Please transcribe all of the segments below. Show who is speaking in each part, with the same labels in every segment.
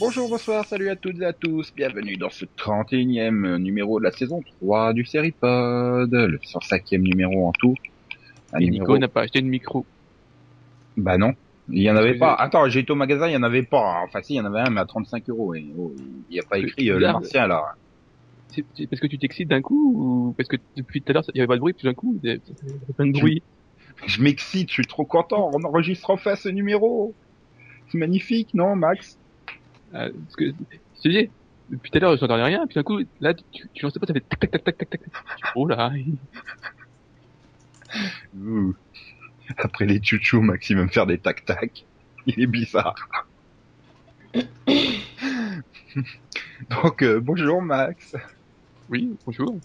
Speaker 1: Bonjour, bonsoir, salut à toutes et à tous, bienvenue dans ce 31e euh, numéro de la saison 3 du Seripod, le 105e numéro en tout. Un
Speaker 2: Et
Speaker 1: numéro-
Speaker 2: Nico n'a pas acheté de micro.
Speaker 1: Bah non, il y en avait
Speaker 2: Excusez.
Speaker 1: pas. Attends, j'ai été au magasin, il y en avait pas. Enfin si, il y en avait un, mais à 35 euros. Et, oh, il n'y a pas
Speaker 2: C'est
Speaker 1: écrit euh,
Speaker 2: bizarre.
Speaker 1: l'ancien là.
Speaker 2: C'est c'est parce que tu t'excites d'un coup ou parce que depuis tout à l'heure il y avait pas de bruit, puis d'un coup il y a il y a plein de bruit.
Speaker 1: Je m'excite, je suis trop content, on enregistre enfin ce numéro. C'est magnifique, non Max
Speaker 2: Euh, parce que je te dis, depuis tout à l'heure je n'entendais rien, puis d'un coup là tu, tu lances pas, ça fait tac tac tac tac tac tac. Tu- Oh là,
Speaker 1: Ouh. Après les tchouchous, Max, il va me faire des tac-tac. Il est bizarre. Donc euh, bonjour Max.
Speaker 2: oui bonjour.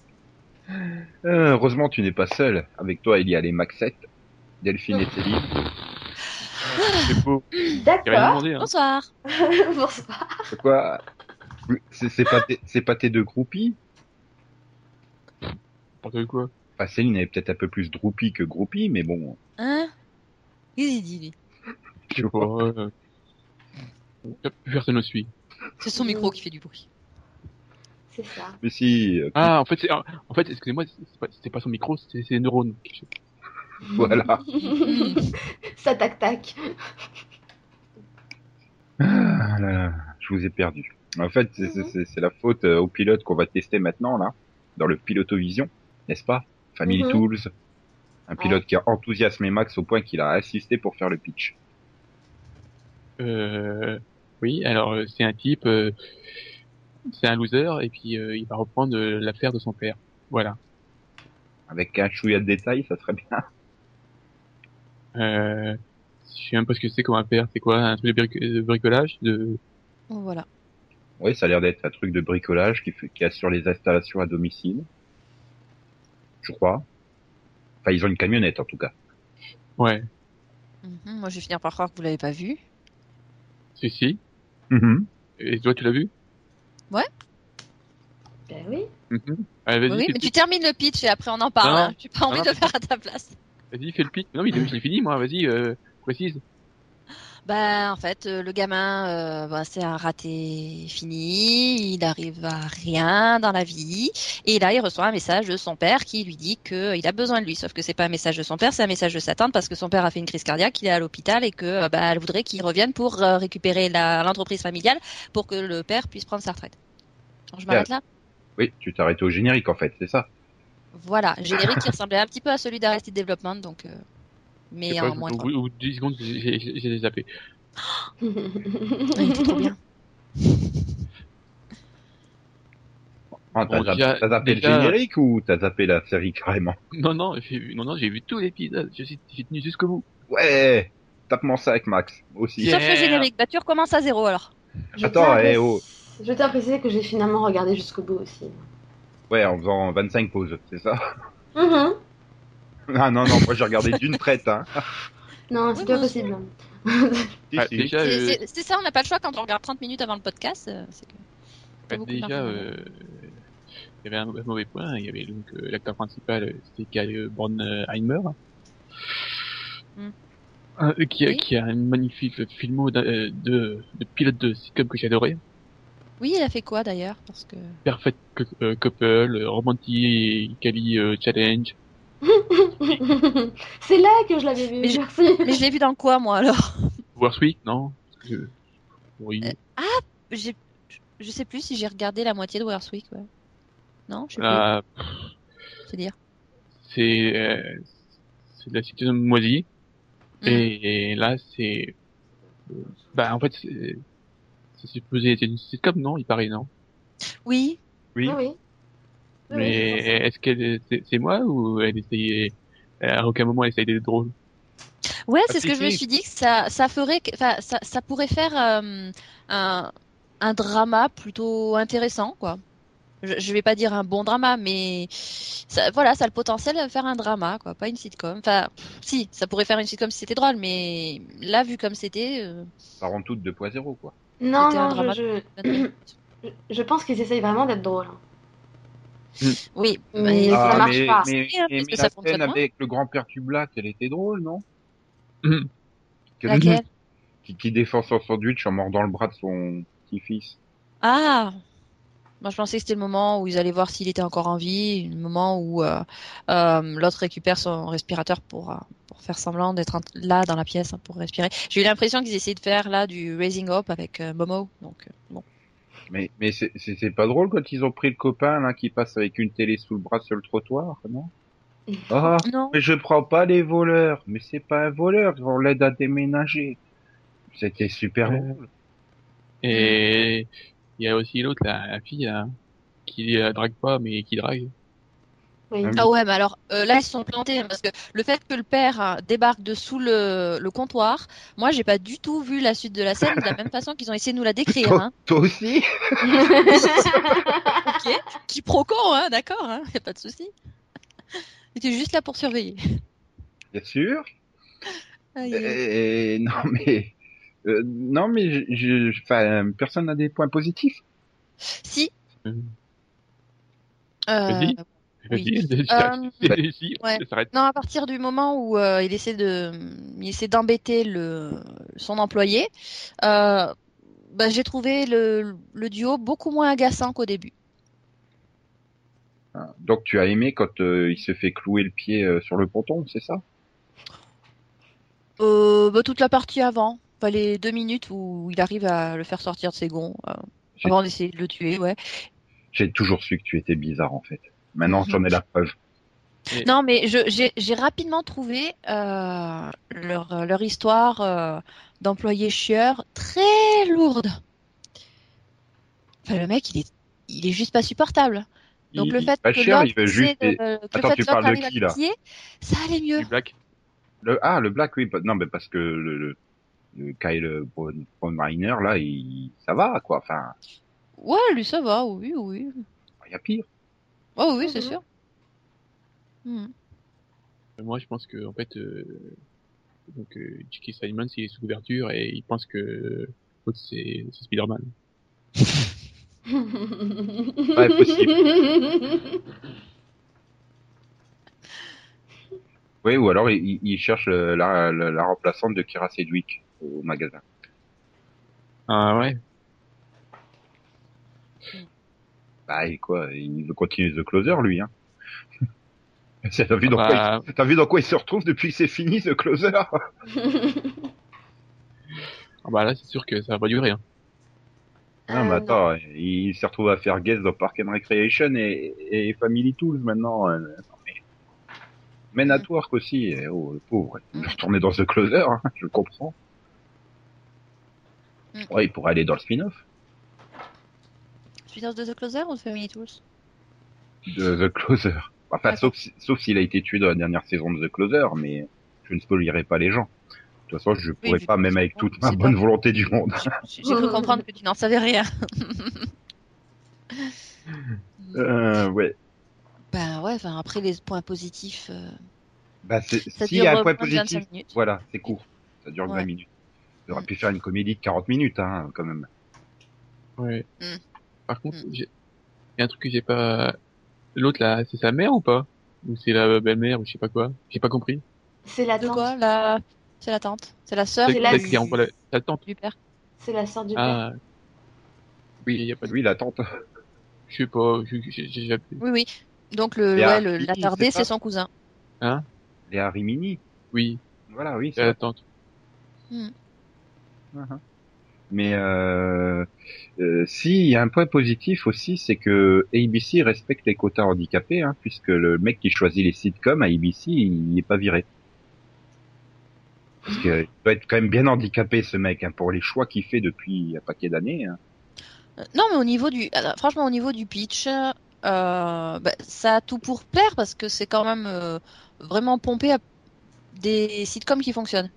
Speaker 1: Euh, heureusement, tu n'es pas seul. Avec toi, il y a les Maxettes, Delphine et Céline.
Speaker 2: C'est beau. J'ai rien
Speaker 3: D'accord.
Speaker 2: demandé. Hein.
Speaker 4: Bonsoir.
Speaker 3: Bonsoir.
Speaker 1: C'est quoi C'est c'est pas, tes- c'est pas tes deux groupies
Speaker 2: N'importe quoi.
Speaker 1: Enfin, Céline elle est peut-être un peu plus droupie que groupie, mais bon.
Speaker 4: Hein Qu'est-ce qu'il dit, lui
Speaker 1: Tu vois.
Speaker 2: Bon, euh, hop, plus euh, Personne ne suit.
Speaker 4: C'est son micro qui fait du bruit.
Speaker 3: C'est ça.
Speaker 1: Mais si, euh,
Speaker 2: Ah en fait c'est en en fait excusez-moi c'est pas, c'était pas son micro c'est c'est les neurones.
Speaker 3: Mm.
Speaker 1: voilà.
Speaker 3: ça tac tac.
Speaker 1: Ah là là, je vous ai perdu. En fait, c'est- c'est c'est- c'est la faute euh, au pilote qu'on va tester maintenant, là, dans le Pilotovision, n'est-ce pas Family
Speaker 3: Mhm.
Speaker 1: Tools. Un pilote qui a enthousiasmé Max au point qu'il a assisté pour faire le pitch.
Speaker 2: Euh, oui, alors euh, c'est un type, euh, c'est un loser et puis euh, il va reprendre euh, l'affaire de son père. Voilà.
Speaker 1: Avec un chouïa de détails, ça serait bien.
Speaker 2: Euh, je sais même pas ce que c'est comme un père. C'est quoi un truc de, bric- de bricolage de...
Speaker 4: Bon, voilà.
Speaker 1: Oui, ça a l'air d'être un truc de bricolage qui, fait, qui assure les installations à domicile. Je crois. Enfin, ils ont une camionnette en tout cas.
Speaker 2: Ouais.
Speaker 4: Mhm, Moi, je vais finir par croire que vous l'avez pas vu.
Speaker 2: Si si.
Speaker 1: Mhm.
Speaker 2: Et toi tu l'as vu
Speaker 3: Ben oui.
Speaker 2: Mhm. Allez, vas-y, fais,
Speaker 4: Oui, oui, mais
Speaker 2: le
Speaker 4: tu
Speaker 2: pitch.
Speaker 4: termines le pitch et après on en parle.
Speaker 2: Non.
Speaker 4: hein. J'ai pas envie
Speaker 2: Non,
Speaker 4: de le faire à ta place.
Speaker 2: vas-y fais le pitch. Non mais j'ai j'ai fini moi. Vas-y euh, précise.
Speaker 4: Bah, en fait, euh, le gamin, euh, bah, c'est un raté fini. Il arrive à rien dans la vie. Et là, il reçoit un message de son père qui lui dit que euh, il a besoin de lui. Sauf que c'est pas un message de son père, c'est un message de sa tante parce que son père a fait une crise cardiaque, il est à l'hôpital et que euh, bah, elle voudrait qu'il revienne pour euh, récupérer la- l'entreprise familiale pour que le père puisse prendre sa retraite. Donc, je m'arrête là.
Speaker 1: Oui, tu t'es arrêté au générique en fait, c'est ça.
Speaker 4: Voilà, générique qui ressemblait un petit peu à celui d'Arrested Development, donc euh, mais
Speaker 2: Je sais
Speaker 4: en
Speaker 2: pas,
Speaker 4: moins
Speaker 2: au
Speaker 4: drôle.
Speaker 2: bout- au bout de 10 secondes j'ai- j'ai j'ai- j'ai zappé.
Speaker 4: Il était trop bien.
Speaker 1: Ah, t'as
Speaker 2: Bon,
Speaker 1: zappé-
Speaker 2: déjà-
Speaker 1: t'as zappé
Speaker 2: déjà-
Speaker 1: le générique ou t'as zappé la série carrément
Speaker 2: Non non j'ai vu non non j'ai vu tout l'épisode. Je suis j'ai tenu jusqu'au bout.
Speaker 1: Ouais Tape-moi ça avec Max, aussi.
Speaker 2: Yeah.
Speaker 4: Sauf le générique, bah tu recommences à zéro alors.
Speaker 3: Je
Speaker 1: Attends,
Speaker 3: tiens à
Speaker 1: eh,
Speaker 3: préciser-
Speaker 1: oh.
Speaker 3: Je tiens à préciser que j'ai finalement regardé jusqu'au bout aussi.
Speaker 1: Ouais, en faisant 25 pauses, c'est ça
Speaker 4: Mm-hmm.
Speaker 3: Mhm.
Speaker 1: Ah non, non, moi j'ai regardé d'une traite, hein.
Speaker 3: Non, c'est
Speaker 4: Oui,
Speaker 3: pas
Speaker 4: oui.
Speaker 3: possible.
Speaker 1: Si,
Speaker 2: Ah,
Speaker 1: si.
Speaker 2: déjà
Speaker 4: C'est-
Speaker 2: euh,
Speaker 4: c'est- C'est ça, on n'a pas le choix quand on regarde 30 minutes avant le podcast. euh, c'est que
Speaker 2: Bah,
Speaker 4: t'as beaucoup
Speaker 2: déjà,
Speaker 4: d'informations.
Speaker 2: euh, il y avait un mau- mauvais point. Il y avait donc euh, l'acteur principal, euh, c'était Kyle euh, Bornheimer,
Speaker 4: Hmm.
Speaker 2: Euh, qui, a-
Speaker 4: Oui.
Speaker 2: qui a un magnifique filmo d'un- euh, de, de pilote de sitcom que j'ai adoré.
Speaker 4: Oui, elle a fait quoi d'ailleurs Parce que
Speaker 2: Perfect Cou- euh, Couple, euh, Romantic Cali euh, Challenge.
Speaker 3: c'est là que je l'avais vu.
Speaker 4: Mais je-
Speaker 3: Merci.
Speaker 4: mais je l'ai vu dans quoi moi alors
Speaker 2: Worst Week, non Parce que- Oui.
Speaker 4: Euh, J'ai je sais plus si j'ai regardé la moitié de Worst Week. ouais. Non, je sais
Speaker 2: Là,
Speaker 4: plus. C'est dire.
Speaker 2: c'est euh, c'est de la situation moisie.
Speaker 4: Mm.
Speaker 2: Et, et là, c'est... euh, Bah, en fait, c'est c'est supposé être une sitcom, non Il paraît, non
Speaker 4: Oui,
Speaker 1: Oui.
Speaker 3: Ah oui. Oui,
Speaker 2: Mais
Speaker 3: oui, je pense.
Speaker 2: euh, est-ce qu'elle c'est c'est moi ou elle essayait à aucun moment elle essayait d'être drôle
Speaker 4: Ouais,
Speaker 1: Ah,
Speaker 4: c'est ce
Speaker 1: si,
Speaker 4: que je me
Speaker 1: si.
Speaker 4: suis dit que ça, ça ferait, que- enfin, ça, ça pourrait faire euh, un, un drama plutôt intéressant, quoi. Je, je vais pas dire un bon drama, mais ça, voilà, ça a le potentiel de faire un drama, quoi, pas une sitcom. Enfin, pff, si, ça pourrait faire une sitcom si c'était drôle, mais là, vu comme c'était, euh,
Speaker 1: Par en tout 2.0, quoi.
Speaker 3: Non,
Speaker 4: C'était un
Speaker 3: non,
Speaker 4: drama.
Speaker 3: je,
Speaker 4: euh,
Speaker 3: je, je pense qu'ils essayent vraiment d'être drôles. hein.
Speaker 4: oui,
Speaker 3: Mais
Speaker 4: mais
Speaker 3: ça marche
Speaker 1: Ah, mais,
Speaker 3: pas.
Speaker 1: mais,
Speaker 4: Oui, hein,
Speaker 1: mais, mais
Speaker 4: parce que ça
Speaker 1: la
Speaker 4: fonctionne
Speaker 1: scène
Speaker 4: moins.
Speaker 1: avec le grand-père Tublac, elle était drôle, non
Speaker 2: Hum.
Speaker 1: Que-
Speaker 4: laquelle
Speaker 1: qui, qui défend son sandwich en mordant le bras de son petit-fils.
Speaker 4: Ah Moi, je pensais que c'était le moment où ils allaient voir s'il était encore en vie, le moment où euh, euh, l'autre récupère son respirateur pour, euh, pour faire semblant d'être en- là dans la pièce hein, pour respirer. J'ai eu l'impression qu'ils essayaient de faire là du raising up avec euh, Momo. Donc, euh, bon.
Speaker 1: Mais, mais c'est- c'est c'est pas drôle quand ils ont pris le copain là qui passe avec une télé sous le bras sur le trottoir, non Ah,
Speaker 4: Non.
Speaker 1: mais je prends pas les voleurs, mais c'est pas un voleur, on l'aide à déménager. C'était super
Speaker 2: Ouais.
Speaker 1: drôle.
Speaker 2: Et il y a aussi l'autre, la, la fille, là, qui euh, drague pas, mais qui drague.
Speaker 3: Oui.
Speaker 1: Ah oui.
Speaker 4: Ah ouais, mais alors euh, là ils se sont plantés hein, parce que le fait que le père hein, débarque de sous le, le comptoir, moi j'ai pas du tout vu la suite de la scène de la même façon qu'ils ont essayé de nous la décrire. Hein.
Speaker 1: Toi aussi
Speaker 4: Ok, quiproquo, hein, d'accord, hein, y a pas de souci. J'étais juste là pour surveiller.
Speaker 1: Bien sûr.
Speaker 4: Aïe,
Speaker 1: Euh,
Speaker 4: aïe, aïe.
Speaker 1: Et, non mais euh, non mais je, je- enfin, personne n'a des points positifs.
Speaker 4: Si.
Speaker 2: Euh,
Speaker 4: Euh,
Speaker 2: vas-y.
Speaker 4: Oui.
Speaker 2: Vas-y, vas-y,
Speaker 4: euh,
Speaker 2: vas-y,
Speaker 4: ouais.
Speaker 2: ça s'arrête.
Speaker 4: non, à partir du moment où euh, il essaie de, il essaie d'embêter le son employé, euh, bah, j'ai trouvé le, le duo beaucoup moins agaçant qu'au début.
Speaker 1: Ah, Donc tu as aimé quand euh, il se fait clouer le pied euh, sur le ponton, c'est ça
Speaker 4: Euh, bah, toute la partie avant, pas les deux minutes où il arrive à le faire sortir de ses gonds, euh,
Speaker 1: J'ai-
Speaker 4: avant d'essayer de le tuer, ouais.
Speaker 1: J'ai toujours su que tu étais bizarre en fait. Maintenant
Speaker 4: Mhm.
Speaker 1: j'en ai la preuve.
Speaker 4: Non, mais je- j'ai j'ai rapidement trouvé euh, leur, leur histoire euh, d'employé chieur très lourde. Enfin, le mec, il est, il est juste pas supportable. Donc
Speaker 1: Il-
Speaker 4: le
Speaker 1: il-
Speaker 4: fait
Speaker 1: pas
Speaker 4: que
Speaker 1: cher, il
Speaker 4: l'autre
Speaker 1: veut
Speaker 4: essaie
Speaker 1: juste
Speaker 4: de- que le
Speaker 1: Attends,
Speaker 4: fait
Speaker 1: tu
Speaker 4: que l'autre
Speaker 1: parles de
Speaker 4: arrive à
Speaker 1: qui, là
Speaker 4: le piller, ça allait mieux.
Speaker 2: Du black.
Speaker 1: Le, ah, le Black, oui. bah- Non, mais parce que le, le, le Kyle Braun- Braunmeier, là, il, ça va, quoi. Enfin,
Speaker 4: Ouais, lui ça va, oui, oui.
Speaker 1: il y a pire.
Speaker 4: Oh oui, c'est
Speaker 3: Mhm.
Speaker 4: sûr. Hmm.
Speaker 2: Moi, je pense que, en fait, euh, donc, euh, J.K. Simons, il est sous couverture et il pense que euh, l'autre, c'est c'est Spider-Man.
Speaker 1: Ouais, possible. Oui, ou alors il, il- il cherche euh, la, la, la remplaçante de Kira Sedgwick au magasin.
Speaker 2: Ah ouais.
Speaker 1: Bah, et quoi, il veut continuer The Closer, lui, hein. T'as vu, dans quoi il-
Speaker 2: Bah,
Speaker 1: t'as vu dans quoi il se retrouve depuis que c'est fini, The Closer
Speaker 2: ah bah là, c'est sûr que ça va pas durer. Hein.
Speaker 1: Ah,
Speaker 3: Euh,
Speaker 1: mais attends, il se retrouve à faire guest dans Park and Recreation et, et Family Tools maintenant. euh, non, mais- Men at Work aussi, eh, oh, le pauvre. Il veut retourner dans The Closer, hein, je le comprends.
Speaker 4: Mm.
Speaker 1: Ouais, il pourrait aller dans le spin-off
Speaker 4: Suivance de The Closer ou de Family Tools
Speaker 1: de The Closer. Enfin, sauf, si- sauf s'il a été tué dans la dernière saison de The Closer, mais je ne spoilerai pas les gens. De toute façon, je pourrais
Speaker 4: je-
Speaker 1: pas, même avec toute ma
Speaker 4: c'est
Speaker 1: bonne
Speaker 4: pas-
Speaker 1: volonté du monde.
Speaker 4: J'ai j'ai cru comprendre que tu n'en savais rien.
Speaker 1: Euh, ouais.
Speaker 4: Ben ouais, enfin après les points positifs, euh,
Speaker 1: Bah, c'est-
Speaker 4: ça
Speaker 1: s'il
Speaker 4: dure
Speaker 1: y a
Speaker 4: euh,
Speaker 1: un point
Speaker 4: moins de 25
Speaker 1: positif,
Speaker 4: minutes.
Speaker 1: Voilà, c'est court. Ça dure 20
Speaker 4: Ouais.
Speaker 1: minutes. On aurait
Speaker 4: Mm.
Speaker 1: pu faire une comédie de 40 minutes, hein, quand même.
Speaker 2: Ouais.
Speaker 4: Mm.
Speaker 2: Par contre,
Speaker 4: Mm.
Speaker 2: j'ai il y a un truc que j'ai pas. L'autre, là, c'est sa mère ou pas Ou c'est la belle-mère ou je sais pas quoi J'ai pas compris.
Speaker 3: C'est la
Speaker 4: De
Speaker 3: tante.
Speaker 4: quoi la... C'est la tante C'est la sœur
Speaker 2: C'est
Speaker 3: la-
Speaker 2: celle qui renvoie la, la tante.
Speaker 4: du père
Speaker 3: C'est la sœur du père.
Speaker 2: Ah,
Speaker 1: Oui.
Speaker 2: il y a pas de...
Speaker 1: Oui, la tante.
Speaker 2: Je sais pas, je- je- j'ai j'ai appelé.
Speaker 4: Oui, oui. Donc le
Speaker 1: Et
Speaker 4: ouais,
Speaker 1: à
Speaker 4: le-
Speaker 1: Phoebe,
Speaker 4: l'attardé,
Speaker 1: c'est ça
Speaker 4: c'est son cousin.
Speaker 1: Léa Rimini.
Speaker 2: Oui,
Speaker 1: Voilà, oui.
Speaker 2: c'est
Speaker 1: c'est
Speaker 2: la
Speaker 1: vrai.
Speaker 2: tante.
Speaker 1: Mhm. Mais euh, euh, si, il y a un point positif aussi, c'est que ABC respecte les quotas handicapés, hein, puisque le mec qui choisit les sitcoms à ABC, il n'est pas viré. Parce que, il doit être quand même bien handicapé, ce mec, hein, pour les choix qu'il fait depuis un paquet d'années. hein.
Speaker 4: Euh, Non, mais au niveau du, alors, franchement, au niveau du pitch, euh, bah, ça a tout pour plaire parce que c'est quand même euh, vraiment pompé à des sitcoms qui fonctionnent.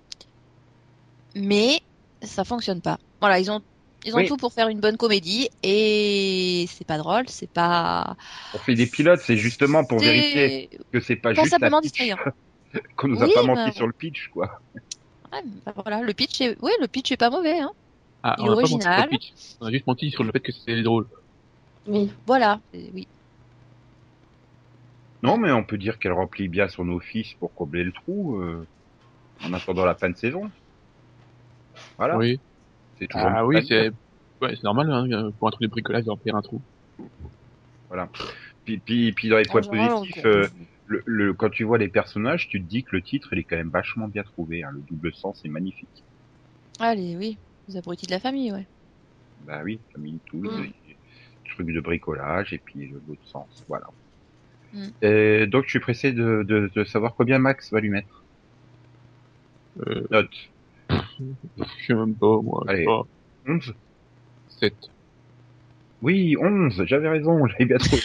Speaker 4: mais ça fonctionne pas. Voilà, ils ont ils ont
Speaker 1: Oui.
Speaker 4: tout pour faire une bonne comédie et c'est pas drôle, c'est pas
Speaker 1: On fait des pilotes, c'est justement pour
Speaker 4: c'est
Speaker 1: vérifier que c'est pas juste la
Speaker 4: passablement
Speaker 1: pitch,
Speaker 4: distrayant.
Speaker 1: qu'on nous a
Speaker 4: Oui,
Speaker 1: pas
Speaker 4: bah,
Speaker 1: menti
Speaker 4: ouais.
Speaker 1: sur le pitch, quoi.
Speaker 4: Ouais, bah voilà, le pitch est ouais, le pitch est pas mauvais hein.
Speaker 2: Ah, on
Speaker 4: Il
Speaker 2: a pas menti sur
Speaker 4: original.
Speaker 2: le pitch. On a juste menti sur le fait que c'était drôle.
Speaker 3: Oui.
Speaker 4: Voilà, Et oui.
Speaker 1: Non, mais on peut dire qu'elle remplit bien son office pour combler le trou euh, en attendant la fin de saison. Voilà,
Speaker 2: Oui.
Speaker 1: c'est toujours.
Speaker 2: Ah
Speaker 1: une
Speaker 2: oui,
Speaker 1: fin.
Speaker 2: c'est ouais, c'est normal hein, pour un truc de bricolage d'en faire un trou.
Speaker 1: Puis, puis, puis dans les points
Speaker 4: En général, on-
Speaker 1: positifs, euh, le, le- quand tu vois les personnages, tu te dis que le titre, il est quand même vachement bien trouvé. hein. Le double sens est magnifique.
Speaker 4: Allez, oui, les abrutis de la famille, ouais.
Speaker 1: Bah oui, famille tous,
Speaker 3: Mm.
Speaker 1: et- truc de bricolage et puis le- l'autre sens, voilà.
Speaker 4: Mm.
Speaker 1: Et donc je suis pressé de, de, de savoir combien Max va lui mettre.
Speaker 2: Euh,
Speaker 1: Note
Speaker 2: je sais même pas, moi.
Speaker 1: Allez.
Speaker 2: Je sais pas.
Speaker 1: 11
Speaker 2: Sept.
Speaker 1: Oui, 11, j'avais raison, j'avais bien trouvé.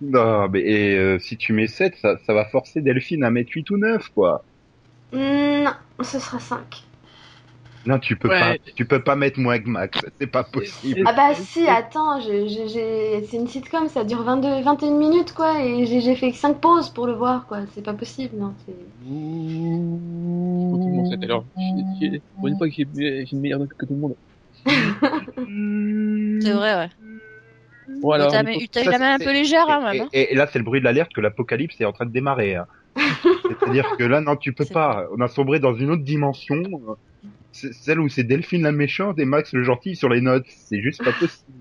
Speaker 1: non, mais et, euh, si tu mets 7, ça, ça va forcer Delphine à mettre 8 ou 9, quoi.
Speaker 3: Mm, Non, ce sera 5.
Speaker 1: Non, tu peux
Speaker 2: Ouais.
Speaker 1: pas, tu peux pas mettre moins que Max, c'est pas possible.
Speaker 3: Ah bah si, attends, je- je- j'ai- c'est une sitcom, ça dure 22, 21 minutes quoi, et j'ai j'ai fait 5 pauses pour le voir quoi, c'est pas possible, non. c'est-
Speaker 2: Faut tout le monde sept, alors.
Speaker 1: Mm.
Speaker 2: J'ai- j'ai- Pour une fois que j'ai j'ai une meilleure note que tout le monde.
Speaker 4: C'est vrai, ouais.
Speaker 2: Bon, alors,
Speaker 4: t'as
Speaker 2: du coup,
Speaker 4: t'as eu
Speaker 1: ça,
Speaker 4: la main un
Speaker 1: c'est-
Speaker 4: peu légère, hein,
Speaker 1: Et,
Speaker 4: même. hein.
Speaker 1: et- et là, c'est le bruit de l'alerte que l'apocalypse est en train de démarrer. hein. C'est-à-dire que là, non, tu peux
Speaker 4: C'est
Speaker 1: pas. On a sombré dans une autre dimension, euh, c'est- celle où c'est Delphine la méchante et Max le gentil sur les notes. C'est juste pas possible.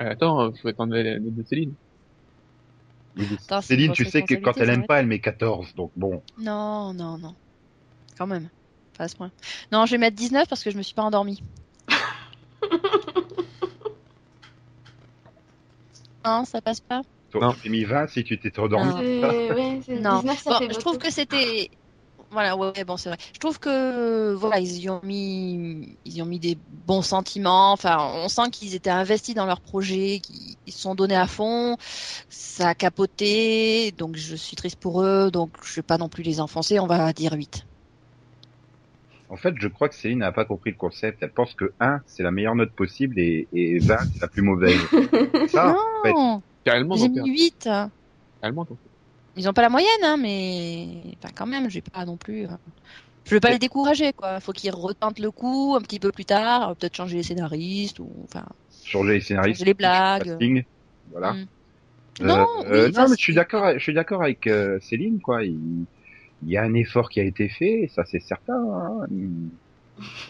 Speaker 2: euh, attends, faut attendre la note de Céline.
Speaker 4: Attends, c'est
Speaker 1: Céline,
Speaker 4: une
Speaker 1: tu
Speaker 4: grosse
Speaker 1: sais que quand elle aime
Speaker 4: responsabilité,
Speaker 1: pas, elle met 14, donc bon.
Speaker 4: Non, non, non. Quand même. Pas à ce point. Non, je vais mettre 19 parce que je me suis pas endormie. non, ça passe pas.
Speaker 1: Toi,
Speaker 2: Non.
Speaker 1: T'as mis 20 si tu t'étais endormi.
Speaker 4: Ah.
Speaker 3: C'est- ouais, c'est
Speaker 4: Non.
Speaker 3: 19, ça
Speaker 4: Bon,
Speaker 3: fait
Speaker 4: je trouve
Speaker 3: beaucoup.
Speaker 4: que c'était. Voilà, ouais, ouais, bon, c'est vrai. Je trouve que voilà, ils y ont mis, ils y ont mis des bons sentiments. Enfin, on sent qu'ils étaient investis dans leur projet, qu'ils ils se sont donnés à fond. Ça a capoté, donc je suis triste pour eux. Donc je vais pas non plus les enfoncer. On va dire 8.
Speaker 1: En fait, je crois que Céline n'a pas compris le concept. Elle pense que 1, c'est la meilleure note possible et, et 20, c'est la plus mauvaise. Ça, en fait,
Speaker 4: Non,
Speaker 2: Carrément,
Speaker 4: j'ai
Speaker 2: t'en perds.
Speaker 4: mis 8. hein.
Speaker 2: Carrément, t'en
Speaker 4: Ils ont pas la moyenne, hein, mais enfin, quand même, j'ai pas non plus. euh, Je veux pas les décourager, quoi. Faut qu'ils retentent le coup un petit peu plus tard, euh, peut-être changer les scénaristes ou enfin
Speaker 1: changer les scénaristes.
Speaker 4: changer les blagues.
Speaker 1: casting, Voilà.
Speaker 4: Mm. Non, oui,
Speaker 1: euh,
Speaker 4: enfin,
Speaker 1: non, mais
Speaker 4: c'est-
Speaker 1: je suis d'accord, je suis d'accord avec euh, Céline, quoi. Il, il y a un effort qui a été fait, ça c'est certain. hein.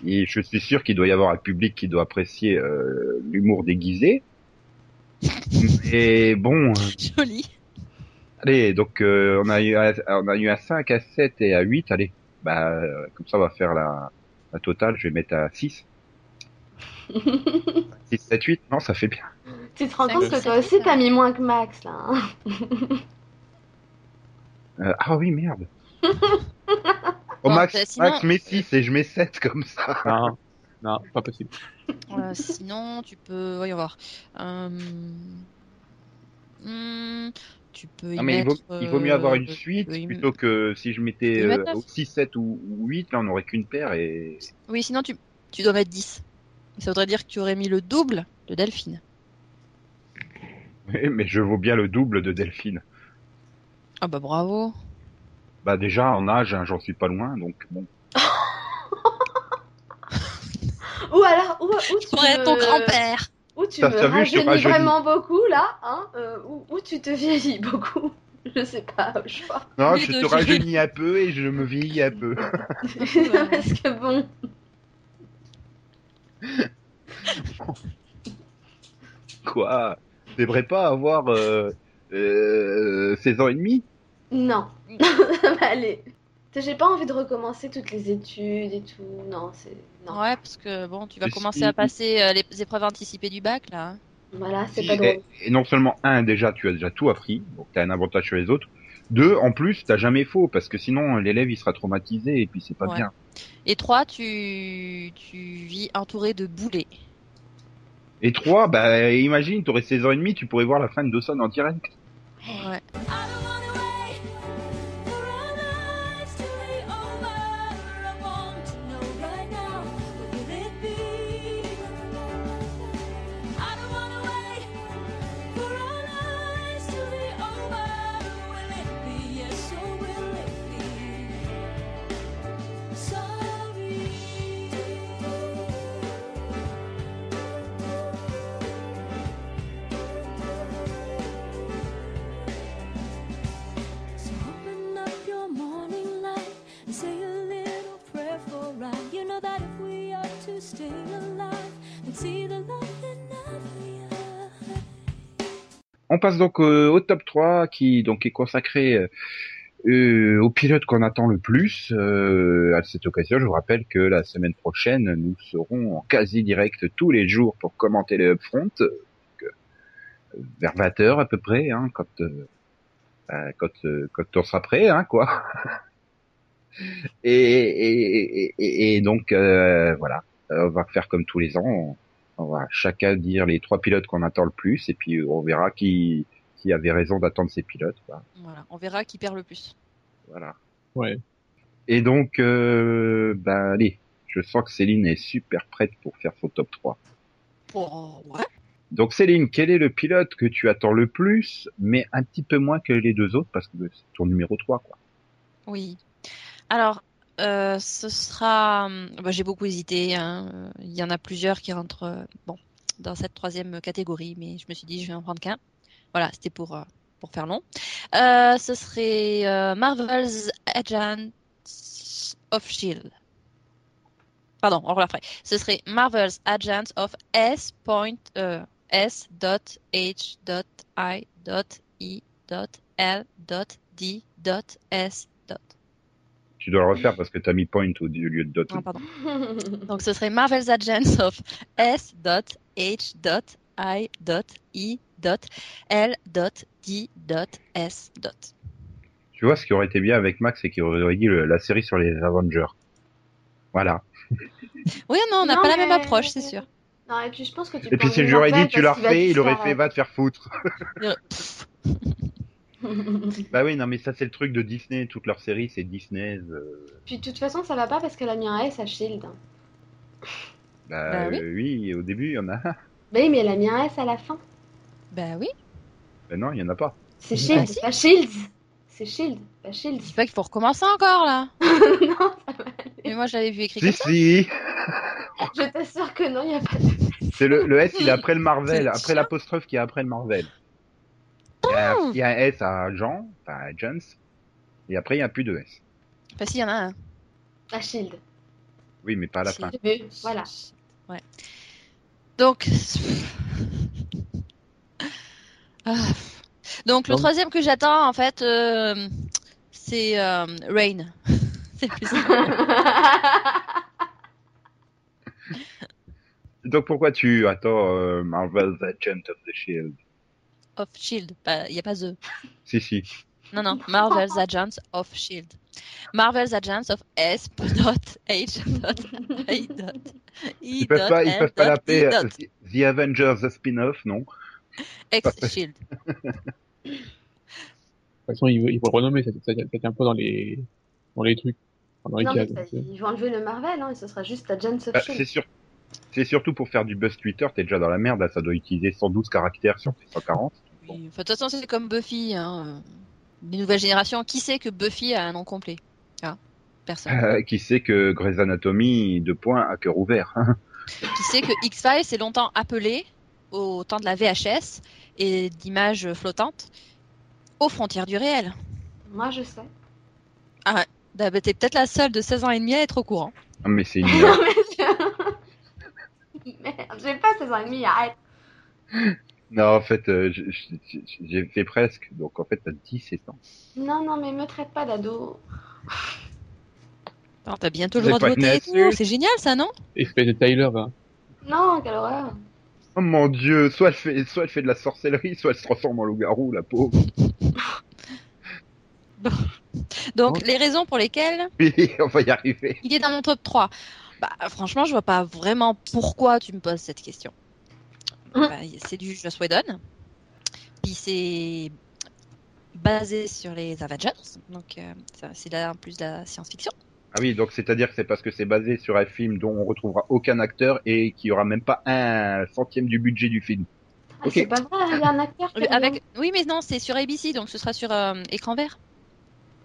Speaker 1: Et je suis sûr qu'il doit y avoir un public qui doit apprécier euh, l'humour déguisé. Et bon, euh,
Speaker 4: Joli.
Speaker 1: allez, donc euh, on a eu un, on a eu un 5 à 7 et à 8, allez. Bah euh, comme ça on va faire la, la totale, je vais mettre à 6. 6 7 8, non, ça fait bien.
Speaker 3: tu te rends
Speaker 4: Cinq,
Speaker 3: compte que
Speaker 4: sept,
Speaker 3: toi aussi
Speaker 4: huit,
Speaker 3: t'as
Speaker 4: hein.
Speaker 3: mis moins que Max là. hein.
Speaker 1: Euh, ah oui, merde. Oh,
Speaker 4: Bon,
Speaker 1: Max,
Speaker 4: bah, sinon-
Speaker 1: Max, mets 6 et je mets 7 comme ça.
Speaker 2: perds. Non, non, pas possible.
Speaker 4: Euh, sinon, tu peux, voyons voir. Euh, hmm, Tu peux. y
Speaker 1: Non, Ah, mais il vaut,
Speaker 4: mettre,
Speaker 1: il vaut mieux avoir une
Speaker 4: euh,
Speaker 1: suite
Speaker 4: oui,
Speaker 1: plutôt que si je mettais
Speaker 4: il met
Speaker 1: euh,
Speaker 4: neuf.
Speaker 1: 6, 7 ou 8, là on n'aurait qu'une paire et.
Speaker 4: Oui, sinon tu tu dois mettre 10. Ça voudrait dire que tu aurais mis le double de Delphine.
Speaker 1: Oui, Mais je vaux bien le double de Delphine.
Speaker 4: Ah bah bravo.
Speaker 1: Bah déjà en âge, hein, j'en suis pas loin donc bon.
Speaker 3: Ou alors, ou, ou tu
Speaker 4: Pourrais
Speaker 3: me-
Speaker 4: être ton grand-père.
Speaker 3: Ou tu
Speaker 1: Ça,
Speaker 3: me
Speaker 1: t'as vu, je te
Speaker 3: rajeunis
Speaker 1: rajeunis.
Speaker 3: vraiment beaucoup là, hein, euh, ou, ou tu te vieillis beaucoup. Je sais pas, au choix.
Speaker 1: Non,
Speaker 4: Les
Speaker 1: je
Speaker 4: deux,
Speaker 1: te
Speaker 4: je-
Speaker 1: rajeunis un peu et je me vieillis un peu.
Speaker 4: Ouais.
Speaker 3: Parce que bon.
Speaker 1: Quoi Je devrais pas avoir euh, euh, 16 ans et demi
Speaker 3: Non. Allez. J'ai pas envie de recommencer toutes les études et tout. Non, c'est. Non.
Speaker 4: Ouais, parce que bon, tu vas
Speaker 1: Mais
Speaker 4: commencer
Speaker 1: si-
Speaker 4: à passer euh, les épreuves anticipées du bac là. hein.
Speaker 3: Voilà, c'est
Speaker 1: Si,
Speaker 3: pas drôle.
Speaker 1: et, et non seulement, un, déjà, tu as déjà tout appris, donc tu as un avantage sur les autres. Deux, en plus, t'as jamais faux, parce que sinon, l'élève, il sera traumatisé, et puis c'est pas
Speaker 4: Ouais.
Speaker 1: bien.
Speaker 4: Et trois, tu tu vis entouré de boulets.
Speaker 1: Et trois, bah, imagine, t'aurais 16 ans et demi, tu pourrais voir la fin de Dawson en direct.
Speaker 4: Ouais.
Speaker 5: I don't wanna wait for our lives to be over. know that if we are to stay alive and see the light in every eye.
Speaker 1: On passe donc euh, au top 3 qui donc est consacré euh, au pilote qu'on attend le plus. Euh, à cette occasion, je vous rappelle que la semaine prochaine, nous serons en quasi direct tous les jours pour commenter les upfront donc, euh, vers 20 h à peu près, hein, quand euh, euh, quand euh, quand on sera prêt, hein, quoi. et, et, et- et- et donc euh, voilà, Euh, on va faire comme tous les ans. On, on va chacun dire les trois pilotes qu'on attend le plus, et puis euh, on verra qui qui avait raison d'attendre ces pilotes. quoi.
Speaker 4: Voilà, on verra qui perd le plus.
Speaker 1: Voilà.
Speaker 2: Ouais.
Speaker 1: Et donc, euh, bah, allez, je sens que Céline est super prête pour faire son top 3.
Speaker 4: Pour... Oh, Ouais.
Speaker 1: Donc Céline, quel est le pilote que tu attends le plus, mais un petit peu moins que les deux autres, parce que c'est ton numéro 3, quoi.
Speaker 4: Oui. Alors, euh, ce sera. hum, bah, J'ai beaucoup hésité. hein. Euh, Il y en a plusieurs qui rentrent euh, bon, dans cette troisième catégorie, mais je me suis dit, je vais en prendre qu'un. Voilà, c'était pour, euh, pour faire long. Euh, ce serait euh, Marvel's Agents of Shield. E Pardon, on refait. Ce serait Marvel's Agents of S. Point, euh, S. Dot H. Dot I. Dot I. E Dot L. Dot D. Dot S. Dot.
Speaker 1: Tu dois le refaire parce que t'as mis point au lieu de dot.
Speaker 4: Ah, pardon. Donc ce serait Marvel's Agents of S. Dot H. Dot I. Dot I. Dot L. Dot D. Dot S. Dot.
Speaker 1: Tu vois, ce qui aurait été bien avec Max, c'est qu'il aurait dit le- la série sur les Avengers. Voilà.
Speaker 4: Oui, non, on n'a
Speaker 3: Non,
Speaker 4: pas la même
Speaker 3: mais-
Speaker 4: approche, c'est sûr.
Speaker 3: Non, et puis je pense que tu
Speaker 1: Et puis
Speaker 3: peux
Speaker 1: si
Speaker 3: lui en
Speaker 1: j'aurais dit
Speaker 3: faire
Speaker 1: tu l'as
Speaker 3: parce qu'il va
Speaker 1: refait,
Speaker 3: te
Speaker 1: il aurait
Speaker 3: faire-
Speaker 1: fait va te faire foutre.
Speaker 4: Pff,
Speaker 1: bah oui, non mais ça c'est le truc de Disney, toute leur série c'est Disney. euh,
Speaker 3: Puis de toute façon, ça va pas parce qu'elle a mis un S à Shield.
Speaker 1: Bah,
Speaker 4: Bah oui.
Speaker 1: euh, oui, au début il y en a.
Speaker 3: Bah oui, mais elle a mis un S à la fin.
Speaker 4: Bah oui.
Speaker 1: Ben non, il y en a pas.
Speaker 3: C'est Shield,
Speaker 4: Bah si.
Speaker 3: pas Shields. C'est Shield, pas Shields.
Speaker 4: Je dis pas qu'il faut recommencer encore là.
Speaker 3: non,
Speaker 4: Mais moi, je l'avais vu écrit
Speaker 1: Si
Speaker 4: comme ça.
Speaker 1: si.
Speaker 3: je t'assure que non, il y a pas de.
Speaker 1: C'est le, le S, il est après le
Speaker 4: C'est
Speaker 1: Marvel, après
Speaker 4: chiant.
Speaker 1: l'apostrophe qui est après le Marvel. Il y,
Speaker 4: Oh.
Speaker 1: a, il y a un S à Jean, enfin à Jones, et après il n'y a plus de S.
Speaker 4: Enfin, si, il y en a un.
Speaker 3: À Shield.
Speaker 1: Oui, mais pas à la
Speaker 4: Si.
Speaker 1: fin.
Speaker 3: J'ai vu, Voilà.
Speaker 4: Ouais. Donc. Ah. Donc, le
Speaker 2: Non.
Speaker 4: troisième que j'attends, en fait, euh, c'est euh, Rain. c'est plus simple.
Speaker 1: Donc pourquoi tu attends euh, Marvel's Agent of the Shield
Speaker 4: Of Shield. Pas- Il n'y a pas The.
Speaker 1: Si, si.
Speaker 4: Non, non. Marvel's Agents of Shield. Marvel's Agents of S. Dot H. Dot I. Dot I.
Speaker 1: Ils peuvent
Speaker 4: dot
Speaker 1: pas, ils
Speaker 4: L
Speaker 1: peuvent pas
Speaker 4: dot
Speaker 1: l'appeler
Speaker 4: I dot
Speaker 1: euh, The- The Avengers, the spin-off, non
Speaker 4: X Shield.
Speaker 2: De toute façon, ils, ils vont le renommer, ça, ça, ça tient pas dans les, dans les trucs. Enfin, Dans les
Speaker 3: non, mais
Speaker 2: cases.
Speaker 3: ça,
Speaker 2: donc, euh,
Speaker 3: ils vont enlever le Marvel, hein, et ce sera juste à Agents of
Speaker 1: Bah, C'est
Speaker 3: Shield.
Speaker 1: sûr. C'est surtout pour faire du buzz Twitter, t'es déjà dans la merde, là, ça doit utiliser 112 caractères sur tes 140.
Speaker 4: Oui, enfin, de toute façon, c'est comme Buffy. Hein. euh, Les nouvelles générations, qui sait que Buffy a un nom complet Ah, Personne.
Speaker 1: Euh, qui sait que Grey's Anatomy, deux points à cœur ouvert. hein.
Speaker 4: qui sait que X-Files est longtemps appelé, au temps de la VHS et d'images flottantes, aux frontières du réel
Speaker 3: Moi, je sais.
Speaker 4: Bah, bah, T'es peut-être la seule de 16 ans et demi à être au courant.
Speaker 1: Non, mais c'est une...
Speaker 3: Non, mais je- Merde, j'ai pas 16 ans et demi, arrête.
Speaker 1: Non, en fait, euh, je- je- je- j'ai fait presque. Donc, en fait, t'as 17 ans.
Speaker 3: Non, non, mais me traite pas d'ado.
Speaker 4: Alors, T'as bientôt le
Speaker 1: C'est
Speaker 4: droit de
Speaker 1: pas une
Speaker 4: voter et tout.
Speaker 1: insulte.
Speaker 4: C'est génial ça, non
Speaker 2: Espèce de Tyler, hein. va.
Speaker 3: Non, quelle horreur.
Speaker 1: Oh mon dieu, soit elle fait, soit elle fait de la sorcellerie, soit elle se transforme en loup-garou, la pauvre.
Speaker 4: Donc, les raisons pour lesquelles
Speaker 1: Oui, on va y arriver.
Speaker 4: il est dans mon top 3. Bah, franchement, je vois pas vraiment pourquoi tu me poses cette question.
Speaker 3: Hum.
Speaker 4: Bah, c'est du Joss Whedon. Puis c'est basé sur les Avengers. Donc, euh, ça, c'est là en plus de la science-fiction.
Speaker 1: Ah oui, donc c'est-à-dire que c'est parce que c'est basé sur un film dont on retrouvera aucun acteur et qui aura même pas un centième du budget du film.
Speaker 3: Ah,
Speaker 1: Ok.
Speaker 3: C'est pas vrai, il y a un acteur qui
Speaker 4: Euh, Avec... Oui, mais non, c'est sur ABC, donc ce sera sur euh, écran vert.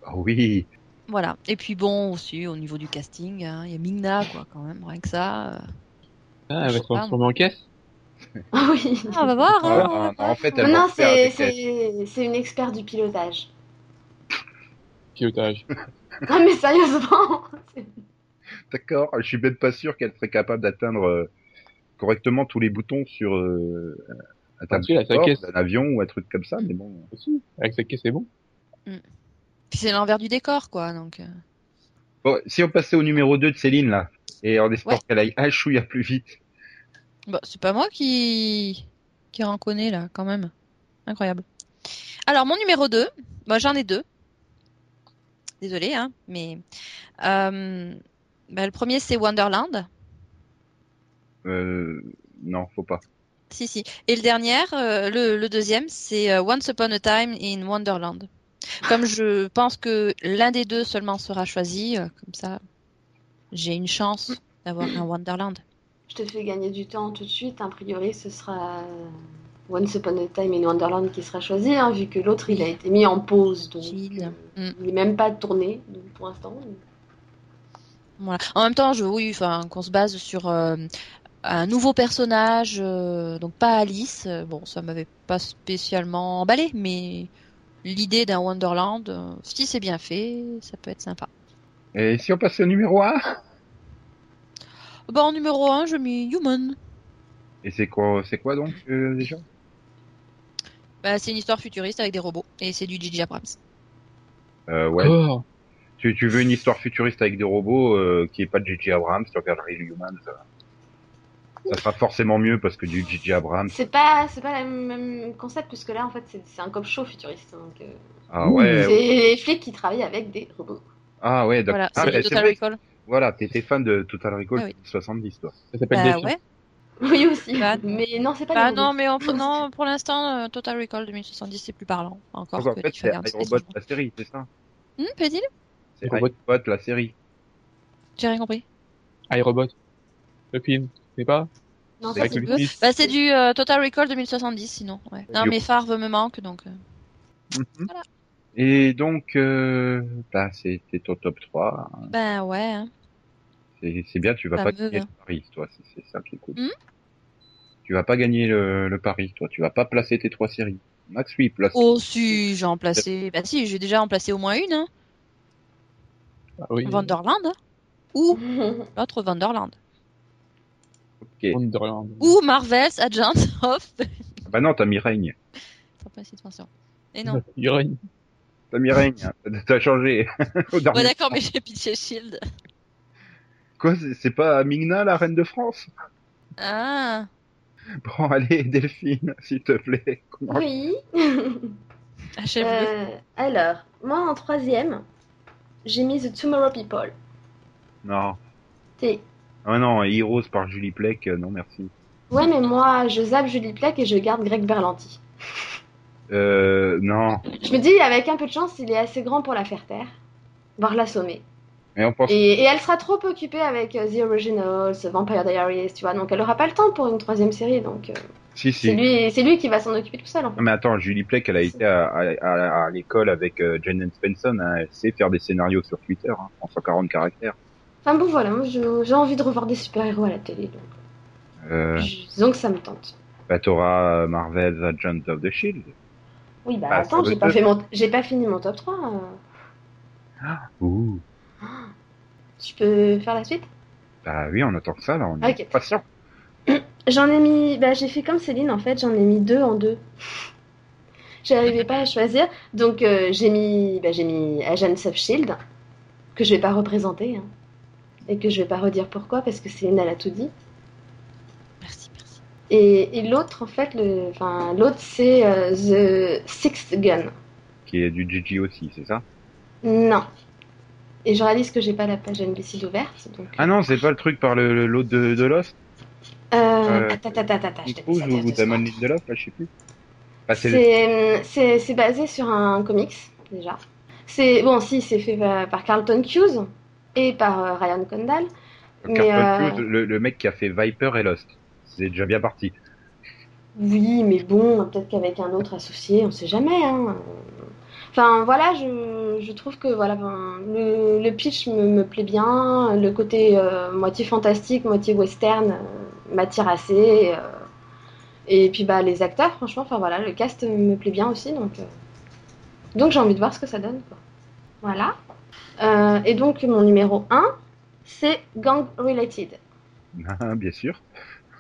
Speaker 1: Ah oui.
Speaker 4: Voilà. Et puis bon, aussi, au niveau du casting, hein, il y a Mingna, quoi, quand même, rien que ça. euh.
Speaker 2: Ah, elle
Speaker 4: Je
Speaker 2: va
Speaker 4: sais
Speaker 2: se transformer en caisse.
Speaker 3: Ah oui.
Speaker 4: Ah, on va voir. hein,
Speaker 1: Ah, non,
Speaker 4: on va
Speaker 1: en fait,
Speaker 4: voir.
Speaker 1: elle
Speaker 3: Non,
Speaker 1: va
Speaker 3: non,
Speaker 1: se faire
Speaker 3: c'est
Speaker 1: des tests.
Speaker 3: c'est- c'est une experte du pilotage.
Speaker 2: Pilotage.
Speaker 3: Non, mais sérieusement. c'est-
Speaker 1: D'accord, je suis même pas sûr qu'elle serait capable d'atteindre euh, correctement tous les boutons sur euh, un
Speaker 2: Parce que la
Speaker 1: transport
Speaker 2: caisse-
Speaker 1: d'un avion ou un truc comme ça, mais bon.
Speaker 2: Aussi, Avec sa caisse, c'est bon.
Speaker 4: Puis c'est l'envers du décor, quoi. Donc, euh.
Speaker 1: Bon, si on passait au numéro 2 de Céline, là, et en espérant
Speaker 4: Ouais.
Speaker 1: qu'elle aille un chouïa plus vite.
Speaker 4: Bah, c'est pas moi qui qui reconnaît là, quand même. Incroyable. Alors mon numéro 2, bah, j'en ai deux. Désolée, hein, mais euh, bah, le premier c'est Wonderland.
Speaker 1: Euh, non, faut pas.
Speaker 4: Si si. Et le dernier, euh, le, le deuxième, c'est euh, Once Upon a Time in Wonderland. Comme je pense que l'un des deux seulement sera choisi, euh, comme ça, j'ai une chance d'avoir un Wonderland.
Speaker 3: Je te fais gagner du temps tout de suite. A priori, ce sera euh, Once Upon a Time in Wonderland qui sera choisi, hein, vu que l'autre il a été mis en pause. Donc,
Speaker 4: Chill. Mm.
Speaker 3: euh, Il n'est même pas tourné donc, pour l'instant.
Speaker 4: Voilà. En même temps, je oui, enfin, qu'on se base sur euh, un nouveau personnage, euh, donc pas Alice. euh, Bon, ça m'avait pas spécialement emballé, mais l'idée d'un Wonderland, euh, si c'est bien fait, ça peut être sympa.
Speaker 1: Et si on passait au numéro 1
Speaker 4: Bon, en numéro 1, je mets Human.
Speaker 1: Et c'est quoi, c'est quoi donc euh, déjà
Speaker 4: Bah, c'est une histoire futuriste avec des robots et c'est du J.J. Abrams.
Speaker 1: euh, Ouais.
Speaker 2: Oh,
Speaker 1: Tu, tu veux une histoire futuriste avec des robots euh, qui est pas de J.J. Abrams, tu regardes Real Humans. euh, Ça sera forcément mieux parce que du J.J. Abrams.
Speaker 3: C'est pas, c'est pas le même concept, puisque là, en fait, c'est c'est un cop show futuriste. hein, donc, euh,
Speaker 1: Ah ouais.
Speaker 3: c'est les flics qui travaillent avec des robots.
Speaker 1: Ah ouais. d'accord.
Speaker 4: Voilà,
Speaker 1: Ah,
Speaker 4: c'est
Speaker 1: mais
Speaker 4: du Total
Speaker 1: vrai que-
Speaker 4: Recall.
Speaker 1: Voilà, t'étais fan de Total Recall
Speaker 4: Ah oui.
Speaker 1: 70, toi.
Speaker 2: ça s'appelle
Speaker 4: Bah
Speaker 2: Delphine.
Speaker 4: ouais.
Speaker 3: Oui, aussi.
Speaker 4: Bah, non.
Speaker 3: mais non, c'est pas
Speaker 4: Bah
Speaker 3: des
Speaker 4: non,
Speaker 3: robots.
Speaker 4: mais en- non, pour l'instant, euh, Total Recall 2070, c'est plus parlant encore
Speaker 1: Donc, en
Speaker 4: que
Speaker 1: fait,
Speaker 4: Tiff
Speaker 1: c'est
Speaker 4: Abrams et
Speaker 1: iRobot
Speaker 4: son-
Speaker 1: la série, c'est ça
Speaker 4: Hmm, Peut-il
Speaker 1: C'est
Speaker 2: Robot.
Speaker 1: iRobot la série.
Speaker 4: J'ai rien compris.
Speaker 2: iRobot. Le film, n'est pas
Speaker 3: Non,
Speaker 2: c'est
Speaker 3: ça,
Speaker 2: avec
Speaker 3: c'est
Speaker 2: le
Speaker 4: Bah,
Speaker 2: Smith.
Speaker 4: bah, c'est du euh, Total Recall 2070 sinon. Ouais. Non
Speaker 1: Du-
Speaker 4: mais Favre me manque donc. euh.
Speaker 1: Mhm.
Speaker 4: Voilà.
Speaker 1: Et donc, euh, bah, c'était ton top 3. hein.
Speaker 4: Ben ouais. hein.
Speaker 1: C'est c'est bien, tu vas
Speaker 4: Ça
Speaker 1: pas
Speaker 4: me
Speaker 1: gagner
Speaker 4: va.
Speaker 1: le pari, toi. c'est- C'est ça qui est cool.
Speaker 4: Hmm
Speaker 1: tu vas pas gagner le, le pari, toi. Tu vas pas placer tes trois séries. Max, oui, place.
Speaker 4: Oh si j'ai en placé. Bah si j'ai déjà en placé au moins une. Hein.
Speaker 2: Ah oui.
Speaker 4: Wonderland hein.
Speaker 1: Mm.
Speaker 4: ou
Speaker 3: Smith.
Speaker 4: l'autre Wonderland
Speaker 1: Ok.
Speaker 2: Wonderland.
Speaker 1: Mm.
Speaker 4: ou Marvel's Agent of.
Speaker 1: Ah Bah non, t'as mis Règne.
Speaker 4: Faut pas si attention. Et non.
Speaker 2: Il règne.
Speaker 1: T'as mis Règne. hein. T'as changé. Au dernier.
Speaker 4: Ouais d'accord mais j'ai pitché Shield.
Speaker 1: Quoi, c'est- c'est pas Migna, la reine de France
Speaker 4: Ah.
Speaker 1: Bon, allez, Delphine, s'il te plaît. Comment-
Speaker 3: Oui.
Speaker 4: achève
Speaker 3: Euh, alors, moi, en troisième, j'ai mis The Tomorrow People.
Speaker 1: Non.
Speaker 3: C'est-
Speaker 1: Ah non, Heroes par Julie Plec, euh, non merci.
Speaker 3: Ouais, mais moi, je zappe Julie Plec et je garde Greg Berlanti.
Speaker 1: Euh, non.
Speaker 3: Je me dis, avec un peu de chance, il est assez grand pour la faire taire, voire l'assommer.
Speaker 1: Mais on pense.
Speaker 3: Et, et elle sera trop occupée avec euh, The Originals, Vampire Diaries, tu vois, donc elle aura pas le temps pour une troisième série, donc euh,
Speaker 1: Si, Mm.
Speaker 3: c'est
Speaker 1: si.
Speaker 3: lui, c'est lui qui va s'en occuper tout seul. hein. En fait.
Speaker 1: Non, mais attends, Julie Plec, elle a été à, à- à- à l'école avec euh, Jane Spencer. hein, Elle sait faire des scénarios sur Twitter hein, en 140 caractères.
Speaker 3: Enfin bon, voilà, moi, je- j'ai envie de revoir des super-héros à la télé, donc
Speaker 1: Euh,
Speaker 3: je- disons que ça me tente.
Speaker 1: bah, t'auras euh, Marvel's Agents of the Shield.
Speaker 3: Oui, bah
Speaker 1: Bah,
Speaker 3: attends,
Speaker 1: ça
Speaker 3: j'ai
Speaker 1: veut
Speaker 3: pas,
Speaker 1: dire-
Speaker 3: fait mon... j'ai pas fini mon top 3. euh.
Speaker 1: Ouh.
Speaker 3: Tu peux faire la suite
Speaker 1: Bah oui, on attend que ça, là. On est
Speaker 3: Ok.
Speaker 1: patient.
Speaker 3: J'en ai mis, bah, j'ai fait comme Céline en fait, j'en ai mis deux en deux. J'arrivais pas à choisir, donc euh, j'ai mis, bah, j'ai mis Agents of Shield E que je vais pas représenter hein, et que je vais pas redire pourquoi parce que Céline elle a tout dit.
Speaker 4: Merci merci.
Speaker 3: Et, et l'autre en fait, le, enfin l'autre c'est euh, The Sixth Gun.
Speaker 1: Qui est du Gigi aussi, c'est ça
Speaker 3: Non. Et je réalise que j'ai pas la page NBC ouverte, donc.
Speaker 1: Ah non, c'est pas le truc par le- le- l'autre de, de Lost
Speaker 3: Euh,
Speaker 1: euh,
Speaker 3: attends, attends, attends, attends, je
Speaker 1: Nick
Speaker 3: te dis
Speaker 1: Cruz
Speaker 3: ça,
Speaker 1: ou
Speaker 3: attends,
Speaker 1: ou
Speaker 3: deux secondes.
Speaker 1: Damon Lindelof, là, je sais plus. Bah, c'est le-
Speaker 3: C'est euh, c'est- c'est basé sur un comics, déjà. C'est bon, si, c'est fait par par Carlton Cuse et par euh, Ryan Condal.
Speaker 1: Carlton
Speaker 3: mais, euh,
Speaker 1: Cruise, le, le mec qui a fait Viper et Lost. C'est déjà bien parti.
Speaker 3: Oui, mais bon, peut-être qu'avec un autre associé, on sait jamais. hein. Enfin, voilà, je, je trouve que voilà, ben, le, le pitch me, me plaît bien. Le côté euh, moitié fantastique, moitié western euh, m'attire assez. euh. et puis, bah, les acteurs, franchement, enfin voilà, le cast me plaît bien aussi. Donc, euh. donc j'ai envie de voir ce que ça donne. quoi. Voilà. Euh, et donc, mon numéro 1, c'est gang related.
Speaker 1: Ah, Bien sûr.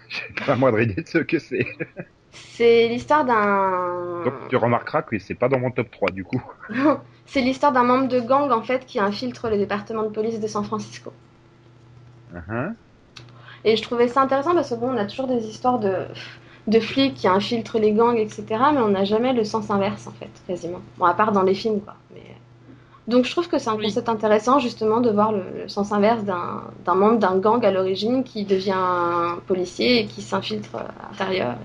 Speaker 1: J'ai pas la moindre idée de ce que c'est.
Speaker 3: C'est l'histoire d'un.
Speaker 1: Donc tu remarqueras que c'est pas dans mon top 3 du coup.
Speaker 3: C'est l'histoire d'un membre de gang en fait qui infiltre le département de police de San Francisco.
Speaker 1: Ah, ah.
Speaker 3: Et je trouvais ça intéressant parce que bon, on a toujours des histoires de, de flics qui infiltrent les gangs, etc. Mais on n'a jamais le sens inverse en fait, quasiment. Bon, à part dans les films quoi. Mais... euh. Donc je trouve que c'est un
Speaker 4: Oui.
Speaker 3: concept intéressant justement de voir le, le sens inverse d'un d'un membre d'un gang à l'origine qui devient un policier et qui s'infiltre euh, à l'intérieur.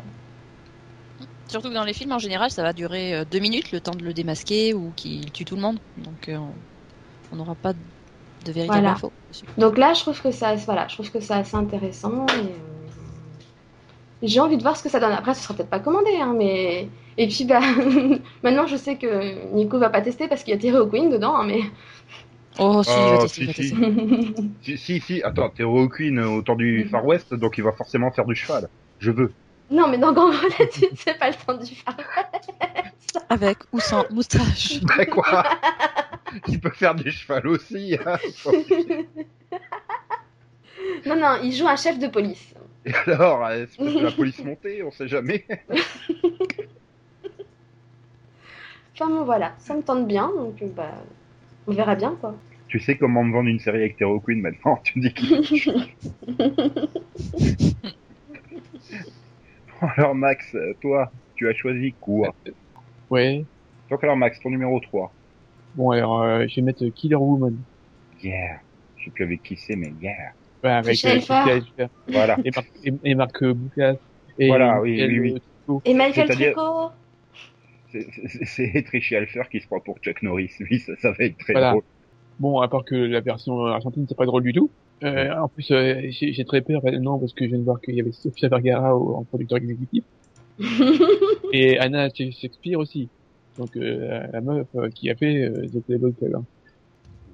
Speaker 4: Surtout que dans les films, en général, ça va durer euh, deux minutes, le temps de le démasquer ou qu'il tue tout le monde. Donc, euh, on- on n'aura pas de véritable
Speaker 3: Voilà.
Speaker 4: info. dessus.
Speaker 3: Donc là, je trouve que ça, voilà, je trouve que c'est assez intéressant. et, euh, J'ai envie de voir ce que ça donne. Après, ce sera peut-être pas commandé, hein, mais et puis bah maintenant, je sais que Nico va pas tester parce qu'il y a Terry O'Quinn dedans, hein, mais
Speaker 4: Oh, si, il va
Speaker 1: Oh,
Speaker 4: tester, il va
Speaker 1: si,
Speaker 4: tester.
Speaker 1: Si, si, si. attends, t'es au Queen euh, autour du
Speaker 3: Mhm.
Speaker 1: Far West, donc il va forcément faire du cheval. Je veux.
Speaker 3: non, mais dans Grand Relative, c'est pas le temps du faire.
Speaker 4: Avec ou sans moustache.
Speaker 1: Bah quoi Il peut faire du cheval aussi. hein.
Speaker 3: non, non, il joue un chef de police.
Speaker 1: Et alors, euh, c'est parce que la police montée, on sait jamais.
Speaker 3: Enfin bon, voilà, ça me tente bien, donc euh, bah on verra bien quoi.
Speaker 1: Tu sais comment me vendre une série avec Terry Queen maintenant Tu me dis qu'il Bon, Alors Max, euh, toi, tu as choisi quoi
Speaker 2: Ouais.
Speaker 1: Donc alors Max, ton numéro 3.
Speaker 2: Bon, alors, euh, je vais mettre Killer Woman.
Speaker 1: Yeah. Je sais plus avec qui c'est, mais yeah.
Speaker 2: Ouais, avec
Speaker 3: Michel Pfeiffer.
Speaker 2: Michel Pfeiffer
Speaker 1: Voilà.
Speaker 2: et Marc, et, et Marc euh, Boucas. Et
Speaker 1: Voilà, oui,
Speaker 2: Michel,
Speaker 1: oui, oui.
Speaker 2: euh,
Speaker 3: Et Michael
Speaker 1: C'est-à-dire-
Speaker 3: Tricot
Speaker 1: C'est- c'est- C'est Tricia Alfer qui se prend pour Chuck Norris. Oui, ça, ça va être très
Speaker 2: Voilà.
Speaker 1: drôle.
Speaker 2: Bon, à part que la version euh, argentine, c'est pas drôle du tout. Euh, en plus, euh, j'ai j'ai très peur maintenant parce que je viens de voir qu'il y avait Sofia Vergara au- en producteur exécutif et Anna Shakespeare aussi. Donc euh, la meuf euh, qui a fait euh, The Playboy Club. hein.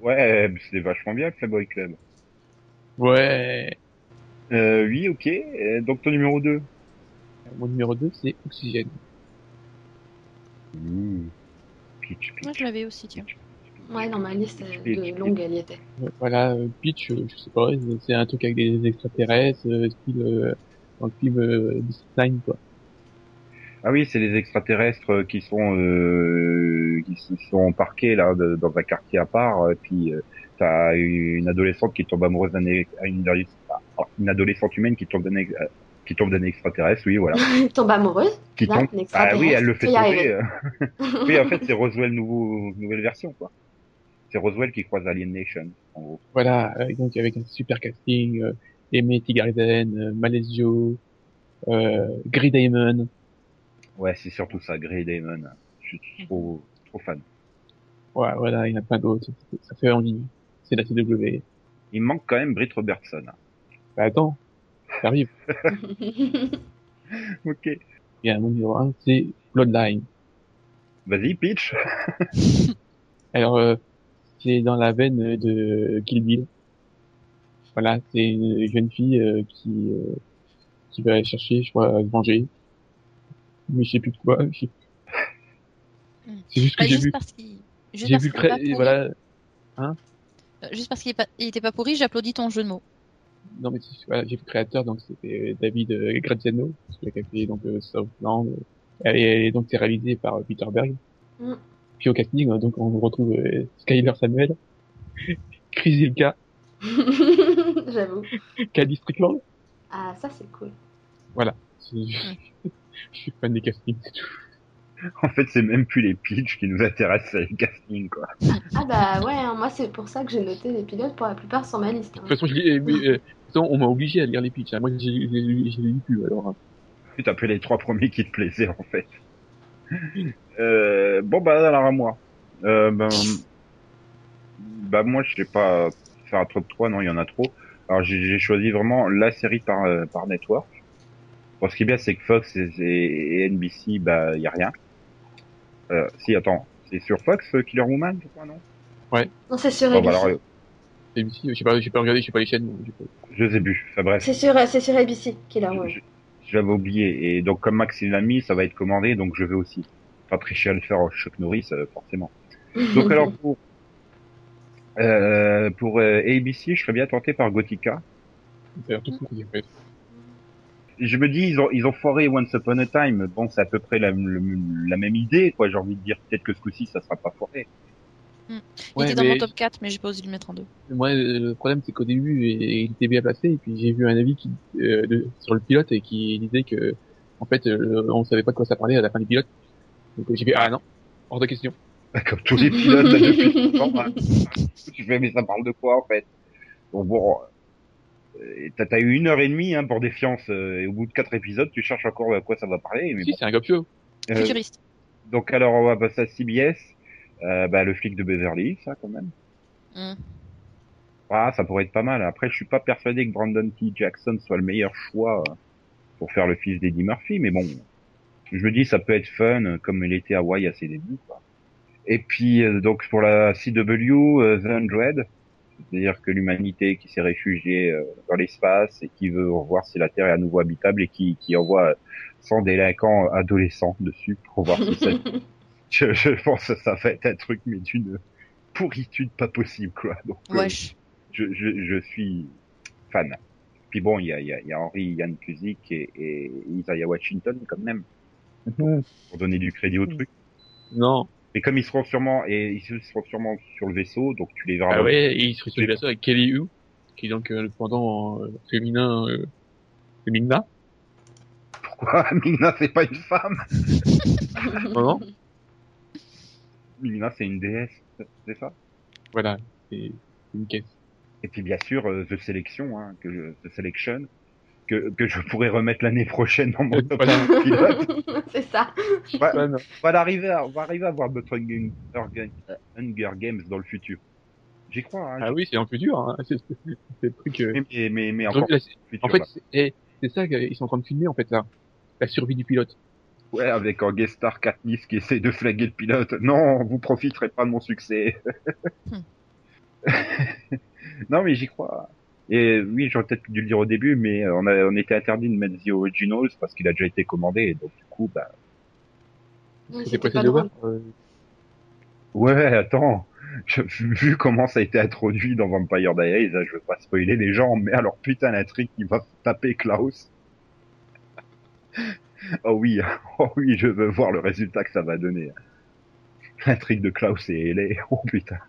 Speaker 1: Ouais, mais c'est vachement bien le Playboy Club.
Speaker 2: Ouais.
Speaker 1: Euh, oui, ok. Euh, donc ton numéro 2
Speaker 2: Mon numéro 2, c'est Oxygène.
Speaker 1: Pitch, pitch,
Speaker 4: Moi, je l'avais aussi, tiens.
Speaker 1: pitch, pitch,
Speaker 3: Ouais, dans ma liste
Speaker 1: pitch,
Speaker 3: euh,
Speaker 1: pitch,
Speaker 3: de
Speaker 1: pitch.
Speaker 3: longue, elle y était.
Speaker 2: Euh, Voilà, euh, Pitch, euh, je sais pas, c'est un truc avec des extraterrestres, euh, style euh, dans le film euh, District 9, quoi.
Speaker 1: Ah oui, c'est les extraterrestres euh, qui sont euh, qui se sont parqués là de- dans un quartier à part. euh, Puis euh, t'as une adolescente qui tombe amoureuse d'un é- une, adolesc- ah, une adolescente humaine qui tombe d'un ex- euh, qui tombe d'un extraterrestre. Oui, voilà.
Speaker 3: Elle tombe amoureuse
Speaker 1: Qui
Speaker 3: d'un
Speaker 1: tombe. Ah oui, elle le fait
Speaker 3: Faut y
Speaker 1: sauver. euh. oui, en fait, c'est Roswell nouveau nouvelle version quoi. C'est Roswell qui croise Alien Nation en gros.
Speaker 2: Voilà, euh, donc avec un super casting, euh, Aimé Tigarden, euh, Malesio, euh, Grey Diamond.
Speaker 1: Ouais, c'est surtout ça, Grey Damon. Je suis trop trop fan.
Speaker 2: Ouais, voilà, il y en a plein d'autres. Ça fait envie. C'est la CW.
Speaker 1: Il manque quand même Britt Robertson.
Speaker 2: Bah, attends, ça arrive.
Speaker 1: Ok.
Speaker 2: Bien, mon numéro 1, c'est Bloodline.
Speaker 1: Vas-y, pitch.
Speaker 2: Alors, euh, c'est dans la veine de Kill Bill. Voilà, c'est une jeune fille euh, qui euh, qui va chercher, je crois, à se venger. Mais je sais plus de quoi. je sais plus.
Speaker 4: Mm.
Speaker 2: C'est juste que
Speaker 4: Bah,
Speaker 2: j'ai
Speaker 4: juste
Speaker 2: vu,
Speaker 4: parce qu'il. Juste
Speaker 2: j'ai
Speaker 4: parce
Speaker 2: vu le
Speaker 4: qu'il est pas
Speaker 2: trait, et
Speaker 4: pourri.
Speaker 2: voilà.
Speaker 4: Euh, Juste parce qu'il est pas- il était pas pourri, j'applaudis ton jeu de mots.
Speaker 2: Non mais c'est- voilà, j'ai vu le créateur, donc c'était euh, David euh, Graziano, celui qui a fait donc euh, Southland. euh, Et, et donc c'est réalisé par euh, Peter Berg.
Speaker 4: Hmm.
Speaker 3: Mm.
Speaker 2: Puis au casting, euh, donc on retrouve euh, Skyler Samuel, Chris Ilka,
Speaker 3: J'avoue.
Speaker 2: Caddy Strickland.
Speaker 3: Ah, ça c'est cool.
Speaker 2: C'est- Je suis fan des castings, c'est tout.
Speaker 1: En fait, c'est même plus les pitchs qui nous intéressent, c'est les castings, quoi.
Speaker 3: Ah bah ouais, hein, moi c'est pour ça que j'ai noté les pilotes pour la plupart sur ma liste. hein.
Speaker 2: De toute façon, je l'ai- euh, mais, euh, de toute façon, on m'a obligé à lire les pitchs. hein. Moi, j'ai lu plus alors. hein.
Speaker 1: Tu t'as pris les trois premiers qui te plaisaient, en fait. Euh, bon, bah, alors à moi. Euh, ben, bah, moi, je sais pas faire un top 3, non, il y en a trop. Alors, j'ai j'ai choisi vraiment la série par, euh, par network. Bon, ce qui est bien, c'est que Fox et, et- et NBC, bah, il y a rien. Euh, si, attends, c'est sur Fox, euh, Killer Woman, je crois, non
Speaker 3: Non, c'est sur
Speaker 1: Bon, bah,
Speaker 3: ABC.
Speaker 1: alors, euh,
Speaker 2: Et puis, je sais pas, j'ai pas regardé, je sais pas les chaînes. donc j'ai pas-
Speaker 1: je sais plus. Enfin, bref.
Speaker 3: C'est sur, c'est sur ABC qu'il a.
Speaker 1: Je- je- J'avais oublié. Et donc, comme Max il l'a mis, ça va être commandé, donc je vais aussi. Pas très cher à le faire au Chuck Norris, euh, forcément. Donc, alors, pour, Euh, pour euh, ABC, je serais bien tenté par Gothica.
Speaker 2: C'est un tout petit, en fait.
Speaker 1: Je me dis, ils ont, ils ont foiré Once Upon a Time. Bon, c'est à peu près la, le- la même idée, quoi. J'ai envie de dire, peut-être que ce coup-ci, ça sera pas foiré.
Speaker 4: Il
Speaker 2: Ouais,
Speaker 4: était dans
Speaker 2: mais-
Speaker 4: mon top 4, mais j'ai pas osé le mettre en deux.
Speaker 2: Moi, euh, le problème, c'est qu'au début, il il était bien placé, et puis j'ai vu un avis qui, euh, de- sur le pilote et qui disait que, en fait, euh, on savait pas de quoi ça parlait à la fin du pilote. Donc euh, j'ai fait, ah non, hors de question.
Speaker 1: Comme tous les pilotes, là, depuis longtemps. hein. Je fais, mais ça parle de quoi, en fait Bon, bon. euh, T'as t'as eu une heure et demie hein, pour défiance, euh, et au bout de quatre épisodes, tu cherches encore à quoi ça va parler. Mais
Speaker 2: si, c'est un gopio.
Speaker 1: bon. Euh,
Speaker 4: Futuriste.
Speaker 1: donc alors on va passer à CBS, euh, bah, le flic de Beverly, ça quand même.
Speaker 4: Mm.
Speaker 1: Ah, ça pourrait être pas mal. Après, je suis pas persuadé que Brandon T. Jackson soit le meilleur choix euh, pour faire le fils d'Eddie Murphy, mais bon, je me dis ça peut être fun euh, comme il était à Hawaii à ses débuts. Quoi. Et puis euh, donc pour la CW, euh, The Undread, c'est-à-dire que l'humanité qui s'est réfugiée euh, dans l'espace et qui veut voir si la Terre est à nouveau habitable et qui, qui envoie 100 délinquants adolescents dessus pour voir si ça je, je pense que ça va être un truc, mais d'une pourritude pas possible, quoi. Donc, euh,
Speaker 4: Wesh.
Speaker 1: je, je, je suis fan. Puis bon, il y a, il y, a, il y a Henry Yann Kuzik et, et Isaiah Washington, quand même, pour donner du crédit au truc.
Speaker 2: Non.
Speaker 1: Et comme ils seront sûrement, et ils seront sûrement sur le vaisseau, donc tu les verras.
Speaker 2: Ah ouais, et il se
Speaker 1: c'est-
Speaker 2: retrouve bien sûr avec Kelly Hu, qui est donc euh, le pendant euh, féminin euh, de Mingna.
Speaker 1: Pourquoi Mina, c'est pas une femme
Speaker 2: Vraiment
Speaker 1: Mina, c'est une déesse, c'est ça
Speaker 2: Voilà, c'est c'est une caisse.
Speaker 1: Et puis bien sûr, euh, The Selection, hein, que je, The Selection, que, que je pourrais remettre l'année prochaine dans mon top
Speaker 2: Voilà.
Speaker 1: 10 pilote.
Speaker 3: c'est ça.
Speaker 1: Ouais,
Speaker 2: Fun.
Speaker 1: on va arriver à, on va arriver à voir notre Hunger, Hunger- Hunger Games dans le futur. J'y crois, hein.
Speaker 2: Ah oui, c'est dans le futur, hein. c'est c'est- c'est le truc... euh,
Speaker 1: mais, mais, mais
Speaker 2: donc
Speaker 1: encore
Speaker 2: là, c'est-
Speaker 1: dans le futur,
Speaker 2: en fait,
Speaker 1: là.
Speaker 2: c'est- eh, c'est ça qu'ils sont en train de filmer, en fait, là. La survie du pilote.
Speaker 1: Ouais, avec un guest star Katniss qui essaie de flaguer le pilote. Non, vous profiterez pas de mon succès.
Speaker 4: Hmm.
Speaker 1: non, mais j'y crois. Et oui, j'aurais peut-être dû le dire au début, mais euh, on, a, on était interdit de mettre The Originals parce qu'il a déjà été commandé, et donc du coup, bah,
Speaker 3: Ouais,
Speaker 2: C'était
Speaker 3: c'était
Speaker 2: pressé
Speaker 3: pas
Speaker 2: de voir
Speaker 3: drôle.
Speaker 2: euh,
Speaker 1: Ouais, attends. Je- vu comment ça a été introduit dans Vampire Diaries, là, je veux pas spoiler les gens, mais alors putain l'intrigue qui va taper Klaus. Oh oui, oh oui, je veux voir le résultat que ça va donner. hein. L'intrigue de Klaus et Ellie, oh putain.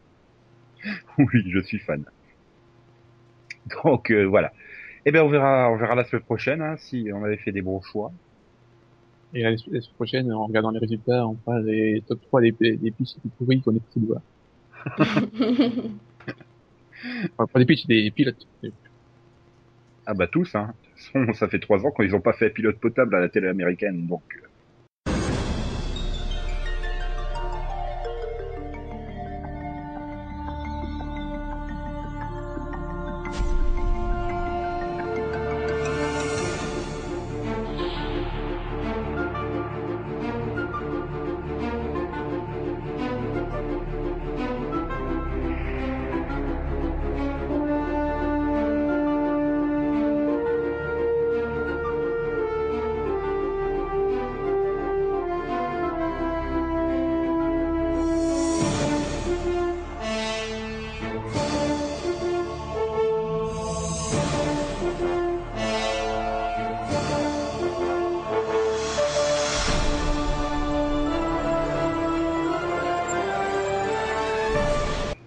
Speaker 1: Oui, je suis fan. Donc euh, voilà. Eh ben on verra, on verra la semaine prochaine hein, si on avait fait des bons choix.
Speaker 2: Et la la semaine prochaine, en regardant les résultats, on fera les top 3 des, des pitchs les plus pourris qu'on ait pu voir. Enfin, pas des pitchs, des pilotes. Euh,
Speaker 1: Ah bah tous, hein. De toute façon, ça fait trois ans qu'ils ont pas fait pilote potable à la télé américaine, donc. euh.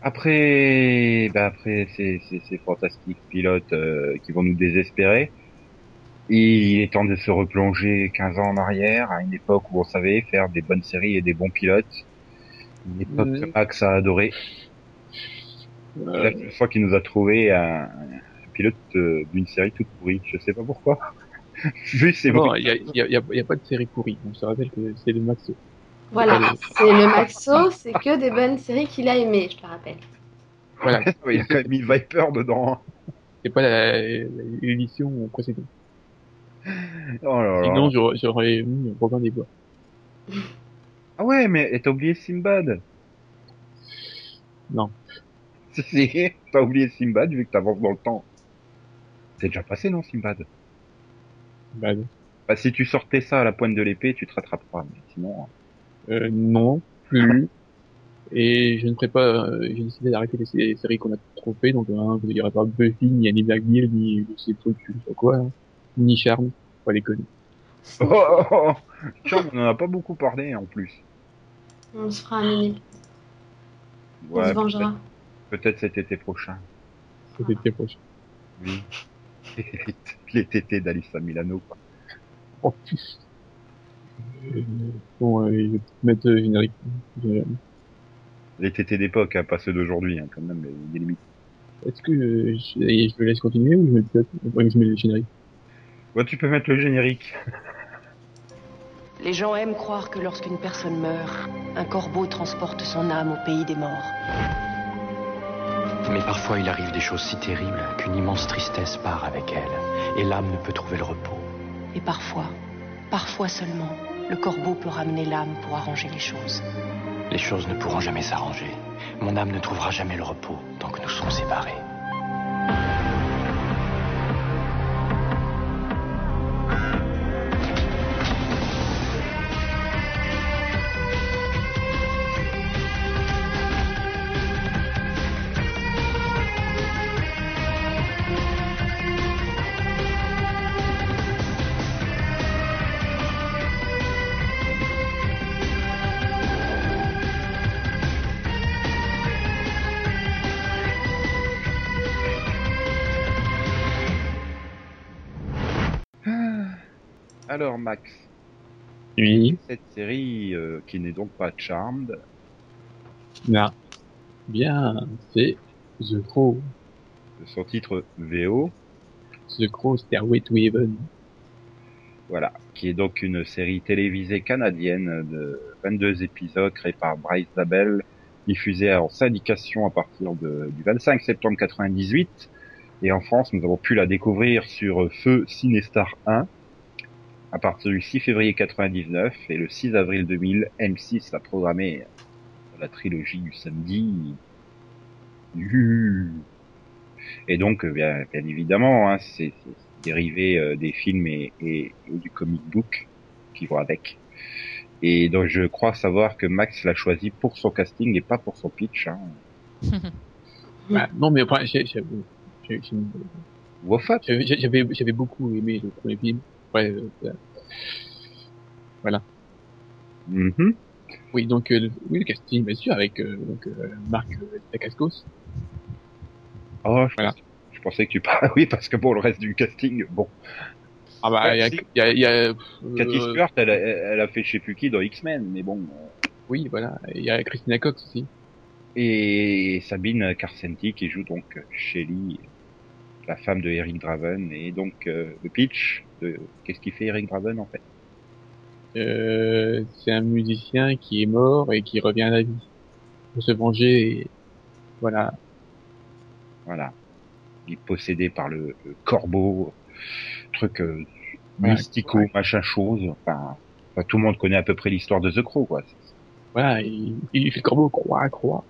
Speaker 1: Après, bah après ces, ces, ces fantastiques pilotes euh, qui vont nous désespérer, il est temps de se replonger 15 ans en arrière, à une époque où on savait faire des bonnes séries et des bons pilotes. Une époque
Speaker 2: Oui.
Speaker 1: que Max a adoré.
Speaker 2: Euh,
Speaker 1: La seule fois qu'il nous a trouvé un, un pilote euh, d'une série toute pourrie, je sais pas pourquoi. Juste, c'est
Speaker 2: bon,
Speaker 1: vrai.
Speaker 2: il y a, il y, a, il y, a, il y a pas de série pourrie. On se rappelle que c'est le max.
Speaker 3: voilà, c'est le Maxo, c'est que des bonnes séries qu'il a aimées, je te rappelle.
Speaker 2: Voilà.
Speaker 1: il a quand même mis Viper dedans.
Speaker 2: C'est pas la- l'édition précédente.
Speaker 1: Oh là là.
Speaker 2: Sinon, j'aurais- j'aurais mis Robin des Bois.
Speaker 1: Ah ouais, mais et t'as oublié Simbad
Speaker 2: Non.
Speaker 1: Si, si, t'as oublié Simbad vu que t'avances dans le temps. C'est déjà passé, non, Simbad
Speaker 2: Bah,
Speaker 1: Bah, si tu hein. sortais ça à la pointe de l'épée, tu te rattraperas, mais sinon...
Speaker 2: euh, non, plus. Et je ne ferai pas, euh, j'ai décidé d'arrêter les sé- les séries qu'on a trop fait, donc hein, vous n'irez pas Buffy, ni Annie McGill, ni je sais pas, je sais pas quoi, hein, ni Charme, pas les connes.
Speaker 1: Oh, oh, oh. Tiens, on en a pas beaucoup parlé en plus.
Speaker 3: On se fera un mini. on
Speaker 1: Ouais,
Speaker 3: se vengera.
Speaker 1: peut-être- Peut-être cet été prochain.
Speaker 2: C'était très proche.
Speaker 1: Oui. Les tétés d'Alissa Milano. Quoi.
Speaker 2: Oh putain. Euh, Bon, euh, je vais mettre euh, générique. Je-
Speaker 1: Les tétés d'époque, hein, pas ceux d'aujourd'hui, hein, quand même, mais il y a des limites.
Speaker 2: Est-ce que euh, je, et je le laisse continuer ou je mets le pilote Ouais, je mets le générique.
Speaker 1: Ouais, tu peux mettre le générique.
Speaker 6: Les gens aiment croire que lorsqu'une personne meurt, un corbeau transporte son âme au pays des morts.
Speaker 7: Mais parfois il arrive des choses si terribles qu'une immense tristesse part avec elle, et l'âme ne peut trouver le repos.
Speaker 6: Et parfois, parfois seulement, le corbeau peut ramener l'âme pour arranger les choses.
Speaker 7: Les choses ne pourront jamais s'arranger. Mon âme ne trouvera jamais le repos tant que nous serons séparés.
Speaker 1: Alors, Max,
Speaker 2: Oui.
Speaker 1: cette série euh, qui n'est donc pas Charmed,
Speaker 2: Non. Bien, c'est The Crow.
Speaker 1: son titre VO,
Speaker 2: The Crow Stairway to Heaven.
Speaker 1: voilà, qui est donc une série télévisée canadienne de 22 épisodes créée par Bryce Dabel, diffusée en syndication à partir de- du 25 septembre 98. Et en France, nous avons pu la découvrir sur Feu Cinestar 1 à partir du 6 février 99 et le 6 avril 2000, M6 a programmé la trilogie du samedi. Yuhu. Et donc, euh, bien, bien évidemment, hein, c'est c'est- c'est dérivé euh, des films et, et- et du comic book qui vont avec. Et donc, je crois savoir que Max l'a choisi pour son casting et pas pour son pitch. Hein.
Speaker 2: Ah, non, mais enfin, j'ai- j'ai- j'ai- j'ai-
Speaker 1: Wofat
Speaker 2: J'avais- J'avais j'avais beaucoup aimé le premier film. Ouais, euh, euh,
Speaker 1: Mhm.
Speaker 2: oui, donc euh, le- oui, le casting, bien sûr, avec euh, donc, euh, Marc euh, Dacascos.
Speaker 1: Oh, je,
Speaker 2: Voilà.
Speaker 1: pensais, je pensais que tu parlais. Oui, parce que bon, le reste du casting, bon.
Speaker 2: Ah bah, il
Speaker 1: si.
Speaker 2: y a... il Y a, il y a, euh,
Speaker 1: Cathy
Speaker 2: euh,
Speaker 1: Stewart, elle, a- elle a fait je sais plus qui dans X-Men, mais bon. euh,
Speaker 2: Oui, voilà. Il y a Christina Cox aussi.
Speaker 1: et Sabine Carcenti qui joue donc Shelly, la femme de Eric Draven. Et donc euh, le pitch, de... qu'est-ce qu'il fait Eric Draven en fait
Speaker 2: Euh, C'est un musicien qui est mort et qui revient à la vie. Pour se venger et... Voilà.
Speaker 1: Voilà, il est possédé par le, le corbeau, truc euh,
Speaker 2: Ouais,
Speaker 1: mystico,
Speaker 2: ouais.
Speaker 1: machin chose. Enfin, enfin, tout le monde connaît à peu près l'histoire de The Crow, quoi.
Speaker 2: Voilà, il, il fait le corbeau, croix, croix.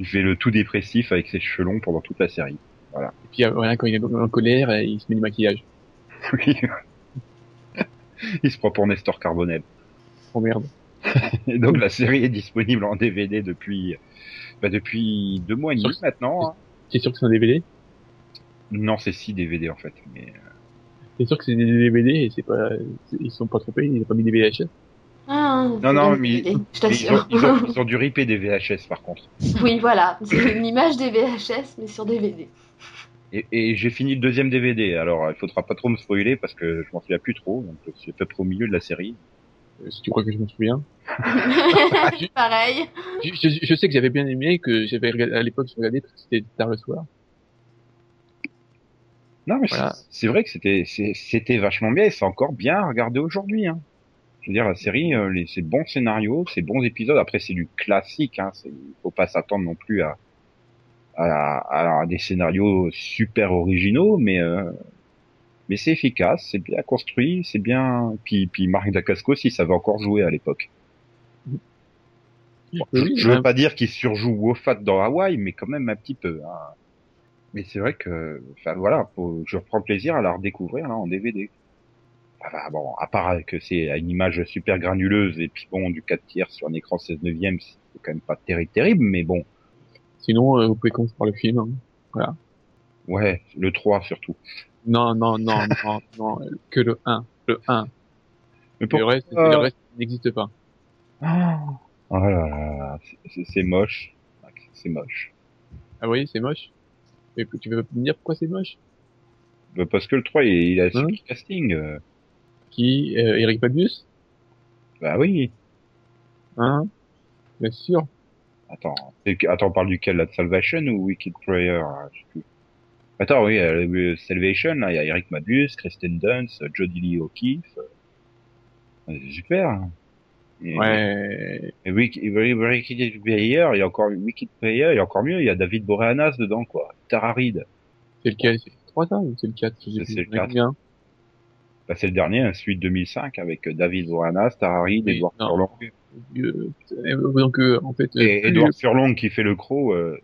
Speaker 1: Il fait le tout dépressif avec ses cheveux longs pendant toute la série.
Speaker 2: Et puis euh, voilà, quand il est en colère, euh, il se met du maquillage.
Speaker 1: Oui. il se prend pour Nestor Carbonel.
Speaker 2: Oh merde.
Speaker 1: Et donc la série est disponible en DVD depuis bah, depuis deux mois et demi
Speaker 2: Sur-
Speaker 1: maintenant. hein.
Speaker 2: C'est sûr que c'est un DVD
Speaker 1: Non, c'est six DVD en fait. Mais euh,
Speaker 2: C'est sûr que c'est des DVD et c'est pas... c'est- Ils se sont pas trompés, ils ont pas mis des VHS.
Speaker 3: Ah, c'est
Speaker 1: non,
Speaker 3: bien
Speaker 1: mais- mais
Speaker 3: l'idée, je
Speaker 1: ils, ont,
Speaker 3: t'assure.
Speaker 1: ils ont- ils ont dû ripper des VHS par contre.
Speaker 3: oui, voilà, c'est une image des VHS mais sur DVD.
Speaker 1: Et, et j'ai fini le deuxième DVD. Alors il faudra pas trop me spoiler parce que je m'en souviens plus trop. Donc je suis à peu près au milieu de la série.
Speaker 2: Euh, Si tu crois que je m'en souviens.
Speaker 3: Pareil.
Speaker 2: Je, je- je sais que j'avais bien aimé, que j'avais regardé, à l'époque, je regardais parce que c'était tard le soir.
Speaker 1: Non mais
Speaker 2: Voilà.
Speaker 1: c'est- c'est vrai que c'était c'est- c'était vachement bien et c'est encore bien à regarder aujourd'hui. Hein. Je veux dire la série, euh, les- c'est bons scénarios, c'est bons épisodes. Après c'est du classique. Hein. C'est- Il faut pas s'attendre non plus à, à à des scénarios super originaux, mais euh, mais c'est efficace, c'est bien construit, c'est bien. Puis puis Marc Dacascos, il savait encore jouer à l'époque. Bon, je,
Speaker 2: Oui,
Speaker 1: je veux
Speaker 2: hein.
Speaker 1: pas dire qu'il surjoue Wofat dans Hawaï, mais quand même un petit peu. hein. Mais c'est vrai que, enfin voilà, faut- je reprends plaisir à la redécouvrir là en DVD. Enfin, Ah bah, bon, à part que c'est une image super granuleuse et puis bon, du 4 tiers sur un écran 16 neuvième, c'est quand même pas terrible, terrible, mais bon,
Speaker 2: Sinon, euh, vous pouvez commencer par le film. hein.
Speaker 1: ouais, le 3 surtout.
Speaker 2: Non, non, non, non, non, euh, que le 1. Le 1.
Speaker 1: Mais
Speaker 2: Le
Speaker 1: pour...
Speaker 2: reste,
Speaker 1: Euh.
Speaker 2: le reste n'existe pas.
Speaker 1: Ah, oh là là là là, c'est- c'est- c'est moche, c'est moche.
Speaker 2: Ah oui, c'est moche. Mais tu veux me dire pourquoi c'est moche
Speaker 1: Bah, Parce que le 3, il, il a
Speaker 2: Hein
Speaker 1: le casting. euh,
Speaker 2: Qui euh, Eric Fabius
Speaker 1: Bah oui.
Speaker 2: Hein Bien sûr.
Speaker 1: Attends, c'est- attends, on parle duquel là, de Salvation ou Wicked Prayer hein, je sais plus. Attends, oui, euh, euh, Salvation, là, il y a Eric Mabuse, Kristen Dunst, euh, Jodie Lee O'Keefe. euh, euh, Super. Et,
Speaker 2: Ouais.
Speaker 1: et Wick- et Wick- Wicked Prayer, il y a encore Wicked Prayer, il y a encore mieux, il y a David Boreanaz dedans quoi. Tara Reid.
Speaker 2: C'est lequel C'est le 3 ça ou c'est le 4 Je sais
Speaker 1: C'est-
Speaker 2: plus.
Speaker 1: c'est le
Speaker 2: Il y en a
Speaker 1: 4.
Speaker 2: combien
Speaker 1: Bah, c'est le dernier, hein, celui de 2005 avec euh, David Boreanaz, Tara Reid,
Speaker 2: Oui,
Speaker 1: Edward
Speaker 2: non.
Speaker 1: Furlong.
Speaker 2: Euh, euh, donc, euh, en fait, euh,
Speaker 1: Et
Speaker 2: plus,
Speaker 1: Edward Furlong qui fait le croc. euh,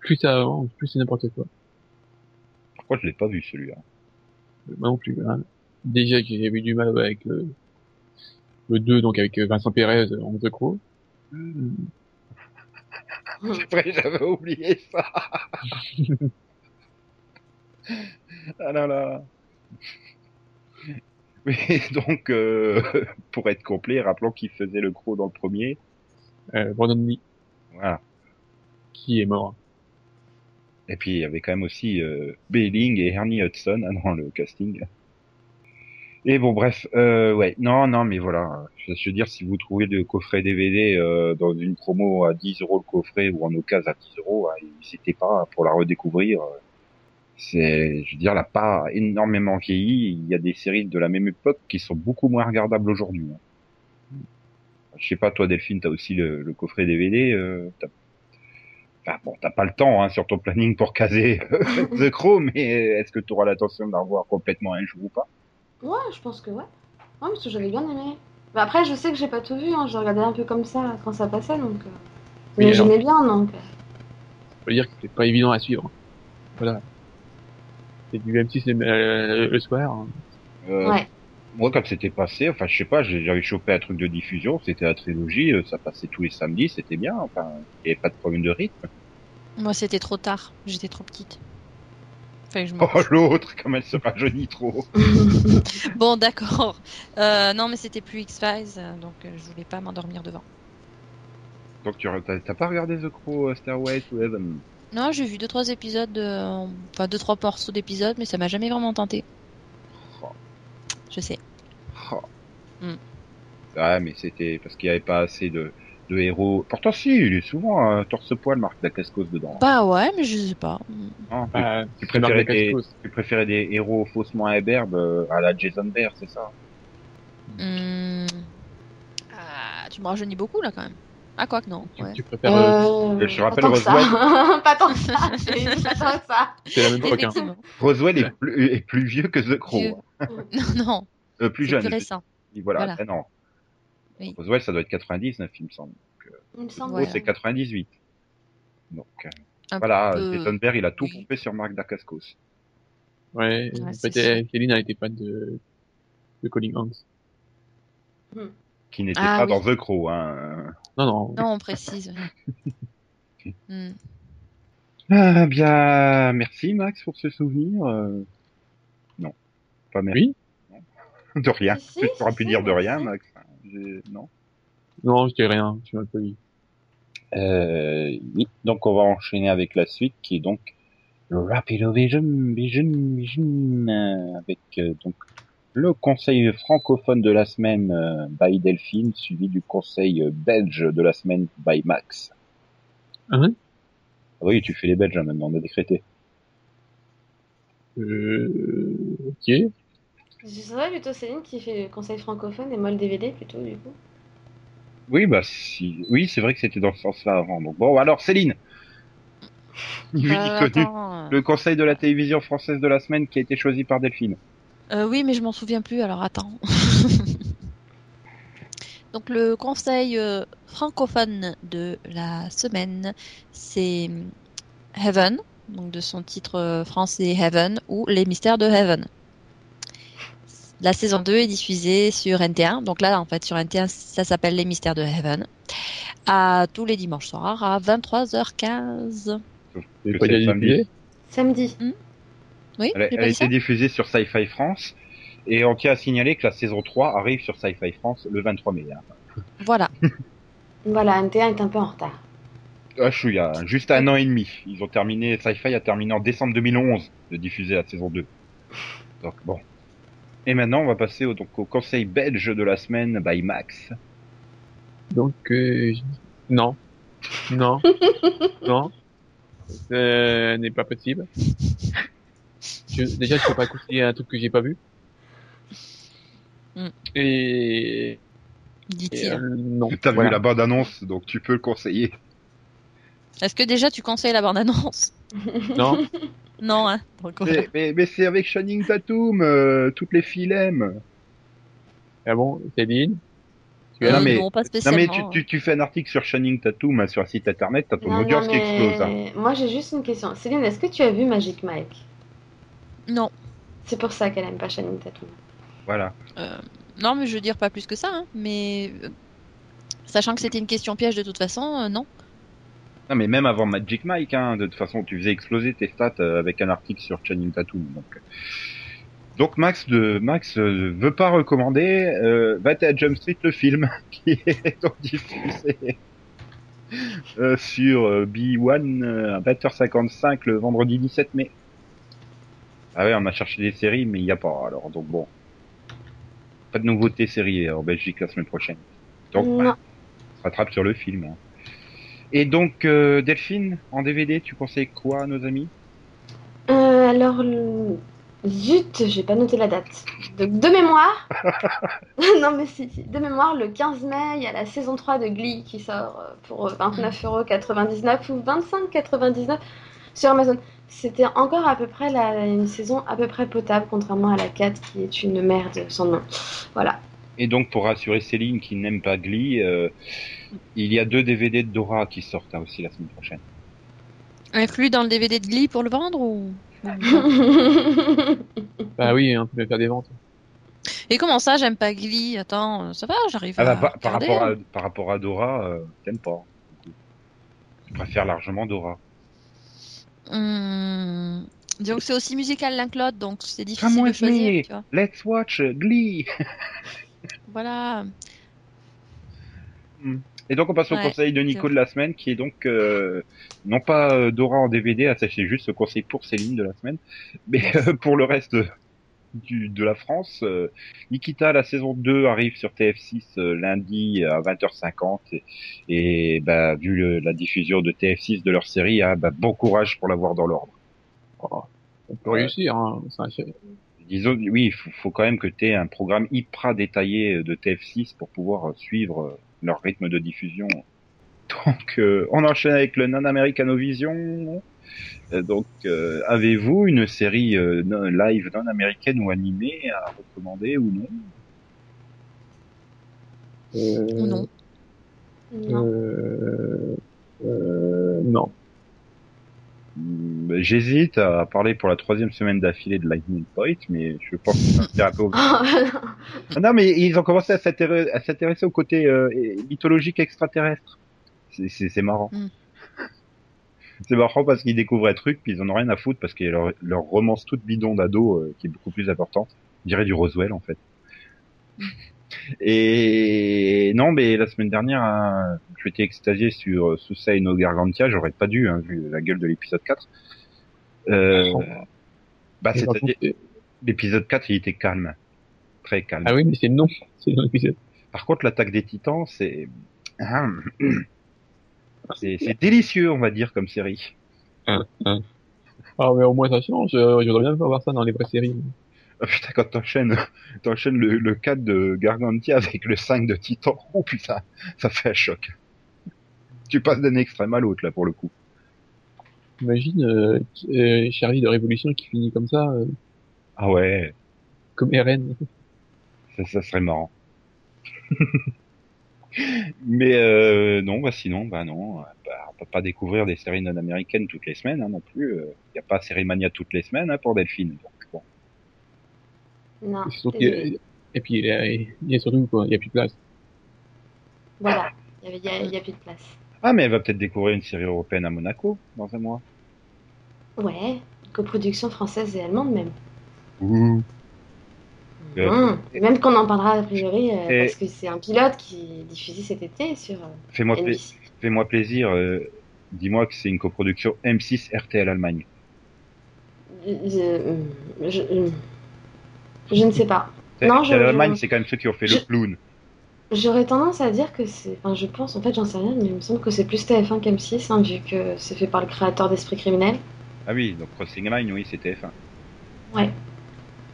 Speaker 2: plus ça avance, plus c'est n'importe quoi.
Speaker 1: par contre, je l'ai pas vu celui-là.
Speaker 2: Moi non plus. hein. Déjà que j'ai eu du mal avec le, le 2, donc avec euh, Vincent Pérez euh, en The Crow. Euh,
Speaker 1: Après, j'avais oublié ça. ah là là. Oui, donc, euh, pour être complet, rappelons qu'il faisait le croc dans le premier.
Speaker 2: euh, Brandon Lee,
Speaker 1: Voilà.
Speaker 2: qui est mort.
Speaker 1: Et puis, il y avait quand même aussi euh, Belling et Ernie Hudson hein, dans le casting. Et bon, bref, euh, ouais, non, non, mais voilà. Je je veux dire, si vous trouvez le coffret DVD euh, dans une promo à 10 euros le coffret ou en occasion à 10 euros, hein, n'hésitez pas pour la redécouvrir. C'est, je veux dire, elle a pas énormément vieilli. Il y a des séries de la même époque qui sont beaucoup moins regardables aujourd'hui. hein. Je sais pas, toi, Delphine, t'as aussi le, le coffret DVD. Euh, t'as- Enfin, bon, t'as pas le temps hein, sur ton planning pour caser euh, The Crow, mais est-ce que tu auras l'attention de la revoir complètement un jour ou pas
Speaker 3: Ouais, je pense que ouais. Ouais, parce que j'avais bien aimé. Bah après, je sais que j'ai pas tout vu, hein. j'ai regardé un peu comme ça quand ça passait, donc.
Speaker 2: Oui,
Speaker 3: euh,
Speaker 1: hein.
Speaker 3: Mais
Speaker 2: alors.
Speaker 3: j'aimais bien, donc. euh,
Speaker 2: On peut dire que c'est pas évident à suivre. Voilà. C'est du M6 le, euh, le soir. hein.
Speaker 1: Euh,
Speaker 3: Ouais.
Speaker 1: Moi, quand c'était passé, enfin, je sais pas, j'ai- j'avais chopé un truc de diffusion, c'était la trilogie, euh, ça passait tous les samedis, c'était bien, enfin, il n'y avait pas de problème de rythme.
Speaker 4: Moi, c'était trop tard. J'étais trop petite. Fallait que je me
Speaker 1: Oh, l'autre, comme elle se rajeunit trop
Speaker 4: couche. Bon, d'accord. Euh, non, mais c'était plus X-Files, euh, donc euh, je voulais pas m'endormir devant.
Speaker 1: Donc, tu re- t'as t'as pas regardé The Crow, euh, Stairway to Heaven
Speaker 4: Non, j'ai vu deux trois épisodes, de- enfin deux trois morceaux d'épisodes, mais ça m'a jamais vraiment tenté.
Speaker 1: Oh.
Speaker 4: Je sais.
Speaker 1: Oh.
Speaker 4: Hmm.
Speaker 1: Ouais, mais c'était parce qu'il n'y avait pas assez de, de héros. Pourtant, si, il est souvent euh, torse-poil, Marc Dacascos, dedans.
Speaker 4: Bah ouais, mais je sais pas. Hmm.
Speaker 1: Hein, tu-
Speaker 2: Bah,
Speaker 1: tu
Speaker 2: c'est Marc
Speaker 1: préférais des-
Speaker 2: Dacascos.
Speaker 1: Tu préférais des héros faussement imberbes euh, à la Jason Bear, c'est ça
Speaker 4: Hmm. Ah, tu me rajeunis beaucoup là quand même. Ah quoi que non.
Speaker 2: Tu,
Speaker 4: Ouais.
Speaker 2: tu préfères. euh,
Speaker 3: Euh,
Speaker 1: je rappelle
Speaker 3: pas tant que ça. pas tant que ça. pas tant que ça.
Speaker 2: c'est la même époque. hein.
Speaker 4: Effectivement.
Speaker 1: Roswell est plus, est plus vieux que The Crow.
Speaker 4: Vieux.
Speaker 1: hein.
Speaker 4: Non non,
Speaker 1: Euh, plus
Speaker 4: c'est
Speaker 1: jeune.
Speaker 4: plus récent.
Speaker 1: je- Voilà,
Speaker 4: Voilà.
Speaker 1: ah non.
Speaker 4: Oui.
Speaker 1: Roswell, ça doit être 99, il me semble.
Speaker 3: Il me
Speaker 1: The Crow,
Speaker 3: semble.
Speaker 4: Voilà.
Speaker 1: c'est 98. Donc, euh,
Speaker 4: Un
Speaker 1: voilà,
Speaker 4: peu-
Speaker 1: Jason Bear, il a tout
Speaker 4: oui.
Speaker 1: pompé sur Marc Dacascos.
Speaker 2: Ouais,
Speaker 4: Ouais, c'est
Speaker 2: peut-être Céline a été fan de, de Calling Hanks.
Speaker 1: Qui n'était pas
Speaker 4: Ah oui.
Speaker 1: dans The Crow. Hein.
Speaker 2: Non, non.
Speaker 4: Non, on précise. Hmm.
Speaker 1: Ah, bien, merci Max pour ce souvenir. euh. Non, pas merci. de rien.
Speaker 3: Si, si,
Speaker 1: tu pourras
Speaker 3: si,
Speaker 1: plus
Speaker 3: si,
Speaker 1: dire de rien,
Speaker 3: merci.
Speaker 1: Max. J'ai- Non.
Speaker 2: Non, je dis rien. Tu m'as pas dit.
Speaker 1: Euh, oui, donc on va enchaîner avec la suite qui est donc Rapidovision, Vision, Vision, euh, avec euh, donc le conseil francophone de la semaine euh, by Delphine, suivi du conseil euh, belge de la semaine by Max.
Speaker 2: Ah ouais
Speaker 1: Ah oui, tu fais les Belges hein, maintenant, on a décrété.
Speaker 2: Euh, ok.
Speaker 3: Je serais plutôt Céline qui fait le conseil francophone et moi le DVD plutôt, du coup.
Speaker 1: Oui, bah si, oui, c'est vrai que c'était dans ce sens-là avant. Donc bon, alors Céline, ni vu ni
Speaker 4: Euh,
Speaker 1: connu,
Speaker 4: attends, euh,
Speaker 1: le conseil de la télévision française de la semaine qui a été choisi par Delphine.
Speaker 4: Euh, oui, mais je m'en souviens plus, alors attends. Donc le conseil euh, francophone de la semaine, c'est Heaven, donc de son titre euh, français Heaven ou Les mystères de Heaven. La saison 2 est diffusée sur NT1. Donc là, en fait, sur NT1, ça s'appelle Les Mystères de Heaven. À tous les dimanches soirs à 23h15.
Speaker 2: C'est pas
Speaker 1: samedi.
Speaker 2: diffusé.
Speaker 3: Samedi.
Speaker 4: Oui,
Speaker 1: Elle, a-
Speaker 4: j'ai
Speaker 1: elle
Speaker 4: pas
Speaker 1: a
Speaker 4: dit
Speaker 1: été
Speaker 4: ça
Speaker 1: diffusée sur Sci-Fi France. Et on tient à signaler que la saison 3 arrive sur Sci-Fi France le 23 mai. hein.
Speaker 4: Voilà.
Speaker 3: Voilà, NT1 est un peu en retard.
Speaker 1: Ah, je suis à juste un an et demi. Ils ont terminé, Sci-Fi a terminé en décembre 2011 de diffuser la saison 2. Donc bon. Et maintenant, on va passer au, donc, au conseil belge de la semaine by Max.
Speaker 2: Donc, euh, je- non. Non. non. Euh, Ce n'est pas possible. Je- déjà, je peux pas conseiller un truc que j'ai pas vu.
Speaker 4: Mm.
Speaker 2: Et, et,
Speaker 4: Dit-il.
Speaker 2: euh, non.
Speaker 1: T'as
Speaker 2: Voilà.
Speaker 1: vu la bande-annonce, donc tu peux le conseiller.
Speaker 4: Est-ce que déjà tu conseilles la bande-annonce
Speaker 2: Non.
Speaker 4: Non, hein. Donc, voilà.
Speaker 1: Mais, mais, mais c'est avec Shining Tatum, euh, toutes les filles l'aiment.
Speaker 2: Ah bon, Céline? Tu
Speaker 1: Non,
Speaker 4: Euh,
Speaker 2: aimes
Speaker 1: mais-
Speaker 4: non, pas
Speaker 1: Non mais
Speaker 4: spécialement.
Speaker 1: tu, tu, tu fais un article sur Shining Tatum hein, sur un site internet, t'as ton
Speaker 3: Non,
Speaker 1: audience
Speaker 3: non,
Speaker 1: qui
Speaker 3: mais
Speaker 1: explose. hein.
Speaker 3: Moi, j'ai juste une question. Céline, est-ce que tu as vu Magic Mike
Speaker 4: Non.
Speaker 3: C'est pour ça qu'elle aime pas Channing Tatum.
Speaker 1: Voilà.
Speaker 4: Non, mais je veux dire pas plus que ça. hein, Mais euh, sachant que c'était une question piège de toute façon, euh, non.
Speaker 1: Non mais même avant Magic Mike, hein, de toute façon tu faisais exploser tes stats euh, avec un article sur Shining Tatum. Donc, euh. donc Max de Max euh, veut pas recommander euh, Va à Jump Street le film qui est donc diffusé euh, sur euh, B1 euh, à 20h55 le vendredi 17 mai. Ah ouais, on a cherché des séries mais il n'y a pas alors donc bon. Pas de nouveautés séries euh, en Belgique la semaine prochaine. Donc
Speaker 3: Non.
Speaker 1: ouais, on se rattrape sur le film. hein. Et donc euh, Delphine en DVD, tu conseilles quoi à nos amis
Speaker 3: Euh, alors, le- zut, j'ai pas noté la date. De, de mémoire. non, mais si, si. De mémoire, le 15 mai, il y a la saison 3 de Glee qui sort euh, pour euh, 29,99€ ou 25,99€ sur Amazon. C'était encore à peu près la, une saison à peu près potable, contrairement à la 4 qui est une merde sans nom. Voilà.
Speaker 1: Et donc, pour rassurer Céline qui n'aime pas Glee, euh, il y a deux DVD de Dora qui sortent hein, aussi la semaine prochaine.
Speaker 4: Inclus dans le DVD de Glee pour le vendre ou
Speaker 2: Bah oui, on peut faire des ventes.
Speaker 4: Et comment ça, j'aime pas Glee Attends, euh, ça va, j'arrive
Speaker 1: Ah
Speaker 4: à.
Speaker 1: bah, par, par
Speaker 4: regarder.
Speaker 1: rapport à, par rapport à Dora, euh, t'aimes pas. du coup. Tu préfères largement Dora.
Speaker 4: Hum, Disons que c'est aussi musical l'Inclode, donc c'est difficile
Speaker 1: Come
Speaker 4: de
Speaker 1: with me,
Speaker 4: choisir. Tu vois.
Speaker 1: let's watch Glee.
Speaker 4: Voilà.
Speaker 1: Et donc, on passe au
Speaker 4: Ouais,
Speaker 1: conseil de Nico de la semaine, qui est donc euh, non pas euh, Dora en DVD, ah, ça, c'est juste le conseil pour Céline de la semaine, mais euh, pour le reste du, de la France, euh, Nikita, la saison 2 arrive sur TF6 euh, lundi à 20h50, et, et, bah, vu le- la diffusion de TF6 de leur série, ah, bah, bon courage pour la voir dans l'ordre.
Speaker 2: Oh, on peut
Speaker 1: Ouais.
Speaker 2: réussir, hein. C'est un chef.
Speaker 1: Disons, oui, il faut, faut quand même que tu aies un programme hyper détaillé euh, de TF6 pour pouvoir euh, suivre euh, leur rythme de diffusion. Donc, euh, on enchaîne avec le Non-Americano Vision. Euh, donc, euh, avez-vous une série euh, non- live non-américaine ou animée à recommander ou non
Speaker 2: Euh,
Speaker 4: Ou non.
Speaker 3: Non.
Speaker 2: Euh, euh, non.
Speaker 1: Hmm, bah, J'hésite à parler pour la troisième semaine d'affilée de Lightning Point, mais je pense que ça me fait un peu au- Ah Non, mais ils ont commencé à s'intéresser à s'intéresser au côté euh, mythologique extraterrestre. C'est- C'est c'est marrant.
Speaker 4: Mm.
Speaker 1: C'est marrant parce qu'ils découvrent un truc, puis ils en ont rien à foutre parce qu'il y a leur, leur romance toute bidon d'ado euh, qui est beaucoup plus importante. Je dirais du Roswell en fait. Et non, mais la semaine dernière, hein, je m'étais extasié sur euh, Suicide no Gargantia. J'aurais pas dû, hein, vu la gueule de l'épisode 4. Euh, bah,
Speaker 2: Mais par
Speaker 1: c'est-à-dire,
Speaker 2: contre, euh,
Speaker 1: l'épisode 4, il était calme. Très calme.
Speaker 2: Ah oui, mais c'est non. C'est non épisode.
Speaker 1: Par contre, l'attaque des titans, c'est. Ahem. C'est c'est délicieux, on va dire, comme série.
Speaker 2: Ah, mais au moins ça change. Euh, Je voudrais bien voir ça dans les vraies séries.
Speaker 1: Oh, putain, quand t'enchaînes t'enchaînes le, le 4 de Gargantia avec le 5 de Titan, oh putain, ça fait un choc. Tu passes d'un extrême à l'autre, là, pour le coup.
Speaker 2: Imagine euh, euh, Charlie de Révolution qui finit comme ça, euh,
Speaker 1: Ah ouais,
Speaker 2: comme RN.
Speaker 1: ça, ça serait marrant. Mais euh, non, bah sinon, bah non, bah, on peut pas découvrir des séries non américaines toutes les euh. semaines hein, non plus. Il n'y a pas Série Mania toutes les semaines hein, pour Delphine. Donc, bon.
Speaker 3: Non. Euh,
Speaker 2: Et, c'est surtout
Speaker 3: désolée.
Speaker 2: qu'il y a- et puis, il y a, il y a surtout, quoi, il n'y a plus de place.
Speaker 3: Voilà, il n'y a, il y a plus de place.
Speaker 1: Ah, mais elle va peut-être découvrir une série européenne à Monaco dans un mois.
Speaker 3: Ouais, coproduction française et allemande même.
Speaker 1: Ouh. Ouais.
Speaker 3: Hum, Même qu'on en parlera a priori, euh,
Speaker 1: Et-
Speaker 3: parce que c'est un pilote qui est diffusé cet été sur euh,
Speaker 1: Fais-moi pla-
Speaker 3: NBC.
Speaker 1: fais-moi plaisir. euh, Dis-moi que c'est une coproduction M6 RTL Allemagne.
Speaker 3: Euh, Je, je- je ne sais pas.
Speaker 1: C'est-
Speaker 3: Non,
Speaker 1: RTL
Speaker 3: je- je-
Speaker 1: Allemagne, c'est quand même ceux qui ont fait
Speaker 3: je-
Speaker 1: le clown.
Speaker 3: J'aurais tendance à dire que c'est. Enfin, je pense, en fait, j'en sais rien, mais il me semble que c'est plus TF1 qu'M6, hein, vu que c'est fait par le créateur d'Esprit Criminel.
Speaker 1: Ah oui, donc Crossing Line, oui, c'était F1.
Speaker 3: Ouais.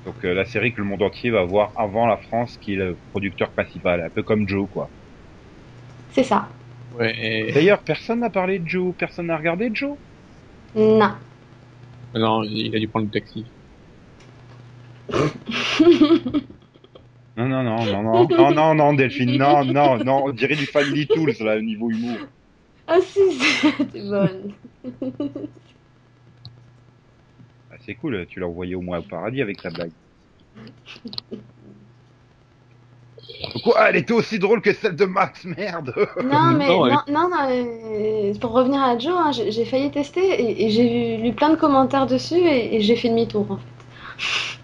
Speaker 1: Donc euh, la série que le monde entier va voir avant la France, qui est le producteur principal, un peu comme Joe, quoi.
Speaker 3: C'est ça.
Speaker 2: Ouais, et-
Speaker 1: D'ailleurs, personne n'a parlé de Joe, personne n'a regardé Joe.
Speaker 3: Non.
Speaker 2: ah non, il a dû prendre le taxi.
Speaker 1: Non, non, non, non, non, non, non, non, Delphine, non, non, non, on dirait du Family Tools, là, au niveau humour.
Speaker 3: ah si, si, t'es bonne.
Speaker 1: Ah, c'est cool, tu l'as envoyé au moins au paradis avec ta blague. Quoi, elle était aussi drôle que celle de Max, merde
Speaker 3: Non, mais
Speaker 2: Non,
Speaker 3: non,
Speaker 2: elle-
Speaker 3: non, non, euh, pour revenir à Joe, hein, j'ai j'ai failli tester et, et j'ai lu plein de commentaires dessus et, et j'ai fait demi-tour en fait.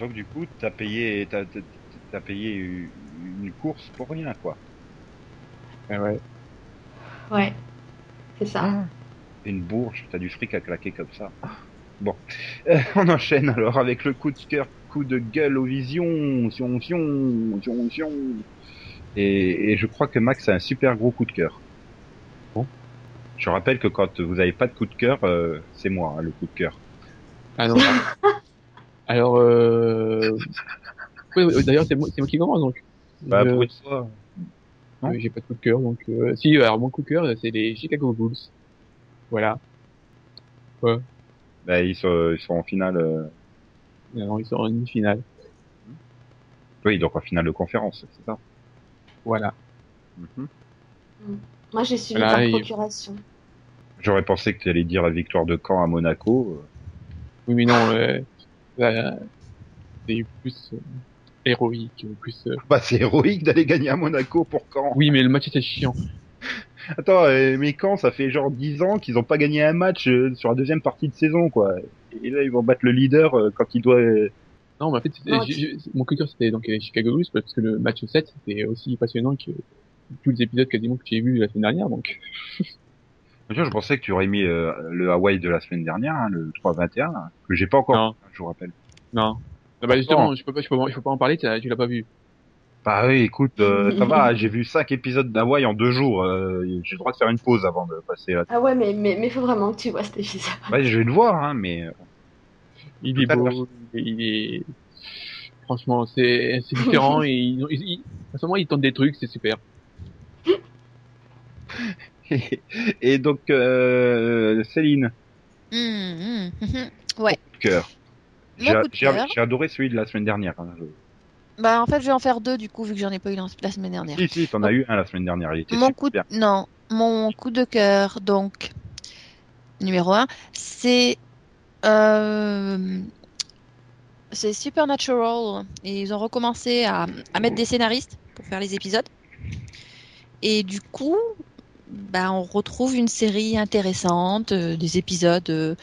Speaker 1: Donc du coup, t'as payé, t'as, t'as- t'as payé une course pour rien, quoi.
Speaker 2: Ouais, ouais.
Speaker 3: Ouais, c'est ça.
Speaker 1: Une bourge, t'as du fric à claquer comme ça. Bon, Euh, on enchaîne alors avec le coup de cœur, coup de gueule aux visions, sion, sion, sion, sion. Et, et je crois que Max a un super gros coup de cœur.
Speaker 2: Bon.
Speaker 1: Je rappelle que quand vous n'avez pas de coup de cœur, euh, c'est moi hein, le coup de cœur.
Speaker 2: Ah non. Alors, euh... ouais, ouais, d'ailleurs, c'est moi, c'est moi qui commence, donc.
Speaker 1: Bah,
Speaker 2: Je-
Speaker 1: pour une fois. non
Speaker 2: euh, J'ai pas de coup de cœur, donc... euh, Si, alors, mon coup de cœur, c'est les Chicago Bulls. Voilà.
Speaker 1: Bah, ils, sont, ils sont en finale. euh,
Speaker 2: Alors, ils sont en demi-finale.
Speaker 1: Oui, donc en finale de conférence, c'est ça.
Speaker 2: Voilà.
Speaker 1: Mhm.
Speaker 3: Moi j'ai suivi
Speaker 2: Voilà,
Speaker 3: par
Speaker 2: et-
Speaker 3: procuration.
Speaker 1: J'aurais pensé que tu allais dire la victoire de Caen à Monaco. euh,
Speaker 2: Oui, mais non, euh, là, c'est plus euh, héroïque, plus... euh,
Speaker 1: Bah, c'est héroïque d'aller gagner à Monaco pour Caen.
Speaker 2: Oui, mais le match était chiant.
Speaker 1: Attends, euh, mais quand ça fait genre 10 ans qu'ils n'ont pas gagné un match euh, sur la deuxième partie de saison, quoi. Et là, ils vont battre le leader euh, quand il doit. euh,
Speaker 2: Non, mais en fait, c'était-
Speaker 3: Non,
Speaker 2: j'ai- j'ai- mon coup de cœur, c'était donc les Chicago Bulls, parce que le match 7, c'était aussi passionnant que tous les épisodes quasiment que j'ai vus la semaine dernière, donc...
Speaker 1: Tiens, je pensais que tu aurais mis euh, le Hawaii de la semaine dernière, hein, le 3-21, là, que j'ai pas encore. hein,
Speaker 2: Non.
Speaker 1: Je vous rappelle.
Speaker 2: Non. Non, bah justement, je peux pas, je peux, pas- je peux pas en parler, t'as- tu l'as pas vu.
Speaker 1: Bah oui, écoute, euh, ça va. J'ai vu cinq épisodes d'Hawaii en deux jours. euh, j'ai le droit de faire une pause avant de passer. À...
Speaker 3: Ah ouais, mais mais mais faut vraiment que tu vois cet épisode.
Speaker 1: Ouais, je vais le voir, hein, mais euh,
Speaker 2: Il est
Speaker 1: Tout à
Speaker 2: beau, il est... Franchement, c'est c'est différent, et ils, ont- ils, ils, en ce moment, ils tentent des trucs, c'est super.
Speaker 1: euh, et donc euh, Céline,
Speaker 4: Hum, hum, hum.
Speaker 1: cœur.
Speaker 4: Mon
Speaker 1: J'ai
Speaker 4: coup de
Speaker 1: j'ai-
Speaker 4: cœur.
Speaker 1: j'ai adoré celui de la semaine dernière. hein, je-
Speaker 4: Bah, en fait, je vais en faire deux du coup, vu que j'en ai pas eu la la semaine dernière.
Speaker 1: Si, si, t'en as eu un la semaine dernière. Il était
Speaker 4: Mon
Speaker 1: super.
Speaker 4: coup de... Non, mon coup de cœur, donc, numéro un, c'est euh, c'est Supernatural. Et ils ont recommencé à, à mettre des scénaristes pour faire les épisodes. Et du coup, bah, on retrouve une série intéressante, euh, des épisodes euh,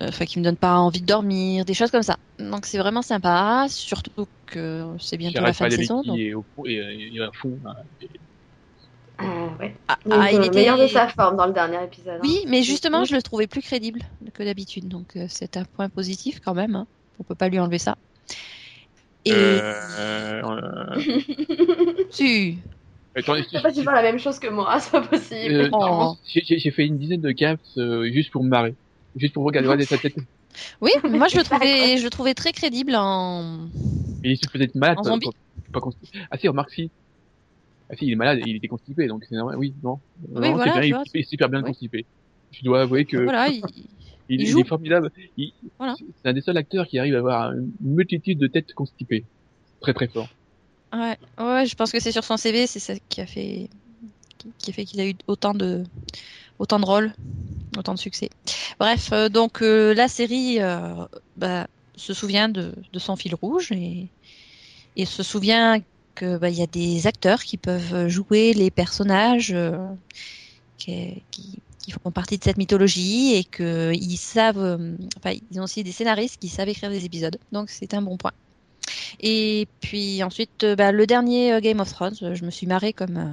Speaker 4: euh, enfin, qui me donnent pas envie de dormir, des choses comme ça. Donc c'est vraiment sympa, surtout que c'est bientôt la
Speaker 2: J'arrête
Speaker 4: fin
Speaker 2: pas
Speaker 4: de
Speaker 2: les
Speaker 4: saison. donc-
Speaker 2: et, au, et, euh, il est à fond. hein.
Speaker 3: Ah ouais.
Speaker 4: Ah,
Speaker 3: Donc,
Speaker 4: ah, il
Speaker 3: euh,
Speaker 4: était-
Speaker 3: meilleur de sa forme dans le dernier épisode. hein.
Speaker 4: Oui, mais justement,
Speaker 3: Oui.
Speaker 4: je le trouvais plus crédible que d'habitude. Donc, euh, c'est un point positif quand même. hein. On peut pas lui enlever ça. Et.
Speaker 2: Euh, euh,
Speaker 3: hein.
Speaker 4: Si.
Speaker 2: attends,
Speaker 3: Je sais pas si tu vois la même chose que moi, c'est pas possible.
Speaker 2: Euh,
Speaker 4: Oh.
Speaker 2: non, J'ai j'ai- j'ai fait une dizaine de gaps euh, juste pour me marrer. Juste pour regarder regarder sa tête.
Speaker 4: Oui,
Speaker 3: Mais
Speaker 4: moi, je le,
Speaker 3: c'est ça,
Speaker 4: trouvais,
Speaker 3: quoi.
Speaker 4: je le trouvais très crédible en.
Speaker 2: Il est peut-être malade.
Speaker 4: En
Speaker 2: pas-
Speaker 4: zombie.
Speaker 2: pas- pas constipé. Ah si, remarque si. Ah si, il est malade, il était constipé, donc c'est normal. Oui, non. Non, c'est
Speaker 4: voilà,
Speaker 2: bien,
Speaker 4: tu
Speaker 2: il-
Speaker 4: vois,
Speaker 2: il est super bien
Speaker 4: oui.
Speaker 2: constipé. Je dois avouer que
Speaker 4: Voilà, il-
Speaker 2: il,
Speaker 4: il
Speaker 2: il
Speaker 4: joue.
Speaker 2: est formidable. Il-
Speaker 4: Voilà.
Speaker 2: C'est un des seuls acteurs qui arrive à avoir une multitude de têtes constipées. Très très fort.
Speaker 4: ouais, ouais, je pense que c'est sur son CV, c'est ça qui a fait qui- qui a fait qu'il a eu autant de autant de rôles, autant de succès. Bref, euh, donc euh, la série, euh, bah, se souvient de, de son fil rouge et, et se souvient que bah, il y a des acteurs qui peuvent jouer les personnages euh, qui, qui- qui font partie de cette mythologie et que ils savent, euh, enfin, ils ont aussi des scénaristes qui savent écrire des épisodes. Donc c'est un bon point. Et puis ensuite, euh, bah, le dernier euh, Game of Thrones, euh, je me suis marrée comme euh,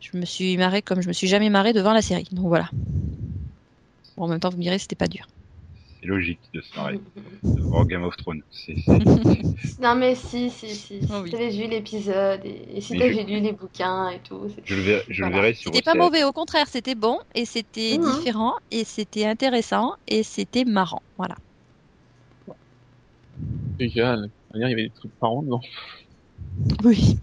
Speaker 4: je me suis marrée comme je me suis jamais marrée devant la série. Donc voilà. Bon, en même temps, vous me direz, c'était pas dur.
Speaker 1: C'est logique de se marrer devant Oh, Game of Thrones. C'est c'est-
Speaker 3: Non, mais si, si, si. Si
Speaker 4: Oh oui.
Speaker 3: t'avais vu l'épisode et, et si
Speaker 1: Mais
Speaker 3: t'avais
Speaker 1: je-
Speaker 3: lu les bouquins et tout. c'est-
Speaker 1: Je le verrai, je
Speaker 4: Voilà.
Speaker 1: le verrai sur
Speaker 4: C'était pas
Speaker 1: OCS.
Speaker 4: mauvais, au contraire, c'était bon et c'était
Speaker 3: Mhm.
Speaker 4: différent et c'était intéressant et c'était marrant. Voilà.
Speaker 2: Déjà, l'année dernière, il y avait des trucs parents, non.
Speaker 4: Oui.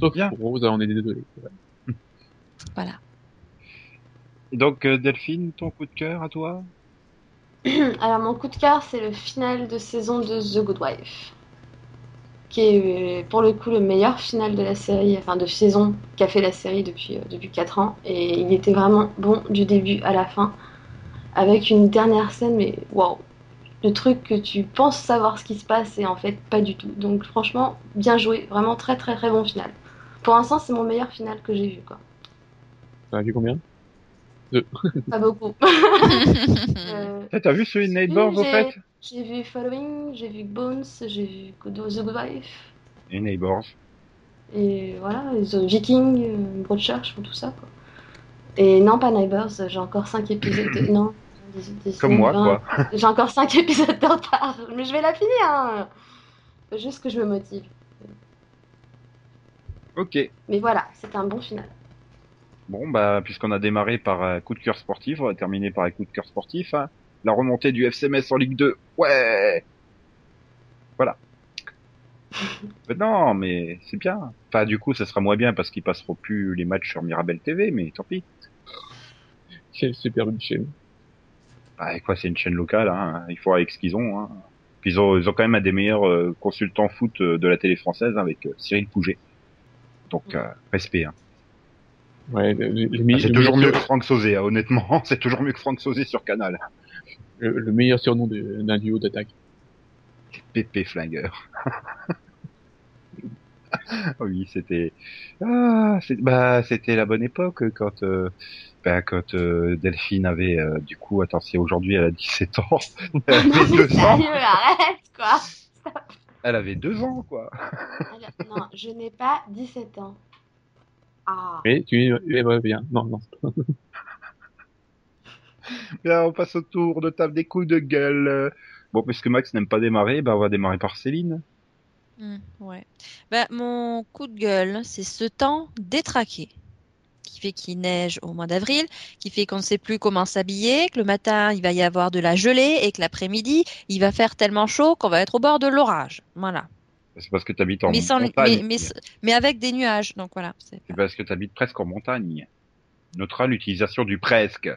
Speaker 2: Sauf
Speaker 1: Bien.
Speaker 2: pour Rose, on est désolé. Ouais.
Speaker 4: Voilà.
Speaker 1: Donc euh, Delphine, ton coup de cœur à toi
Speaker 3: Alors, mon coup de cœur, c'est le final de saison de The Good Wife. Qui est euh, pour le coup le meilleur final de la série, enfin de saison qu'a fait la série depuis, euh, depuis 4 ans. Et il était vraiment bon du début à la fin. Avec une dernière scène, mais waouh! Le truc que tu penses savoir ce qui se passe et en fait pas du tout. Donc, franchement, bien joué. Vraiment très très très bon final. Pour l'instant, c'est mon meilleur final que j'ai vu quoi.
Speaker 2: T'en as vu combien
Speaker 3: Pas beaucoup.
Speaker 4: Moi,
Speaker 3: Euh,
Speaker 1: Eh, T'as vu celui de Nate
Speaker 3: Oui,
Speaker 1: Borg au
Speaker 3: j'ai-
Speaker 1: fait
Speaker 3: J'ai vu Following, j'ai vu Bones, j'ai vu Good- The Good Wife,
Speaker 1: Et Nate Borg.
Speaker 3: et voilà, The Viking, euh, Broadchurch, tout ça, quoi. Et non, pas Neighbors, j'ai encore 5 épisodes. de- Non, des- des-
Speaker 1: Comme moi,
Speaker 3: 20.
Speaker 1: quoi.
Speaker 3: J'ai encore 5 épisodes de retard, mais je vais la finir, hein. Faut Juste que je me motive.
Speaker 1: Ok.
Speaker 3: Mais voilà, c'est un bon final.
Speaker 1: Bon, bah, puisqu'on a démarré par un coup de cœur sportif, on va terminer par un coup de cœur sportif. hein. La remontée du FCMS en Ligue 2. Ouais Voilà. Mais non, mais c'est bien. Enfin, du coup, ça sera moins bien parce qu'ils passeront plus les matchs sur Mirabel TV, mais tant pis.
Speaker 2: Quelle superbe chaîne.
Speaker 1: Bah, quoi, c'est une chaîne locale, hein. Il faut avec ce qu'ils ont, hein. Puis ils ont, ils ont quand même un des meilleurs euh, consultants foot euh, de la télé française hein, avec euh, Cyril Pouget. Donc, euh, respect. Hein.
Speaker 2: Ouais, le, le- le
Speaker 1: Ah,
Speaker 2: mi-
Speaker 1: c'est
Speaker 2: le
Speaker 1: toujours mieux
Speaker 2: meilleur,
Speaker 1: que Franck Sauzé, hein, honnêtement. C'est toujours mieux que Franck Sauzé sur Canal.
Speaker 2: le, le meilleur surnom de- d'un duo d'attaque.
Speaker 1: Pépé Flingueur. oui, c'était ah, c'est- bah c'était la bonne époque quand euh, bah, quand euh, Delphine avait euh, du coup attends si aujourd'hui elle a 17 ans, elle
Speaker 3: Non,
Speaker 1: avait
Speaker 3: mais
Speaker 1: 2 ans,
Speaker 3: sérieux, arrête, quoi.
Speaker 1: elle avait 2 ans quoi.
Speaker 3: Alors, non, je n'ai pas 17 ans. Ah.
Speaker 2: Mais tu es eh ben, bien. Non, non.
Speaker 1: Là, on passe au tour de table des coups de gueule. Bon, puisque Max n'aime pas démarrer, bah on va démarrer par Céline.
Speaker 4: Hmm, ouais. Bah, mon coup de gueule, c'est ce temps détraqué qui fait qu'il neige au mois d'avril, qui fait qu'on ne sait plus comment s'habiller, que le matin il va y avoir de la gelée et que l'après-midi il va faire tellement chaud qu'on va être au bord de l'orage. Voilà.
Speaker 1: C'est parce que t'habites en
Speaker 4: mais, sans,
Speaker 1: montagne.
Speaker 4: mais, mais, mais avec des nuages. Donc voilà. c'est-
Speaker 1: C'est parce que t'habites presque en montagne. Notera l'utilisation du presque.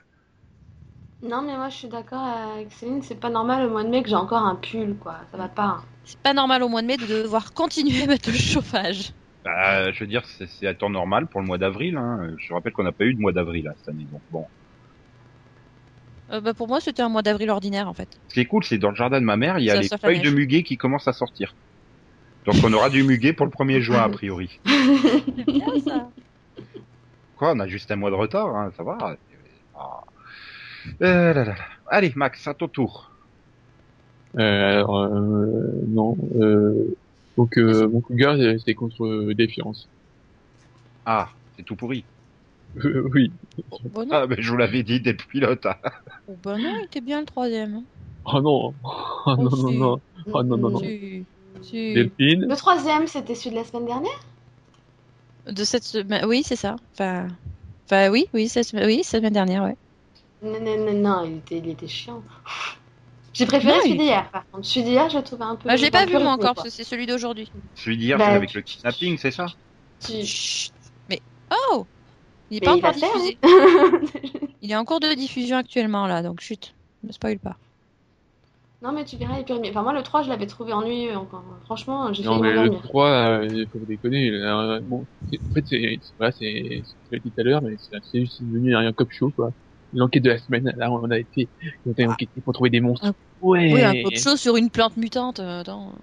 Speaker 3: Non, mais moi, je suis d'accord avec Céline, c'est pas normal au mois de mai que j'ai encore un pull, quoi. Ça va pas. hein.
Speaker 4: C'est pas normal au mois de mai de devoir continuer à mettre le chauffage.
Speaker 1: Bah, je veux dire, c'est- c'est à temps normal pour le mois d'avril. Hein. Je rappelle qu'on n'a pas eu de mois d'avril là, cette année. Donc bon.
Speaker 4: Euh, bah, pour moi, c'était un mois d'avril ordinaire en fait.
Speaker 1: Ce qui est cool, c'est dans le jardin de ma mère, il y a
Speaker 4: Ça
Speaker 1: les
Speaker 4: sort la
Speaker 1: feuilles de
Speaker 4: neige.
Speaker 1: muguet qui commencent à sortir. Donc on aura du muguet pour le 1er juin a priori. Quoi, on a juste un mois de retard, hein, ça va. Ah. Euh, là, là, là. Allez, Max, à ton tour.
Speaker 2: Euh, alors, euh, non. Euh, donc, euh, mon coup de gueule, euh, c'était contre euh, Défiance.
Speaker 1: Ah, c'est tout pourri.
Speaker 2: Euh, oui.
Speaker 4: bon, non.
Speaker 1: Ah, mais je vous l'avais dit des pilotes. hein.
Speaker 4: Bon, non, il était bien le troisième. hein.
Speaker 2: Oh non. Oh non, non, non. Oh non, non, non.
Speaker 4: Tu- tu-
Speaker 2: Delphine.
Speaker 3: Le troisième, c'était celui de la semaine dernière
Speaker 4: De cette semaine, oui, c'est ça. Enfin, enfin oui, oui, cette semaine, oui, cette semaine dernière, ouais.
Speaker 3: Non, non, non, non, il était, il était chiant. J'ai préféré
Speaker 4: Non,
Speaker 3: celui
Speaker 4: il-
Speaker 3: d'hier, par contre. Celui d'hier, je le trouvais un peu.
Speaker 4: Bah, je l'ai pas
Speaker 3: un
Speaker 4: vu
Speaker 3: peu
Speaker 4: moi
Speaker 3: rythmé,
Speaker 4: encore,
Speaker 3: quoi.
Speaker 4: parce que c'est celui d'aujourd'hui.
Speaker 1: Celui d'hier,
Speaker 3: Bah,
Speaker 1: c'est avec
Speaker 3: tu-
Speaker 1: le kidnapping, c'est ça
Speaker 3: Tu-
Speaker 4: Chut. Mais oh, il est
Speaker 3: Mais
Speaker 4: pas
Speaker 3: il
Speaker 4: encore
Speaker 3: va le faire, hein.
Speaker 4: diffusé. Il est en cours de diffusion actuellement là, donc chut, ne spoil pas.
Speaker 3: Non, mais tu verras, il peut remis- Enfin, moi, le 3, je l'avais trouvé ennuyeux encore. Franchement, j'ai
Speaker 2: Non,
Speaker 3: failli
Speaker 2: mais le
Speaker 3: m'endormir.
Speaker 2: 3, euh, faut déconner. euh, bon, c'est- en fait, c'est, c'est- voilà, c'est, c'est ce que j'ai dit tout à l'heure, mais c'est, c'est juste devenu un cop show, quoi. l'enquête de la semaine. Là, on a été, on a été enquêté pour trouver des monstres.
Speaker 4: Ah.
Speaker 2: Ouais.
Speaker 4: Oui, un copcho sur une plante mutante. euh, dans...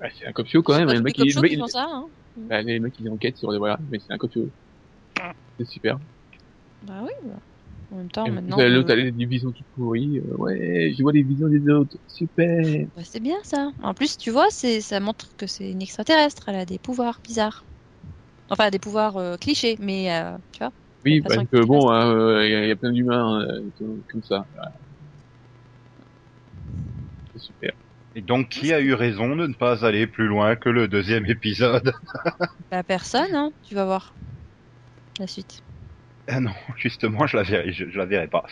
Speaker 2: Bah, c'est un copio quand même.
Speaker 4: Pas
Speaker 2: Le
Speaker 4: tous les
Speaker 2: mec, il,
Speaker 4: copchos
Speaker 2: le
Speaker 4: qui
Speaker 2: mec-
Speaker 4: font ça, hein.
Speaker 2: bah, les mecs, ils enquêtent sur des voilà, mais c'est un copio. C'est super.
Speaker 4: Bah oui. bah. En même temps,
Speaker 2: Et
Speaker 4: maintenant.
Speaker 2: puis, L'autre,
Speaker 4: euh,
Speaker 2: elle a des visions toutes pourries. euh, ouais, je vois les visions des autres. Super.
Speaker 4: bah, c'est bien ça. En plus, tu vois, c'est ça montre que c'est une extraterrestre. Elle a des pouvoirs bizarres. Enfin, des pouvoirs euh, clichés, mais euh, tu vois.
Speaker 2: Oui,
Speaker 4: façon
Speaker 2: parce que
Speaker 4: qui
Speaker 2: bon, hein, euh, il y, a- il y a plein d'humains euh, comme- comme ça. Voilà. C'est super.
Speaker 1: Et donc, qui a eu raison de ne pas aller plus loin que le deuxième épisode
Speaker 4: La personne, hein, tu vas voir. La suite.
Speaker 1: Ah non, justement, je la verrai, je, je la verrai pas.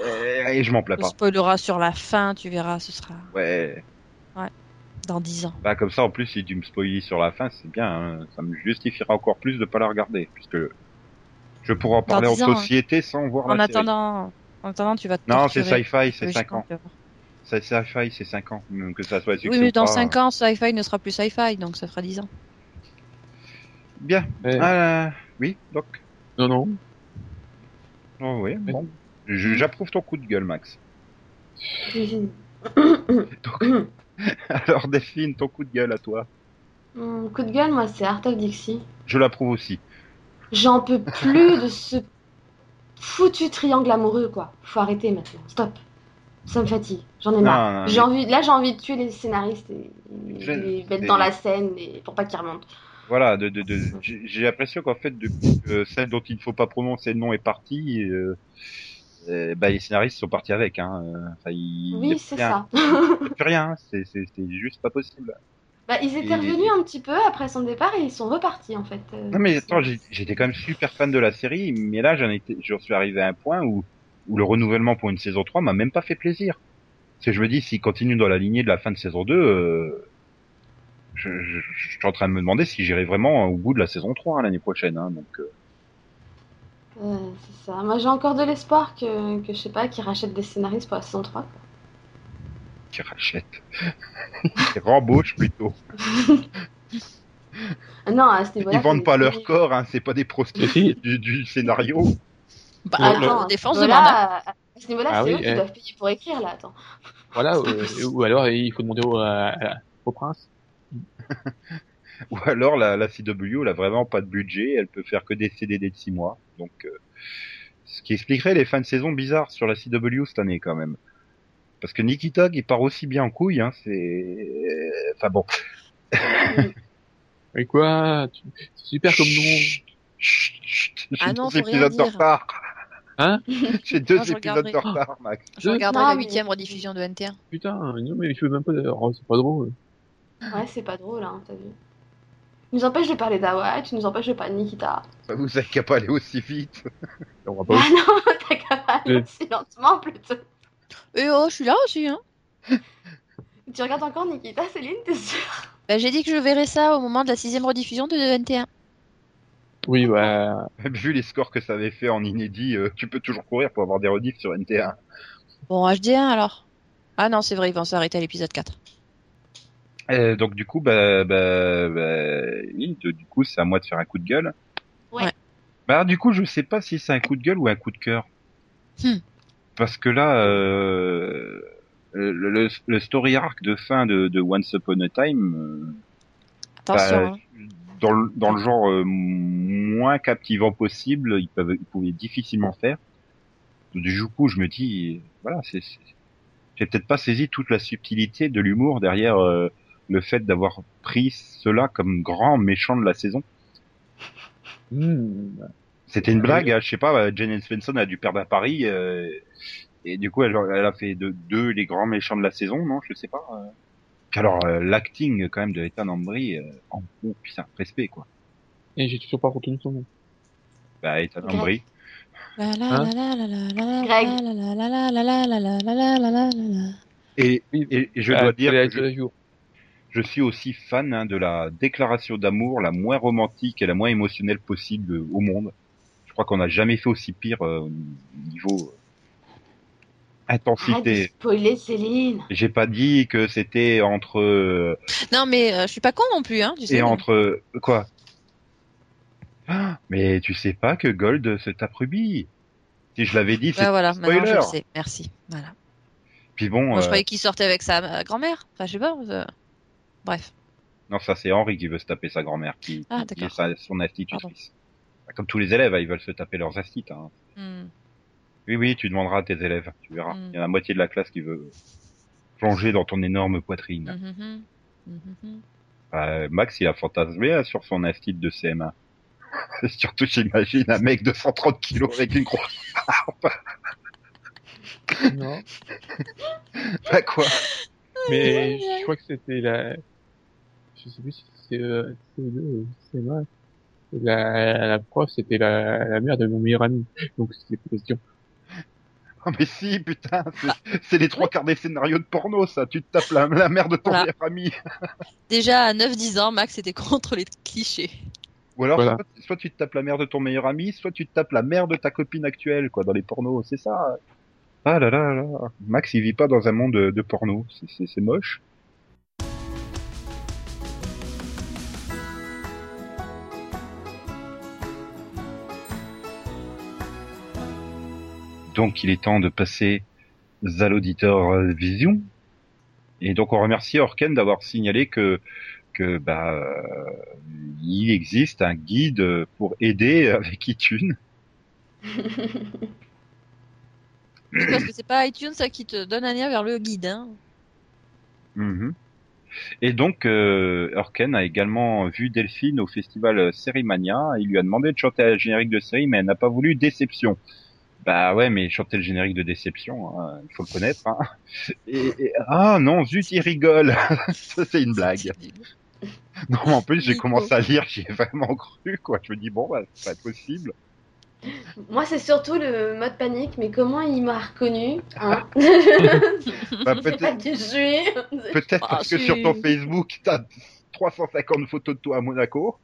Speaker 1: Euh, Et je m'en plains
Speaker 4: On
Speaker 1: pas.
Speaker 4: spoilera sur la fin, tu verras, ce sera
Speaker 1: Ouais.
Speaker 4: dans 10 ans.
Speaker 1: Bah comme ça, en plus, si tu me spoilies sur la fin, c'est bien. hein. Ça me justifiera encore plus de pas la regarder, puisque je pourrais en parler en
Speaker 4: dix ans, hein.
Speaker 1: société sans voir
Speaker 4: En
Speaker 1: la série.
Speaker 4: attendant, en attendant, tu vas te
Speaker 1: Non, c'est
Speaker 4: torturer
Speaker 1: sci-fi, c'est
Speaker 4: psychologiquement,
Speaker 1: 5 ans.
Speaker 4: tu vas voir.
Speaker 1: C'est sci-fi, c'est 5 ans. Donc, Que ça soit succès
Speaker 4: Oui, mais
Speaker 1: ou
Speaker 4: dans
Speaker 1: pas. hein.
Speaker 4: 5 ans, sci-fi ne sera plus sci-fi, donc ça fera 10 ans.
Speaker 1: Bien.
Speaker 2: Ouais.
Speaker 1: Ah, oui, donc.
Speaker 2: Non, non.
Speaker 1: Oh, oui, bon. Mm. Je- J'approuve ton coup de gueule, Max. Donc, alors, Delphine, ton coup de gueule à toi.
Speaker 3: Mon coup de gueule, moi, c'est Art of Dixie.
Speaker 1: Je l'approuve aussi.
Speaker 3: J'en peux plus de ce foutu triangle amoureux, quoi. Faut arrêter maintenant. Stop. Ça me fatigue. J'en ai marre.
Speaker 1: Non, non,
Speaker 3: J'ai envie, là, j'ai envie de tuer les scénaristes et de
Speaker 1: Je-
Speaker 3: les mettre
Speaker 1: c'est-
Speaker 3: dans la scène et... pour pas qu'ils remontent.
Speaker 1: Voilà, de, de, de, j'ai j'ai l'impression qu'en fait, depuis que celle dont il ne faut pas prononcer le nom est partie, euh, euh, bah, les scénaristes sont partis avec. Hein. Euh, Enfin, il y a
Speaker 3: Oui,
Speaker 1: plus
Speaker 3: c'est
Speaker 1: rien.
Speaker 3: ça.
Speaker 1: Il y a plus rien, hein. c'est c'est- c'est juste pas possible.
Speaker 3: Bah, ils étaient
Speaker 1: Et-
Speaker 3: revenus un petit peu après son départ et ils sont repartis, en fait. Euh,
Speaker 1: Non mais attends, j'ai- j'étais quand même super fan de la série, mais là j'en étais, j'en suis arrivé à un point où, où le renouvellement pour une saison 3 m'a même pas fait plaisir. Parce que je me dis, s'il continue dans la lignée de la fin de saison 2, euh, je, je- je suis en train de me demander si j'irai vraiment au bout de la saison 3 hein, l'année prochaine. Hein, donc, euh,
Speaker 3: Euh, c'est ça. Moi, j'ai encore de l'espoir que, que, je sais pas, qu'ils rachètent des scénaristes pour la saison 3. quoi.
Speaker 1: qui rachète. qui rembauche plutôt.
Speaker 3: Ah non, à ce niveau-là.
Speaker 1: Ils vendent
Speaker 3: faut
Speaker 1: pas
Speaker 3: les
Speaker 1: leur
Speaker 3: payer.
Speaker 1: corps, hein, c'est pas des
Speaker 2: Si.
Speaker 1: prostituées du, du scénario.
Speaker 4: Bah,
Speaker 2: Ah,
Speaker 4: euh,
Speaker 3: Attends,
Speaker 4: défense
Speaker 3: à ce
Speaker 4: de
Speaker 3: niveau-là,
Speaker 4: mandat.
Speaker 3: à- à ce niveau-là,
Speaker 2: Ah
Speaker 3: c'est
Speaker 2: oui,
Speaker 3: eux qui
Speaker 2: eh.
Speaker 3: doivent payer pour écrire, là. Attends.
Speaker 2: Voilà.
Speaker 3: C'est
Speaker 2: euh,
Speaker 3: possible.
Speaker 2: ou alors, il faut demander au, à- à- au prince.
Speaker 1: Ou alors la, la CW, elle a vraiment pas de budget, elle peut faire que des CDD de 6 mois. Donc, euh, ce qui expliquerait les fins de saison bizarres sur la CW cette année quand même. Parce que Nicky Tog, il part aussi bien en couille, hein, c'est... Enfin bon.
Speaker 2: Mais quoi tu- C'est super comme
Speaker 1: Chut, chut, chut, J'ai
Speaker 4: Ah non,
Speaker 1: deux
Speaker 4: faut rien
Speaker 1: épisodes de
Speaker 4: dire.
Speaker 1: retard.
Speaker 2: Hein
Speaker 1: J'ai deux
Speaker 4: Moi, je
Speaker 1: épisodes de
Speaker 4: regarderai.
Speaker 1: retard, Max.
Speaker 4: Je
Speaker 2: Deux
Speaker 4: regarderai
Speaker 3: Non,
Speaker 4: la
Speaker 3: mais-
Speaker 4: huitième rediffusion de NT1.
Speaker 2: nom. Putain, non mais je veux même pas. Oh, c'est pas drôle.
Speaker 3: Ouais, c'est pas drôle, hein, t'as vu. Tu nous empêches de parler d'Hawaii, tu nous empêches de parler de Nikita.
Speaker 1: Bah, Vous savez qu'à pas aller aussi vite.
Speaker 2: On
Speaker 1: Oh.
Speaker 2: va pas.
Speaker 3: Ah non, t'as qu'à parler
Speaker 2: Euh.
Speaker 3: aussi lentement plutôt.
Speaker 4: Et oh, je suis là aussi, hein.
Speaker 3: Tu regardes encore Nikita, Céline, t'es sûre
Speaker 4: Bah, j'ai dit que je verrais ça au moment de la sixième rediffusion de NT1.
Speaker 2: Oui, bah.
Speaker 1: Même vu les scores que ça avait fait en inédit, euh, tu peux toujours courir pour avoir des rediffs sur NT1.
Speaker 4: Bon, HD1 alors. Ah non, c'est vrai, ils vont s'arrêter à l'épisode 4.
Speaker 1: Euh, donc du coup, bah, bah, bah, Hilde, du coup, c'est à moi de faire un coup de gueule.
Speaker 3: Ouais.
Speaker 4: Ouais.
Speaker 1: Bah du coup, je sais pas si c'est un coup de gueule ou un coup de cœur.
Speaker 4: Hmm.
Speaker 1: Parce que là, euh, le, le- le story arc de fin de, de Once Upon a Time, euh,
Speaker 4: Attention.
Speaker 1: bah,
Speaker 4: hein.
Speaker 1: dans, le, dans le genre euh, moins captivant possible, ils, peuvent, ils pouvaient difficilement faire. Donc, Du coup, je me dis, voilà, c'est, c'est- j'ai peut-être pas saisi toute la subtilité de l'humour derrière euh, le fait d'avoir pris cela comme grand méchant de la saison.
Speaker 2: hmm,
Speaker 1: C'était une
Speaker 2: Ah
Speaker 1: blague, hein, je sais pas, euh, Jane Svensson a dû perdre à Paris, euh, et du coup, elle, elle a fait de- deux les grands méchants de la saison, non Je sais pas. euh. Puis alors, euh, l'acting quand même de Ethan Embry, euh, en oh, putain, respect quoi.
Speaker 2: Et j'ai toujours pas retenu son nom.
Speaker 1: Bah, Ethan
Speaker 3: Greg.
Speaker 1: Embry.
Speaker 4: La la
Speaker 2: hein
Speaker 4: la la la la la
Speaker 3: Greg.
Speaker 4: la la la la la la la la la la la.
Speaker 1: Et,
Speaker 2: Oui.
Speaker 1: et- et je
Speaker 2: Ah,
Speaker 1: dois dire
Speaker 2: fallait
Speaker 1: que
Speaker 2: être à
Speaker 1: je,
Speaker 2: jour.
Speaker 1: je suis aussi fan hein, de la déclaration d'amour la moins romantique et la moins émotionnelle possible euh, au monde. Je crois qu'on n'a jamais fait aussi pire euh, au niveau euh,
Speaker 4: Ah,
Speaker 3: Arrête de
Speaker 1: intensité.
Speaker 3: spoiler, Céline.
Speaker 1: J'ai pas dit que c'était entre euh,
Speaker 4: Non, mais euh, je suis pas con non plus, hein. Tu sais,
Speaker 1: et entre euh, quoi. euh, Ah, Mais tu sais pas que Gold se tape Ruby. Si je l'avais dit, c'est
Speaker 4: Bah voilà, maintenant je
Speaker 1: spoiler.
Speaker 4: le sais. Merci. Voilà.
Speaker 1: Puis bon,
Speaker 4: Moi, je
Speaker 1: euh,
Speaker 4: croyais qu'il sortait avec sa euh, grand-mère. Enfin, je sais pas. euh, Bref.
Speaker 1: non, ça c'est Henri qui veut se taper sa grand-mère, qui,
Speaker 4: Ah,
Speaker 1: qui est
Speaker 4: d'accord.
Speaker 1: sa- son
Speaker 4: Pardon.
Speaker 1: institutrice. Bah, Comme tous les élèves, hein, ils veulent se taper leurs astites. Hein.
Speaker 4: Hmm.
Speaker 1: Oui, oui, tu demanderas à tes élèves, tu verras.
Speaker 4: Mm.
Speaker 1: Il y a la moitié de la classe qui veut plonger dans ton énorme poitrine.
Speaker 4: Mhm. Mhm.
Speaker 1: Euh, Max, il a fantasmé hein, sur son astite de CM1. Surtout, j'imagine un mec de 130 kilos avec une grosse barbe.
Speaker 2: Non.
Speaker 1: Bah quoi
Speaker 2: Mais je crois que c'était la. Je sais plus si c'était euh, CE2 ou CM1. La, la prof, c'était la, la mère de mon meilleur ami. Donc, c'était plus question.
Speaker 1: Ah mais si, putain, c'est- c'est les trois quarts des scénarios de porno, ça. Tu te tapes la, la mère de ton
Speaker 4: Voilà.
Speaker 1: meilleur ami.
Speaker 4: Déjà à 9-10 ans, Max était contre les clichés.
Speaker 1: Ou alors,
Speaker 2: Voilà.
Speaker 1: soit, soit tu te tapes la mère de ton meilleur ami, soit tu te tapes la mère de ta copine actuelle, quoi, dans les pornos. C'est ça. Ah là là là. Max, il vit pas dans un monde de, de porno. C'est- C'est c'est moche. Donc, il est temps de passer à l'auditeur euh, Vision. Et donc, on remercie Orken d'avoir signalé que, que, bah, euh, il existe un guide pour aider avec iTunes.
Speaker 4: Parce que c'est pas iTunes ça qui te donne un lien vers le guide. Hein.
Speaker 1: Mhm. Et donc, euh, Hurken a également vu Delphine au festival Sérimania. Il lui a demandé de chanter le générique de série, mais elle n'a pas voulu Déception. Bah ouais, mais chanter le générique de Déception, hein, il faut le connaître. hein. Et, et- ah non, zut, il rigole. Ça, c'est une blague. Non, en plus, j'ai
Speaker 4: Nico.
Speaker 1: commencé à lire, j'y ai vraiment cru, quoi. Je me dis, bon, bah, c'est pas possible.
Speaker 3: Moi, c'est surtout le mode panique, mais comment il m'a reconnu hein
Speaker 1: Bah,
Speaker 3: C'est pas
Speaker 1: Ah. peut-être
Speaker 3: qui je suis.
Speaker 1: peut-être
Speaker 4: Ah,
Speaker 1: parce que
Speaker 4: si.
Speaker 1: sur ton Facebook, t'as 350 photos de toi à Monaco.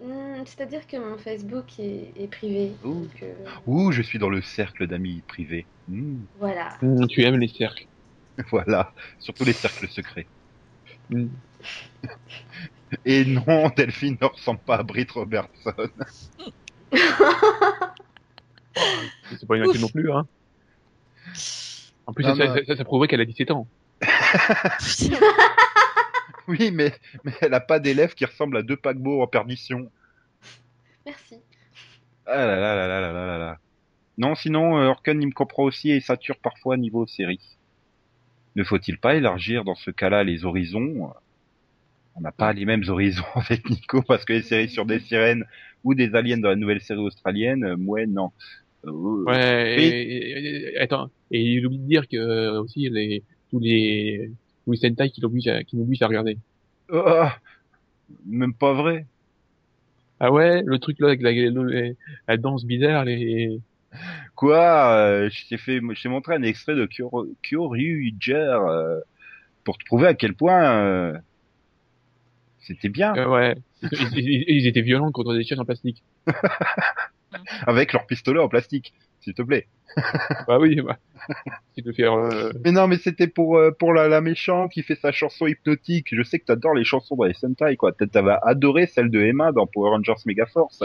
Speaker 3: Hmm, C'est-à-dire que mon Facebook est, est privé.
Speaker 1: Ouh.
Speaker 3: Donc, euh,
Speaker 1: Ouh, je suis dans le cercle d'amis privés. Hmm,
Speaker 3: voilà.
Speaker 2: Hmm, tu aimes les cercles.
Speaker 1: voilà, surtout les cercles secrets.
Speaker 2: Hmm.
Speaker 1: Et non, Delphine ne ressemble pas à Britt Robertson.
Speaker 2: C'est pas une
Speaker 4: Ouf.
Speaker 2: inquiétude non plus, hein. En plus,
Speaker 1: Non,
Speaker 2: ça,
Speaker 1: non.
Speaker 2: ça, ça, ça prouverait qu'elle a 17 ans.
Speaker 1: Oui, mais, mais elle n'a pas d'élèves qui ressemblent à deux paquebots en perdition.
Speaker 3: Merci.
Speaker 1: Ah là là là là là là là là. Non, sinon, euh, Orken, il me comprend aussi et sature parfois niveau série. Ne faut-il pas élargir dans ce cas-là les horizons On n'a pas les mêmes horizons avec Nico parce que les séries sur des sirènes ou des aliens dans la nouvelle série australienne, euh, ouais, non. Euh,
Speaker 2: Ouais,
Speaker 1: Oui.
Speaker 2: et, et- et- attends. Et il oublie de dire que, euh, aussi, les, tous les, tous les Sentai qui l'obligent à, qui m'obligent à regarder.
Speaker 1: Ah, même pas vrai.
Speaker 2: Ah ouais, le truc là avec la, la, la danse bizarre, les,
Speaker 1: Quoi euh, Je t'ai fait, je t'ai montré un extrait de Kyor- Kyoryuger euh, pour te prouver à quel point euh, c'était bien
Speaker 2: euh, ouais. Ils, ils- ils étaient violents contre des chaises en plastique.
Speaker 1: avec leur pistolet en plastique, s'il te plaît.
Speaker 2: Bah oui, bah. C'est de faire, euh,
Speaker 1: Mais non, mais c'était pour euh, pour la, la méchante qui fait sa chanson hypnotique. Je sais que t'adores les chansons dans les Sentai, quoi. Peut-être T'avais adoré celle de Emma dans Power Rangers Megaforce.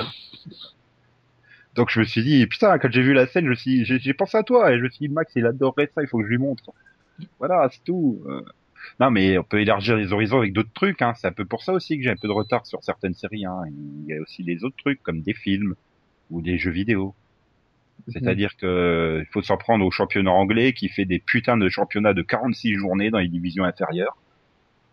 Speaker 1: Donc je me suis dit putain quand j'ai vu la scène, je me suis dit, j'ai j'ai pensé à toi et je me suis dit Max il adorerait ça, il faut que je lui montre. Voilà, c'est tout. Euh, Non mais on peut élargir les horizons avec d'autres trucs. Hein. C'est un peu pour ça aussi que j'ai un peu de retard sur certaines séries. Hein. Il y a aussi des autres trucs comme des films ou des jeux vidéo.
Speaker 2: Mhm.
Speaker 1: C'est-à-dire que euh, il faut s'en prendre au championnat anglais qui fait des putains de championnats de 46 journées dans les divisions inférieures.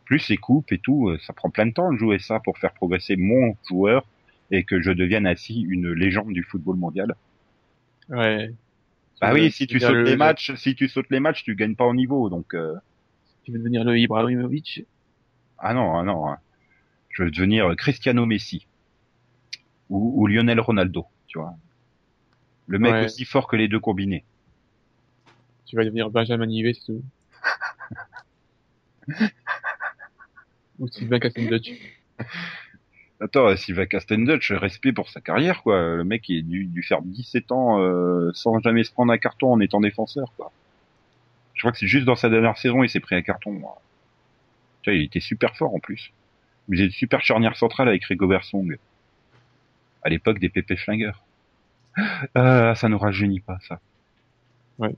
Speaker 1: Plus les coupes et tout, euh, ça prend plein de temps de jouer ça pour faire progresser mon joueur et que je devienne ainsi une légende du football mondial.
Speaker 2: ouais.
Speaker 1: Bah oui, si tu
Speaker 2: veux
Speaker 1: sautes
Speaker 2: dire,
Speaker 1: les
Speaker 2: le-
Speaker 1: matchs, si tu sautes les matchs, tu gagnes pas en niveau. Donc euh,
Speaker 2: Tu veux devenir le Ibrahimovic.
Speaker 1: ah non, ah non, hein. je veux devenir Cristiano Messi ou, ou Lionel Ronaldo, tu vois. Le mec
Speaker 2: Ouais.
Speaker 1: aussi fort que les deux combinés.
Speaker 2: Tu vas devenir Benjamin Nivet, c'est tout. Ou Sylvain Castle-Dutch.
Speaker 1: Attends, euh, Sylvain Castendutch, respect pour sa carrière, quoi. Le mec, il a dû, dû faire 17 ans euh, sans jamais se prendre un carton en étant défenseur, quoi. Je crois que c'est juste dans sa dernière saison, il s'est pris un carton. moi. Tu vois, il était super fort en plus. Il faisait une super charnière centrale avec Rigobert Song. À l'époque des pépés flingueurs. Ah, ça ne rajeunit pas, ça.
Speaker 2: Ouais.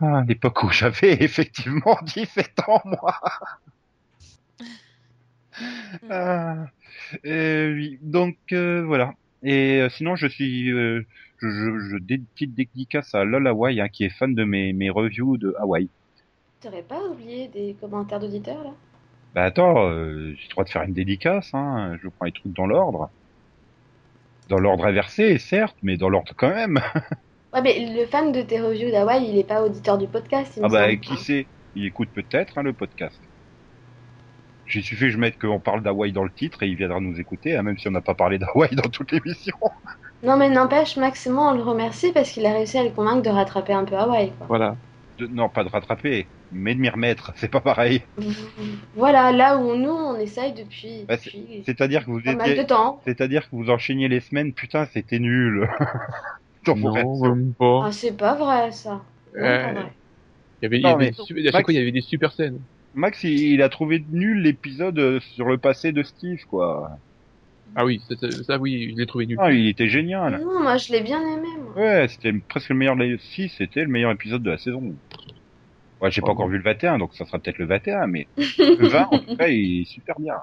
Speaker 1: Ah, l'époque où j'avais effectivement 17 ans, moi. Ah, euh, oui, donc euh, voilà. Et euh, sinon, je suis, euh, je, je, je dé- petite dédicace à Lol Hawaii, hein, qui est fan de mes, mes reviews de Hawaii.
Speaker 3: T'aurais pas oublié des commentaires d'auditeurs là
Speaker 1: Bah attends, euh, j'ai le droit de faire une dédicace, hein. je prends les trucs dans l'ordre. Dans l'ordre inversé, certes, mais dans l'ordre quand même.
Speaker 3: Ouais, mais le fan de tes reviews d'Hawaï, il est pas auditeur du podcast. Il me
Speaker 1: Ah bah
Speaker 3: semble.
Speaker 1: qui sait, il écoute peut-être hein, le podcast. J'ai suffi que je mette qu'on parle d'Hawaï dans le titre et il viendra nous écouter, hein, même si on n'a pas parlé d'Hawaï dans toute l'émission.
Speaker 3: Non, mais n'empêche, Maximent, on le remercie parce qu'il a réussi à le convaincre de rattraper un peu Hawaï. Quoi.
Speaker 2: Voilà.
Speaker 1: De- Non, pas de rattraper, mais de m'y remettre, c'est pas pareil.
Speaker 3: Voilà, là où nous, on essaye depuis,
Speaker 1: Bah,
Speaker 3: depuis
Speaker 1: C'est-à-dire que vous
Speaker 3: pas mal de
Speaker 1: étiez...
Speaker 3: temps.
Speaker 1: C'est-à-dire que vous enchaîniez les semaines, putain, c'était nul. T'en pourrais-
Speaker 2: Non, même pas.
Speaker 3: Ah, c'est pas vrai ça. Non, pas
Speaker 2: Euh,
Speaker 3: vrai.
Speaker 2: Il y avait, il y
Speaker 1: Non,
Speaker 2: avait
Speaker 1: mais-
Speaker 2: des super- à chaque
Speaker 1: Max-
Speaker 2: fois, il y avait des super scènes.
Speaker 1: Max, il, il a trouvé nul l'épisode euh, sur le passé de Steve, quoi.
Speaker 2: Ah oui, ça, ça- ça, oui, je l'ai trouvé nul.
Speaker 1: Ah, il était génial.
Speaker 3: Non, moi je l'ai bien aimé. Moi.
Speaker 1: Ouais, c'était presque le meilleur. des- Si, c'était le meilleur épisode de la saison. Ouais, j'ai pas
Speaker 2: Oh.
Speaker 1: encore vu le 21, donc ça sera peut-être le 21, mais le 20, en tout cas, il est super bien.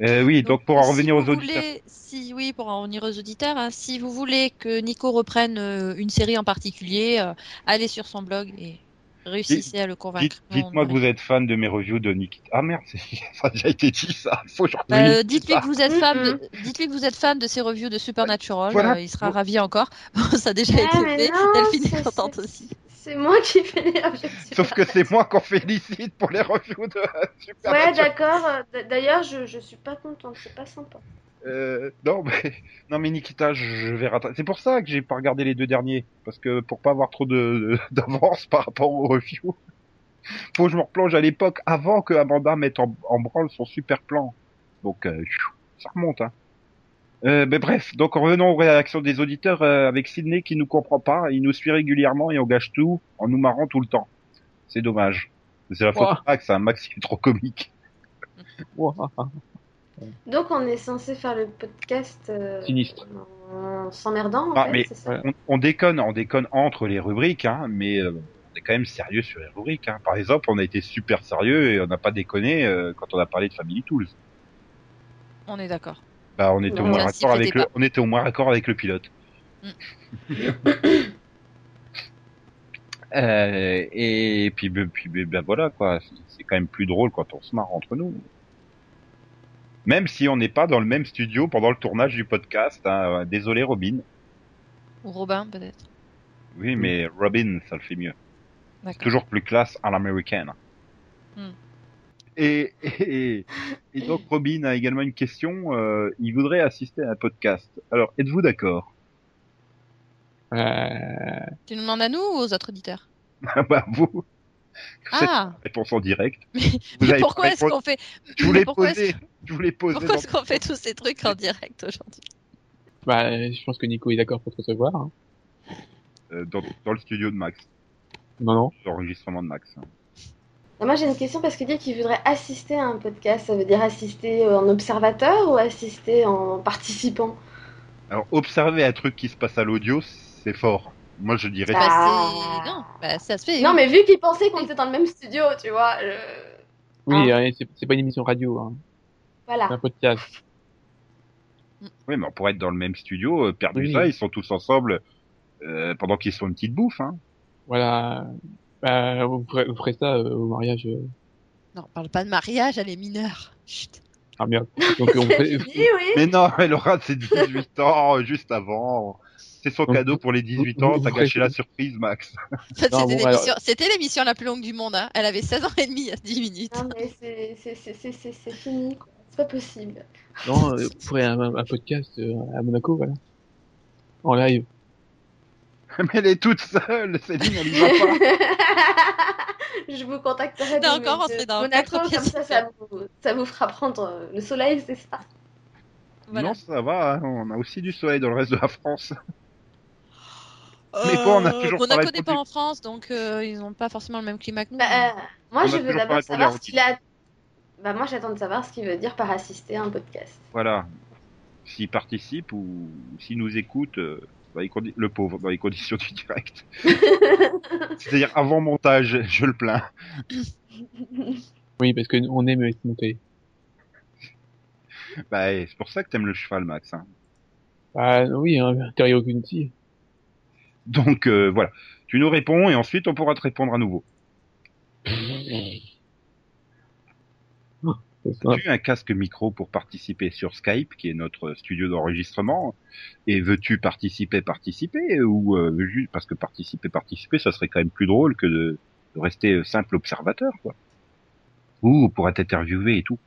Speaker 1: Euh, oui, donc, pour en
Speaker 4: si
Speaker 1: revenir aux
Speaker 4: vous
Speaker 1: auditeurs.
Speaker 4: voulez- si oui, pour en revenir aux auditeurs, hein, si vous voulez que Nico reprenne euh, une série en particulier, euh, allez sur son blog et réussissez à le convaincre.
Speaker 1: Dites,
Speaker 4: euh,
Speaker 1: moi que vous êtes fan de mes reviews de Nikita. Ah merde, c'est- ça a déjà été dit ça. Faut que je
Speaker 4: Bah,
Speaker 1: relis
Speaker 4: euh, dites-lui
Speaker 1: ça.
Speaker 4: que vous êtes
Speaker 3: Mhm.
Speaker 4: fan, de- dites-lui que vous êtes fan de ses reviews de Supernatural.
Speaker 1: Voilà.
Speaker 4: euh, il sera ravi encore. Bon, ça a déjà
Speaker 3: Ah,
Speaker 4: été
Speaker 3: mais
Speaker 4: fait.
Speaker 3: non,
Speaker 4: Delphine
Speaker 3: c'est-
Speaker 4: est contente aussi.
Speaker 3: C'est moi qui fais les objectifs.
Speaker 1: Sauf que c'est moi qu'on félicite pour les reviews de Super
Speaker 3: Ouais, d'accord. euh, d- D'ailleurs, je, je suis pas contente, c'est pas sympa.
Speaker 1: Euh, non, mais, non, mais Nikita, je, je vais rattraper. C'est pour ça que j'ai pas regardé les deux derniers. Parce que pour pas avoir trop de, d'avance par rapport aux reviews. Faut que je me replonge à l'époque avant que Amanda mette en, en branle son super plan. Donc, euh, pfiou, ça remonte, hein. Euh, mais bref, donc revenons aux réactions des auditeurs euh, avec Sydney qui nous comprend pas, il nous suit régulièrement et on gâche tout en nous marrant tout le temps. C'est dommage. C'est la faute
Speaker 2: Ouah.
Speaker 1: de Max, hein. Max il est trop comique.
Speaker 2: Ouah, ah,
Speaker 3: Donc, on est censé faire le podcast euh,
Speaker 2: Sinistre.
Speaker 3: en s'emmerdant. en
Speaker 1: Ah,
Speaker 3: fait,
Speaker 1: mais-
Speaker 3: c'est ça
Speaker 2: ouais.
Speaker 1: on, on déconne, on déconne entre les rubriques, hein, mais euh, on est quand même sérieux sur les rubriques. Hein. Par exemple, on a été super sérieux et on n'a pas déconné euh, quand on a parlé de Family Tools.
Speaker 4: On est d'accord.
Speaker 1: Bah, on était au
Speaker 3: Ouais,
Speaker 1: moins
Speaker 4: ça,
Speaker 1: raccord
Speaker 4: c'était
Speaker 1: avec le, on était au moins raccord avec le pilote.
Speaker 4: Mm.
Speaker 1: Euh, et puis, ben, puis ben, ben, voilà quoi, C'est- c'est quand même plus drôle quand on se marre entre nous. Même si on n'est pas dans le même studio pendant le tournage du podcast. hein. Désolé Robin.
Speaker 4: Ou Robin peut-être.
Speaker 1: Oui, mais Robin, ça le fait mieux.
Speaker 4: D'accord.
Speaker 1: toujours plus classe à l'américaine.
Speaker 4: Hmm.
Speaker 1: Et, et, et donc Robin a également une question. euh, il voudrait assister à un podcast. Alors, êtes-vous d'accord
Speaker 2: ah. Euh,
Speaker 4: Tu nous demandes à nous ou aux autres auditeurs
Speaker 1: Bah vous, C'est-
Speaker 4: Ah.
Speaker 1: réponse en direct. Vous
Speaker 4: Mais
Speaker 1: avez
Speaker 4: pourquoi
Speaker 1: pas
Speaker 4: est-ce
Speaker 1: répondu.
Speaker 4: qu'on fait
Speaker 1: Je voulais
Speaker 4: pourquoi est-ce-
Speaker 1: poser, je voulais poser.
Speaker 4: Pourquoi
Speaker 1: dans-
Speaker 4: est-ce qu'on fait tous ces trucs en direct aujourd'hui
Speaker 2: bah, euh, je pense que Nico est d'accord pour te recevoir. hein.
Speaker 1: euh, dans, dans le studio de Max,
Speaker 2: Non, non.
Speaker 1: l'enregistrement de Max.
Speaker 3: Non, moi, j'ai une question parce qu'il dit qu'il voudrait assister à un podcast. Ça veut dire assister euh, en observateur ou assister en participant
Speaker 1: Alors, observer un truc qui se passe à l'audio, c'est fort. Moi, je dirais.
Speaker 3: Ah.
Speaker 4: Bah, c'est- Non, bah, ça se fait.
Speaker 3: Non,
Speaker 4: oui.
Speaker 3: mais vu qu'il pensait qu'on était dans le même studio, tu vois. je-
Speaker 2: Oui,
Speaker 1: Ah.
Speaker 2: euh, c'est c'est pas une émission radio, hein.
Speaker 3: Voilà.
Speaker 2: c'est un podcast.
Speaker 1: Oui, mais on pourrait être dans le même studio. Euh, perdu
Speaker 2: Oui.
Speaker 1: ça, ils sont tous ensemble euh, pendant qu'ils sont une petite bouffe. Hein.
Speaker 2: Voilà. Bah, vous, ferez, vous ferez ça euh, au mariage. euh.
Speaker 4: Non, on parle pas de mariage, elle est mineure. Chut.
Speaker 2: Ah merde. Donc, on
Speaker 3: C'est
Speaker 2: fait- euh,
Speaker 3: fini, oui.
Speaker 1: Mais non, elle aura ses 18 ans euh, juste avant. C'est son
Speaker 2: Donc,
Speaker 1: cadeau pour les 18 ans.
Speaker 2: vous-
Speaker 1: T'as
Speaker 2: vous
Speaker 1: gâché
Speaker 2: ferez-
Speaker 1: la surprise, Max.
Speaker 4: C'était
Speaker 2: bon,
Speaker 4: l'émission-
Speaker 1: bah,
Speaker 2: alors-
Speaker 4: c'était l'émission la plus longue du monde. hein. Elle avait 16 ans et demi il y a 10 minutes.
Speaker 3: Non, mais c'est- c'est- c'est c'est- c'est- c'est fini, quoi. C'est pas possible.
Speaker 2: Non, euh, vous ferez un, un podcast euh, à Monaco, voilà. En live.
Speaker 1: Mais elle est toute seule. Céline, elle y va pas.
Speaker 3: Je vous contacterai.
Speaker 4: Là
Speaker 3: de-
Speaker 4: encore, on
Speaker 3: de
Speaker 4: serait dans
Speaker 3: Monaco,
Speaker 4: quatre
Speaker 3: comme
Speaker 4: pièces
Speaker 3: ça, ça vous, ça vous fera prendre euh, le soleil, c'est ça.
Speaker 4: Voilà.
Speaker 1: Non, ça va. hein, On a aussi du soleil dans le reste de la France. mais bon, on a toujours pas
Speaker 4: Monaco
Speaker 1: répondu.
Speaker 4: n'est Euh, pas en France, donc euh, ils n'ont pas forcément le même climat que nous. hein.
Speaker 3: Bah, euh, moi,
Speaker 1: On a
Speaker 3: je veux
Speaker 1: toujours pas
Speaker 3: d'abord
Speaker 1: répondu à
Speaker 3: savoir
Speaker 1: Rocky.
Speaker 3: ce qu'il a. Bah, moi, j'attends de savoir ce qu'il veut dire par assister à un podcast.
Speaker 1: Voilà. s'il participe ou s'il nous écoute, euh, dans les condi- le pauvre, dans les conditions du direct. C'est-à-dire avant montage, je le plains.
Speaker 2: Oui, parce que nous, on aime être monté.
Speaker 1: Bah, eh, c'est pour ça que t'aimes le cheval, Max. Hein.
Speaker 2: Ah oui, hein, Terry O'Kunti.
Speaker 1: Donc euh, voilà, tu nous réponds et ensuite on pourra te répondre à nouveau. As-tu un casque micro pour participer sur Skype, qui est notre studio d'enregistrement Et veux-tu participer, participer Ou euh, juste parce que participer, participer, ça serait quand même plus drôle que de, de rester euh, simple observateur, quoi. Ou on pourra t'interviewer et tout.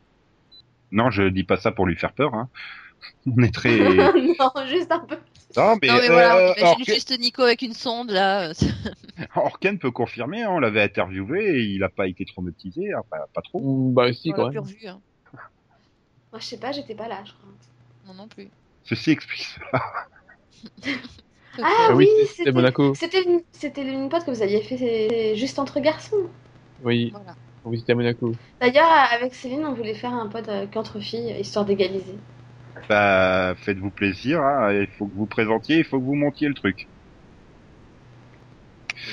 Speaker 1: Non, je dis pas ça pour lui faire peur. Hein. On est très.
Speaker 3: Ah non, juste un peu.
Speaker 1: Non, mais,
Speaker 4: non, mais
Speaker 1: euh,
Speaker 4: voilà, on imagine
Speaker 1: Orken-
Speaker 4: juste Nico avec une sonde, là. euh,
Speaker 1: Orken peut confirmer. hein, on l'avait interviewé et il a pas été traumatisé, hein, pas, pas trop.
Speaker 2: Ou- Bah si,
Speaker 4: on l'a
Speaker 2: quand
Speaker 4: plus
Speaker 2: même.
Speaker 4: revu. hein.
Speaker 3: Moi, je sais pas, j'étais pas là, je crois.
Speaker 4: Non, non plus.
Speaker 1: Ceci explique cela.
Speaker 3: Ah
Speaker 4: euh,
Speaker 2: Ah oui,
Speaker 3: oui,
Speaker 2: c'est-
Speaker 3: c'était
Speaker 2: c'était Monaco.
Speaker 3: C'était une, c'était une pote que vous aviez fait c'est juste entre garçons.
Speaker 2: Oui,
Speaker 4: Voilà.
Speaker 2: oui c'était à Monaco.
Speaker 3: D'ailleurs, avec Céline, on voulait faire un pod euh, qu'entre filles, histoire d'égaliser.
Speaker 1: Bah, faites-vous plaisir. hein, Il faut que vous présentiez, il faut que vous montiez le truc.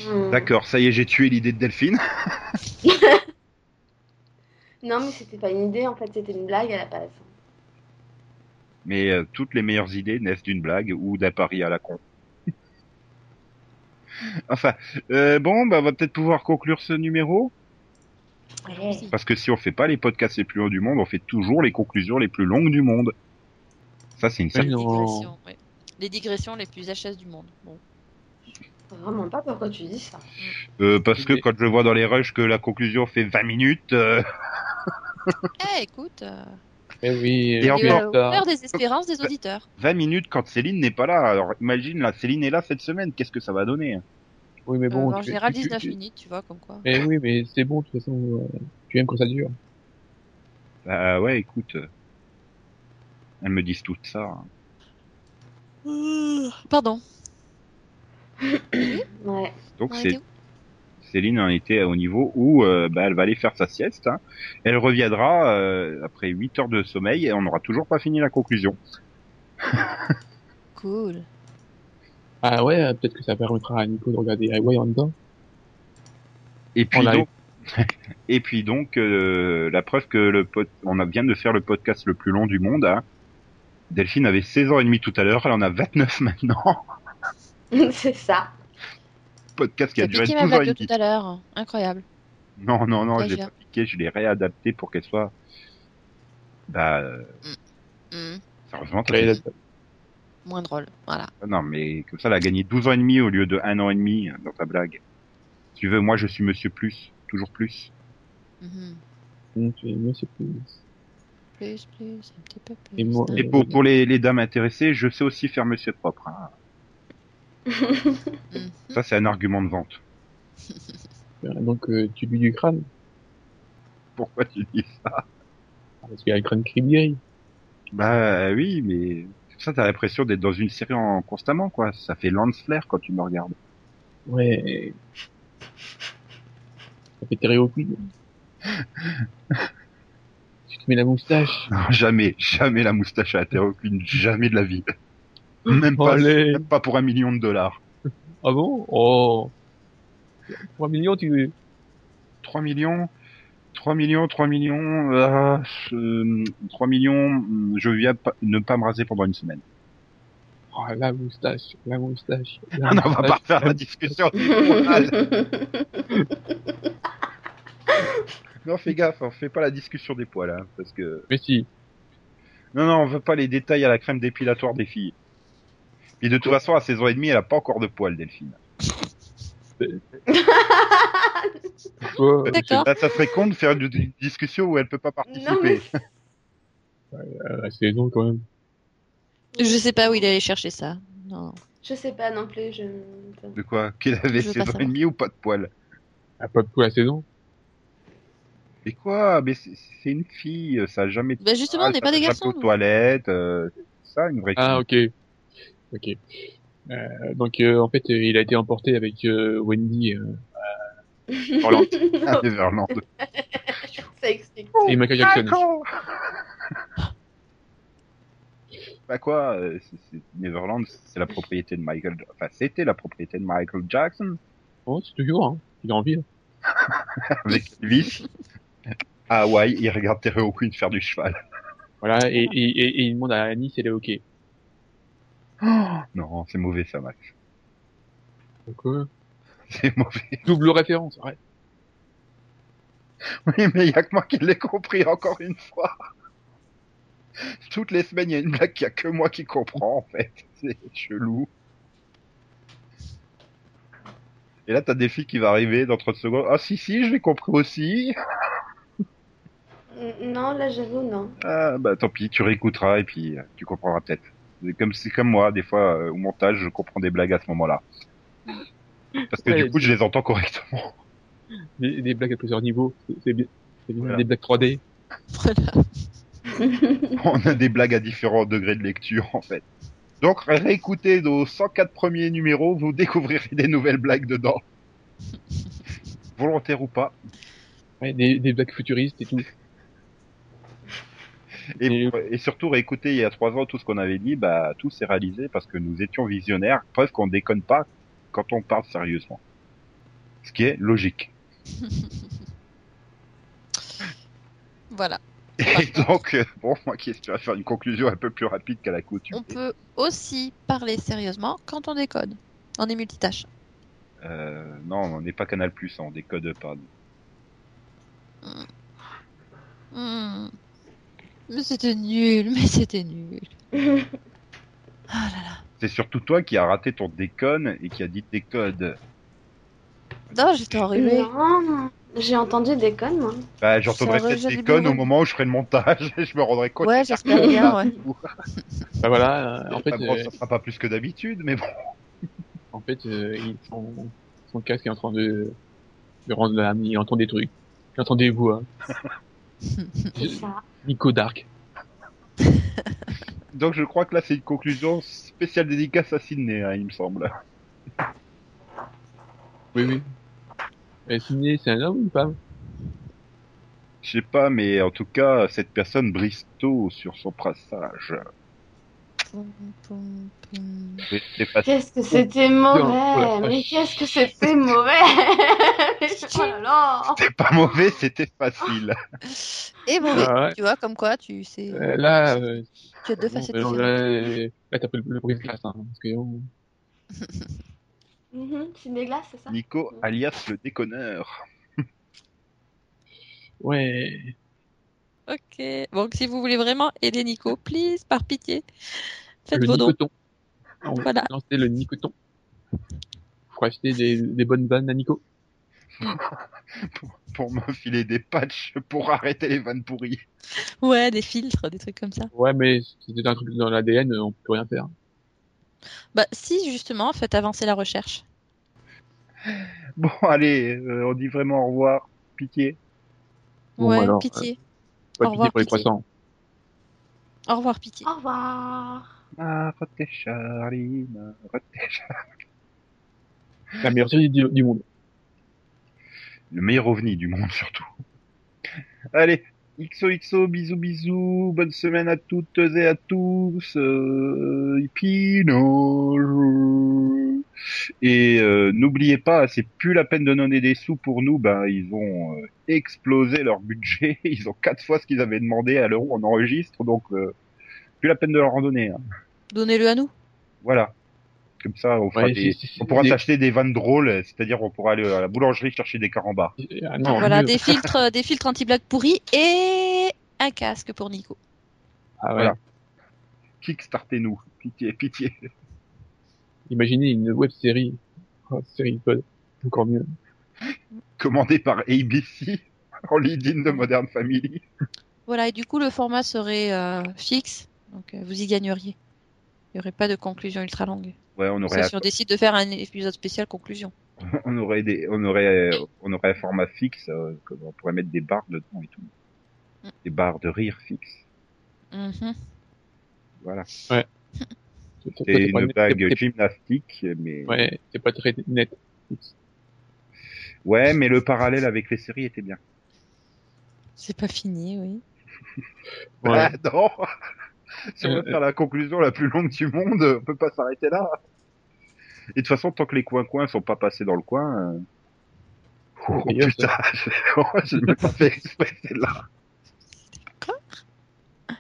Speaker 3: Hmm.
Speaker 1: D'accord, ça y est, j'ai tué l'idée de Delphine.
Speaker 3: Non, mais c'était pas une idée, en fait, c'était une blague à la base.
Speaker 1: Mais euh, toutes les meilleures idées naissent d'une blague ou d'un pari à la con. enfin, euh, bon, bah, on va peut-être pouvoir conclure ce numéro.
Speaker 4: Merci.
Speaker 1: Parce que si on fait pas les podcasts les plus longs du monde, on fait toujours les conclusions les plus longues du monde. Ça, c'est une
Speaker 2: Oui,
Speaker 1: certaine...
Speaker 4: Les
Speaker 2: non.
Speaker 4: digressions, ouais. Les digressions les plus HS du monde. Bon.
Speaker 3: Vraiment pas pourquoi tu dis ça.
Speaker 1: Euh, parce que quand je vois dans les rushs que la conclusion fait 20 minutes, euh,
Speaker 4: Eh, écoute, euh,
Speaker 2: Eh oui,
Speaker 1: Et
Speaker 2: euh,
Speaker 4: il y
Speaker 1: encore.
Speaker 4: a
Speaker 2: plus tard.
Speaker 4: ouvert des espérances des auditeurs.
Speaker 1: 20 minutes quand Céline n'est pas là. Alors imagine, là, Céline est là cette semaine, qu'est-ce que ça va donner
Speaker 2: Oui, mais
Speaker 4: Euh,
Speaker 2: bon.
Speaker 4: en
Speaker 2: tu-
Speaker 4: général,
Speaker 2: tu-
Speaker 4: 19
Speaker 2: tu-
Speaker 4: minutes, tu vois, comme quoi.
Speaker 2: Eh oui, mais c'est bon, de toute façon, euh, tu aimes quand ça dure.
Speaker 1: Bah ouais, écoute, euh, elles me disent tout ça. hein.
Speaker 4: Pardon.
Speaker 3: Ouais.
Speaker 1: Donc
Speaker 4: On
Speaker 1: c'est
Speaker 4: était où
Speaker 1: Céline en était au niveau où euh, bah, elle va aller faire sa sieste. hein. Elle reviendra euh, après 8 heures de sommeil et on n'aura toujours pas fini la conclusion.
Speaker 4: Cool.
Speaker 2: Ah ouais, euh, peut-être que ça permettra à Nico de regarder Highway en même temps.
Speaker 1: Et puis
Speaker 2: On arrive.
Speaker 1: donc, et puis donc euh, la preuve que le pod- on a vient de faire le podcast le plus long du monde. hein. Delphine avait 16 ans et demi tout à l'heure, elle en a 29 maintenant.
Speaker 3: c'est ça.
Speaker 1: podcast qui
Speaker 4: J'ai
Speaker 1: a duré 12
Speaker 4: piqué ma
Speaker 1: ans et
Speaker 4: blague de
Speaker 1: demi.
Speaker 4: tout à l'heure. Incroyable.
Speaker 1: Non, non, non,
Speaker 4: Très
Speaker 1: je l'ai
Speaker 4: bien.
Speaker 1: pas piqué, je l'ai réadapté pour qu'elle soit... Bah, euh,
Speaker 4: Hmm,
Speaker 1: sérieusement, t'as
Speaker 2: Ouais,
Speaker 1: fait
Speaker 2: là,
Speaker 4: Moins drôle. Voilà.
Speaker 1: Ah Non, mais comme ça, elle a gagné 12 ans et demi au lieu de 1 an et demi hein, dans ta blague. Si tu veux, moi je suis monsieur plus, toujours plus.
Speaker 4: Mhm.
Speaker 2: hum, tu es monsieur plus.
Speaker 4: Plus, plus, un petit peu plus.
Speaker 2: Et moi-
Speaker 4: un
Speaker 1: Et
Speaker 4: peu
Speaker 1: pour,
Speaker 4: plus.
Speaker 1: pour les, les dames intéressées, je sais aussi faire monsieur propre. hein.
Speaker 4: Mhm.
Speaker 1: Ça, c'est un argument de vente.
Speaker 2: Euh, Donc, euh, tu lui du crâne,
Speaker 1: Pourquoi tu dis ça
Speaker 2: parce qu'il y a le crâne qui brille.
Speaker 1: Bah oui, mais c'est pour ça t'as l'impression d'être dans une série en constamment, quoi. Ça fait Lance Flair quand tu me regardes.
Speaker 2: Ouais. Ça fait Terry O'Quinn. tu te mets la moustache.
Speaker 1: Non, jamais, jamais la moustache à terre aucune, jamais de la vie. Même pas,
Speaker 2: Allez.
Speaker 1: même pas pour un million de dollars.
Speaker 2: Ah bon Oh 3 millions, tu...
Speaker 1: 3 millions 3 millions, 3 millions, euh, euh, 3 millions, mm, je viens pa- ne pas me raser pendant une semaine.
Speaker 2: Oh, la moustache, la moustache. la
Speaker 1: On va
Speaker 2: moustache.
Speaker 1: pas refaire la discussion. non, fais gaffe, on fait pas la discussion des poils, hein, parce que...
Speaker 2: Mais si,
Speaker 1: Non, non, on veut pas les détails à la crème dépilatoire des filles. Et de toute façon, à 16 ans et demi, elle a pas encore de poils, Delphine.
Speaker 2: toi, euh,
Speaker 4: D'accord.
Speaker 1: Là, ça serait con de faire une une discussion où elle peut pas
Speaker 3: non, mais
Speaker 1: participer.
Speaker 2: euh, c'est long quand même.
Speaker 4: Je sais pas où il allait chercher ça. Non.
Speaker 3: je sais pas non plus. Je...
Speaker 1: De quoi Qu'elle avait
Speaker 4: Je veux
Speaker 1: 16
Speaker 4: pas
Speaker 1: ans et
Speaker 4: savoir.
Speaker 1: demi ou pas de poils
Speaker 2: Ah, pas pour la saison
Speaker 1: Mais quoi Mais c'est c'est une fille, ça a jamais
Speaker 4: Bah justement,
Speaker 1: Ah,
Speaker 4: on n'est
Speaker 1: ça
Speaker 4: pas des
Speaker 1: fait
Speaker 4: garçons.
Speaker 1: chapeau de
Speaker 4: nous.
Speaker 1: toilette, euh, c'est ça une vraie
Speaker 2: Ah,
Speaker 1: fille.
Speaker 2: ok. Ok. Euh, donc, euh, en fait, euh, il a été emporté avec euh, Wendy euh,
Speaker 1: Roland. Ah,
Speaker 3: non,
Speaker 1: Neverland.
Speaker 3: ça explique.
Speaker 2: et Michael Jackson.
Speaker 1: pas quoi. euh, c'est- c'est- Neverland, c'est la propriété de Michael. Enfin, c'était la propriété de Michael Jackson
Speaker 2: Oh, c'est toujours, hein. Il a envie.
Speaker 1: avec Elvis. À Hawaï, il regarde Terry Queen faire du cheval.
Speaker 2: Voilà, et, et, et, et il demande à Annie si elle est OK.
Speaker 1: Non, c'est mauvais ça, Max.
Speaker 2: Donc, euh,
Speaker 1: C'est mauvais.
Speaker 2: double référence, ouais.
Speaker 1: Oui, mais il y a que moi qui l'ai compris encore une fois. Toutes les semaines, il y a une blague qu'il y a que moi qui comprends, en fait. C'est chelou. Et là, t'as des filles qui va arriver dans 30 secondes. Ah, si, si, je l'ai compris aussi.
Speaker 3: N- Non, là, j'avoue, non.
Speaker 1: Ah, bah, tant pis, tu réécouteras et puis euh, tu comprendras peut-être. C'est comme, c'est comme moi, des fois, euh, au montage, je comprends des blagues à ce moment-là. Parce que
Speaker 2: Ouais,
Speaker 1: du coup, je les entends correctement.
Speaker 2: Des, des blagues à plusieurs niveaux, c'est- c'est bien. C'est bien.
Speaker 1: Voilà.
Speaker 2: Des blagues 3D.
Speaker 4: Voilà.
Speaker 1: On a des blagues à différents degrés de lecture, en fait. Donc, réécoutez nos 104 premiers numéros, vous découvrirez des nouvelles blagues dedans. Volontaire ou pas.
Speaker 2: Ouais, des, des blagues futuristes et tout.
Speaker 1: Et, et surtout, réécoutez il y a trois ans tout ce qu'on avait dit, bah, tout s'est réalisé parce que nous étions visionnaires, preuve qu'on déconne pas quand on parle sérieusement. Ce qui est logique.
Speaker 4: Voilà.
Speaker 1: Et donc, euh, bon, moi qui espérais faire une conclusion un peu plus rapide qu'à la coutume.
Speaker 4: On peut aussi parler sérieusement quand on décode. On est multitâche.
Speaker 1: Euh, non, on n'est pas Canal+, hein, on décode pas.
Speaker 4: Hmm. Mais c'était nul, mais c'était nul. Ah là là.
Speaker 1: C'est surtout toi qui as raté ton déconne et qui a dit décode.
Speaker 4: Non, j'étais enrhumée.
Speaker 3: Non, j'ai entendu des connes, moi.
Speaker 1: Bah, j'entendrai
Speaker 4: Ça
Speaker 1: peut-être
Speaker 4: aurait-
Speaker 1: déconne
Speaker 4: j'avais
Speaker 1: au moment où je ferai le montage et je me rendrai compte.
Speaker 4: Ouais, j'espère bien, ouais.
Speaker 2: Bah voilà, euh, en
Speaker 1: En
Speaker 2: fait, euh,
Speaker 1: ça sera pas plus que d'habitude, mais bon.
Speaker 2: en fait, euh, il- son, son casque est en train de, de rendre l'âme, il entend des trucs. Il entend des voix.
Speaker 3: C'est ça.
Speaker 2: Nico Dark.
Speaker 1: Donc je crois que là c'est une conclusion spéciale dédicace à Sydney, hein, il me semble.
Speaker 2: Oui, oui. Euh, Sidney, c'est un homme ou une femme?
Speaker 1: Je sais pas, mais en tout cas, cette personne brise tôt sur son passage.
Speaker 4: Poum, poum, poum.
Speaker 1: C'est- c'est pas-
Speaker 3: Qu'est-ce que c'était mauvais
Speaker 2: la
Speaker 3: Mais
Speaker 2: vache.
Speaker 3: qu'est-ce que c'était mauvais Oh là là
Speaker 1: C'était pas mauvais, c'était facile.
Speaker 4: Et bon,
Speaker 2: Ah ouais.
Speaker 4: tu vois, comme quoi, tu sais,
Speaker 2: Euh, là, euh,
Speaker 4: tu as deux facettes
Speaker 2: bon, non,
Speaker 4: différentes.
Speaker 2: là, euh, là, t'as pris le, le brise glace, hein, parce que, on-
Speaker 3: Mhm, C'est des glaces, c'est ça
Speaker 1: Nico, alias le déconneur.
Speaker 2: ouais.
Speaker 4: Ok. Donc, si vous voulez vraiment aider Nico, please, par pitié, faites
Speaker 2: le
Speaker 4: vos dons.
Speaker 2: nicoton. On va
Speaker 4: Voilà.
Speaker 2: lancer le nicoton. Faut acheter des, des bonnes vannes à Nico.
Speaker 1: Pour me filer des patchs pour arrêter les vannes pourries.
Speaker 4: Ouais, des filtres, des trucs comme ça.
Speaker 2: Ouais, mais c'était un truc dans l'ADN, on peut plus rien faire.
Speaker 4: Bah, si, justement, faites avancer la recherche.
Speaker 1: Bon, allez, euh, on dit vraiment au revoir. Pitié.
Speaker 2: Bon,
Speaker 4: ouais,
Speaker 2: alors,
Speaker 4: pitié.
Speaker 2: Pas pitié
Speaker 4: Au revoir,
Speaker 2: pour les
Speaker 4: pitié.
Speaker 2: croissants. euh.
Speaker 4: Au revoir, pitié.
Speaker 3: Au revoir
Speaker 1: Marotte et Charlie, Marotte et Charlie.
Speaker 2: La meilleure série du, du monde.
Speaker 1: le meilleur ovni du monde surtout. Allez, XOXO, bisous bisous, bonne semaine à toutes et à tous, euh, Pinot. Et euh, n'oubliez pas, c'est plus la peine de donner des sous pour nous, ben ils ont euh, explosé leur budget, ils ont quatre fois ce qu'ils avaient demandé à l'euro en enregistre, donc euh, plus la peine de leur en donner. hein.
Speaker 4: Donnez-le à nous.
Speaker 1: Voilà. Comme ça, on, fera
Speaker 2: Ouais,
Speaker 1: des-
Speaker 2: c'est- c'est-
Speaker 1: on pourra
Speaker 2: c'est-
Speaker 1: s'acheter des vannes drôles, c'est-à-dire on pourra aller à la boulangerie chercher des carambars.
Speaker 2: Ah
Speaker 1: Oh,
Speaker 2: non,
Speaker 4: voilà,
Speaker 2: mieux.
Speaker 4: des filtres, des filtres anti-blagues pourries et un casque pour Nico.
Speaker 2: Ah ouais.
Speaker 1: Voilà. Kickstartez-nous. Pitié, pitié.
Speaker 2: Imaginez une web série. Oh, série pod. Encore mieux.
Speaker 1: Commandé par ABC en lead-in de Modern Family.
Speaker 4: Voilà, et du coup, le format serait euh, fixe, donc euh, vous y gagneriez. Il n'y aurait pas de conclusion ultra longue.
Speaker 1: Ouais, on
Speaker 4: Ça,
Speaker 1: aurait,
Speaker 4: si on décide de faire un épisode spécial conclusion.
Speaker 1: on aurait des, on aurait, on aurait un format fixe, euh, comme on pourrait mettre des barres dedans et tout.
Speaker 4: Mm.
Speaker 1: Des barres de rire fixes.
Speaker 4: Mhm.
Speaker 1: Voilà.
Speaker 2: C'est c'est-
Speaker 1: C'est
Speaker 2: c'est pas
Speaker 1: une
Speaker 2: net-
Speaker 1: blague
Speaker 2: c'est- c'est-
Speaker 1: gymnastique, mais, ouais.
Speaker 2: Ouais, c'est pas très net.
Speaker 1: mais le parallèle avec les séries était bien.
Speaker 4: C'est pas fini, oui.
Speaker 2: Ouais. Euh,
Speaker 1: Ah, non! Si on veut faire la conclusion la plus longue du monde, on peut pas s'arrêter là. Et de toute façon, tant que les coins-coins sont pas passés dans le coin. euh, Oh,
Speaker 2: D'ailleurs,
Speaker 1: putain, j'ai même pas fait exprès, là.
Speaker 4: D'accord.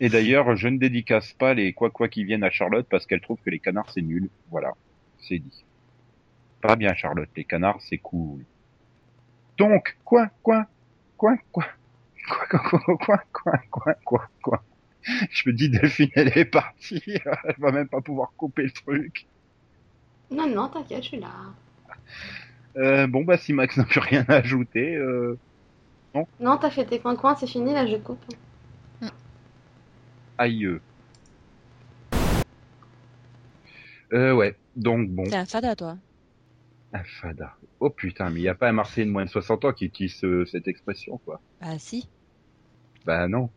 Speaker 1: Et d'ailleurs, je ne dédicace pas les quoi-quoi qui viennent à Charlotte parce qu'elle trouve que les canards c'est nul. Voilà, c'est dit. Pas bien, Charlotte, les canards c'est cool. Donc, coin, coin, coin, coin, coin, coin, coin, coin, coin, coin, coin, coin. Je me dis, Delphine, elle est partie, elle va même pas pouvoir couper le truc.
Speaker 3: Non, non, t'inquiète, je suis là.
Speaker 1: Euh, bon, bah, si Max n'a plus rien à ajouter, euh,
Speaker 3: Non, t'as fait tes coins-coins, c'est fini, là, je coupe.
Speaker 1: aïe. Euh, ouais, donc bon,
Speaker 4: T'es un fada, toi.
Speaker 1: un fada. Oh putain, mais il n'y a pas un Marseillais de moins de 60 ans qui utilise euh, cette expression, quoi.
Speaker 4: Bah, si.
Speaker 1: Bah non,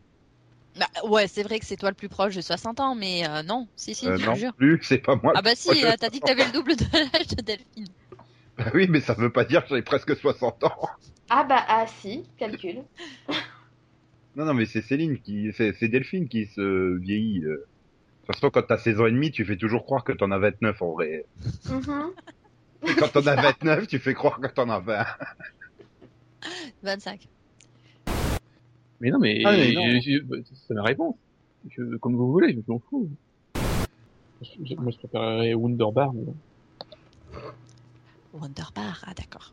Speaker 4: Bah, ouais, c'est vrai que c'est toi le plus proche de 60 ans, mais euh, non, si, si,
Speaker 1: Euh,
Speaker 4: je te
Speaker 1: non
Speaker 4: jure.
Speaker 1: plus, c'est pas moi.
Speaker 4: Ah, bah, si,
Speaker 1: proche de
Speaker 4: euh, t'as dit que t'avais le double de l'âge de Delphine.
Speaker 1: Bah oui, mais ça veut pas dire que j'ai presque 60 ans.
Speaker 3: Ah bah, ah si, calcul.
Speaker 1: Non, non, mais c'est Céline qui, c'est c'est Delphine qui se vieillit. euh. De toute façon, quand t'as 16 ans et demi, tu fais toujours croire que t'en as 29 en vrai.
Speaker 3: Mhm.
Speaker 1: Et quand t'en as 29, tu fais croire que t'en as 20.
Speaker 4: 25.
Speaker 2: Mais non, mais,
Speaker 1: Ah, mais non.
Speaker 2: je- je- c'est ma réponse. Je- comme vous voulez, je m'en fous. Je- je- moi, je préférerais Wonderbar. Mais...
Speaker 4: Wonderbar, ah, d'accord.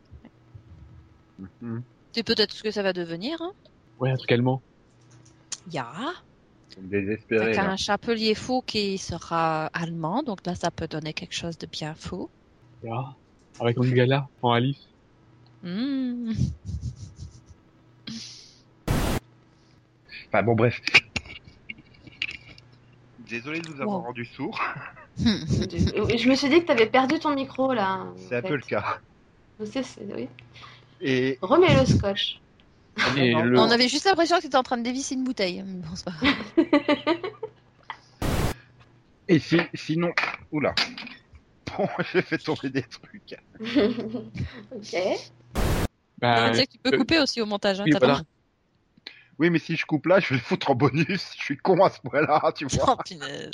Speaker 1: Mhm.
Speaker 4: C'est peut-être ce que ça va devenir, hein.
Speaker 2: Ouais, un truc allemand.
Speaker 4: Ya.
Speaker 1: Désespéré.
Speaker 4: Avec
Speaker 1: là.
Speaker 4: un chapelier fou qui sera allemand, donc là, ça peut donner quelque chose de bien fou.
Speaker 2: Ah, avec Angala en Alice.
Speaker 4: Hmm.
Speaker 1: Enfin bon, bref. Désolé de vous avoir
Speaker 4: Wow.
Speaker 1: rendu sourd,
Speaker 3: je me suis dit que t'avais perdu ton micro, là. en
Speaker 1: c'est un
Speaker 3: fait.
Speaker 1: peu le cas.
Speaker 3: C'est- c'est- oui.
Speaker 1: Et
Speaker 3: Remets le scotch.
Speaker 2: Et
Speaker 1: non,
Speaker 2: le...
Speaker 4: On avait juste l'impression que t'étais en train de dévisser une bouteille. Mais bon, c'est pas grave.
Speaker 1: et si, sinon, oula. Bon, j'ai fait tomber des trucs.
Speaker 3: ok.
Speaker 2: bah,
Speaker 4: Tu sais que tu peux couper aussi au montage. Hein,
Speaker 2: oui,
Speaker 4: t'as
Speaker 2: voilà.
Speaker 4: pas-
Speaker 1: Oui, mais si je coupe là, je vais le foutre en bonus. Je suis con à ce point-là, tu vois.
Speaker 4: Oh, punaise.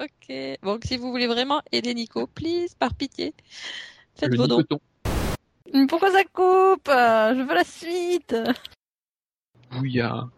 Speaker 4: Ok. Donc, si vous voulez vraiment aider Nico, please, par pitié, faites
Speaker 2: le
Speaker 4: vos dons.
Speaker 2: nicoton.
Speaker 4: Pourquoi ça coupe Je veux la suite.
Speaker 2: Bouillard.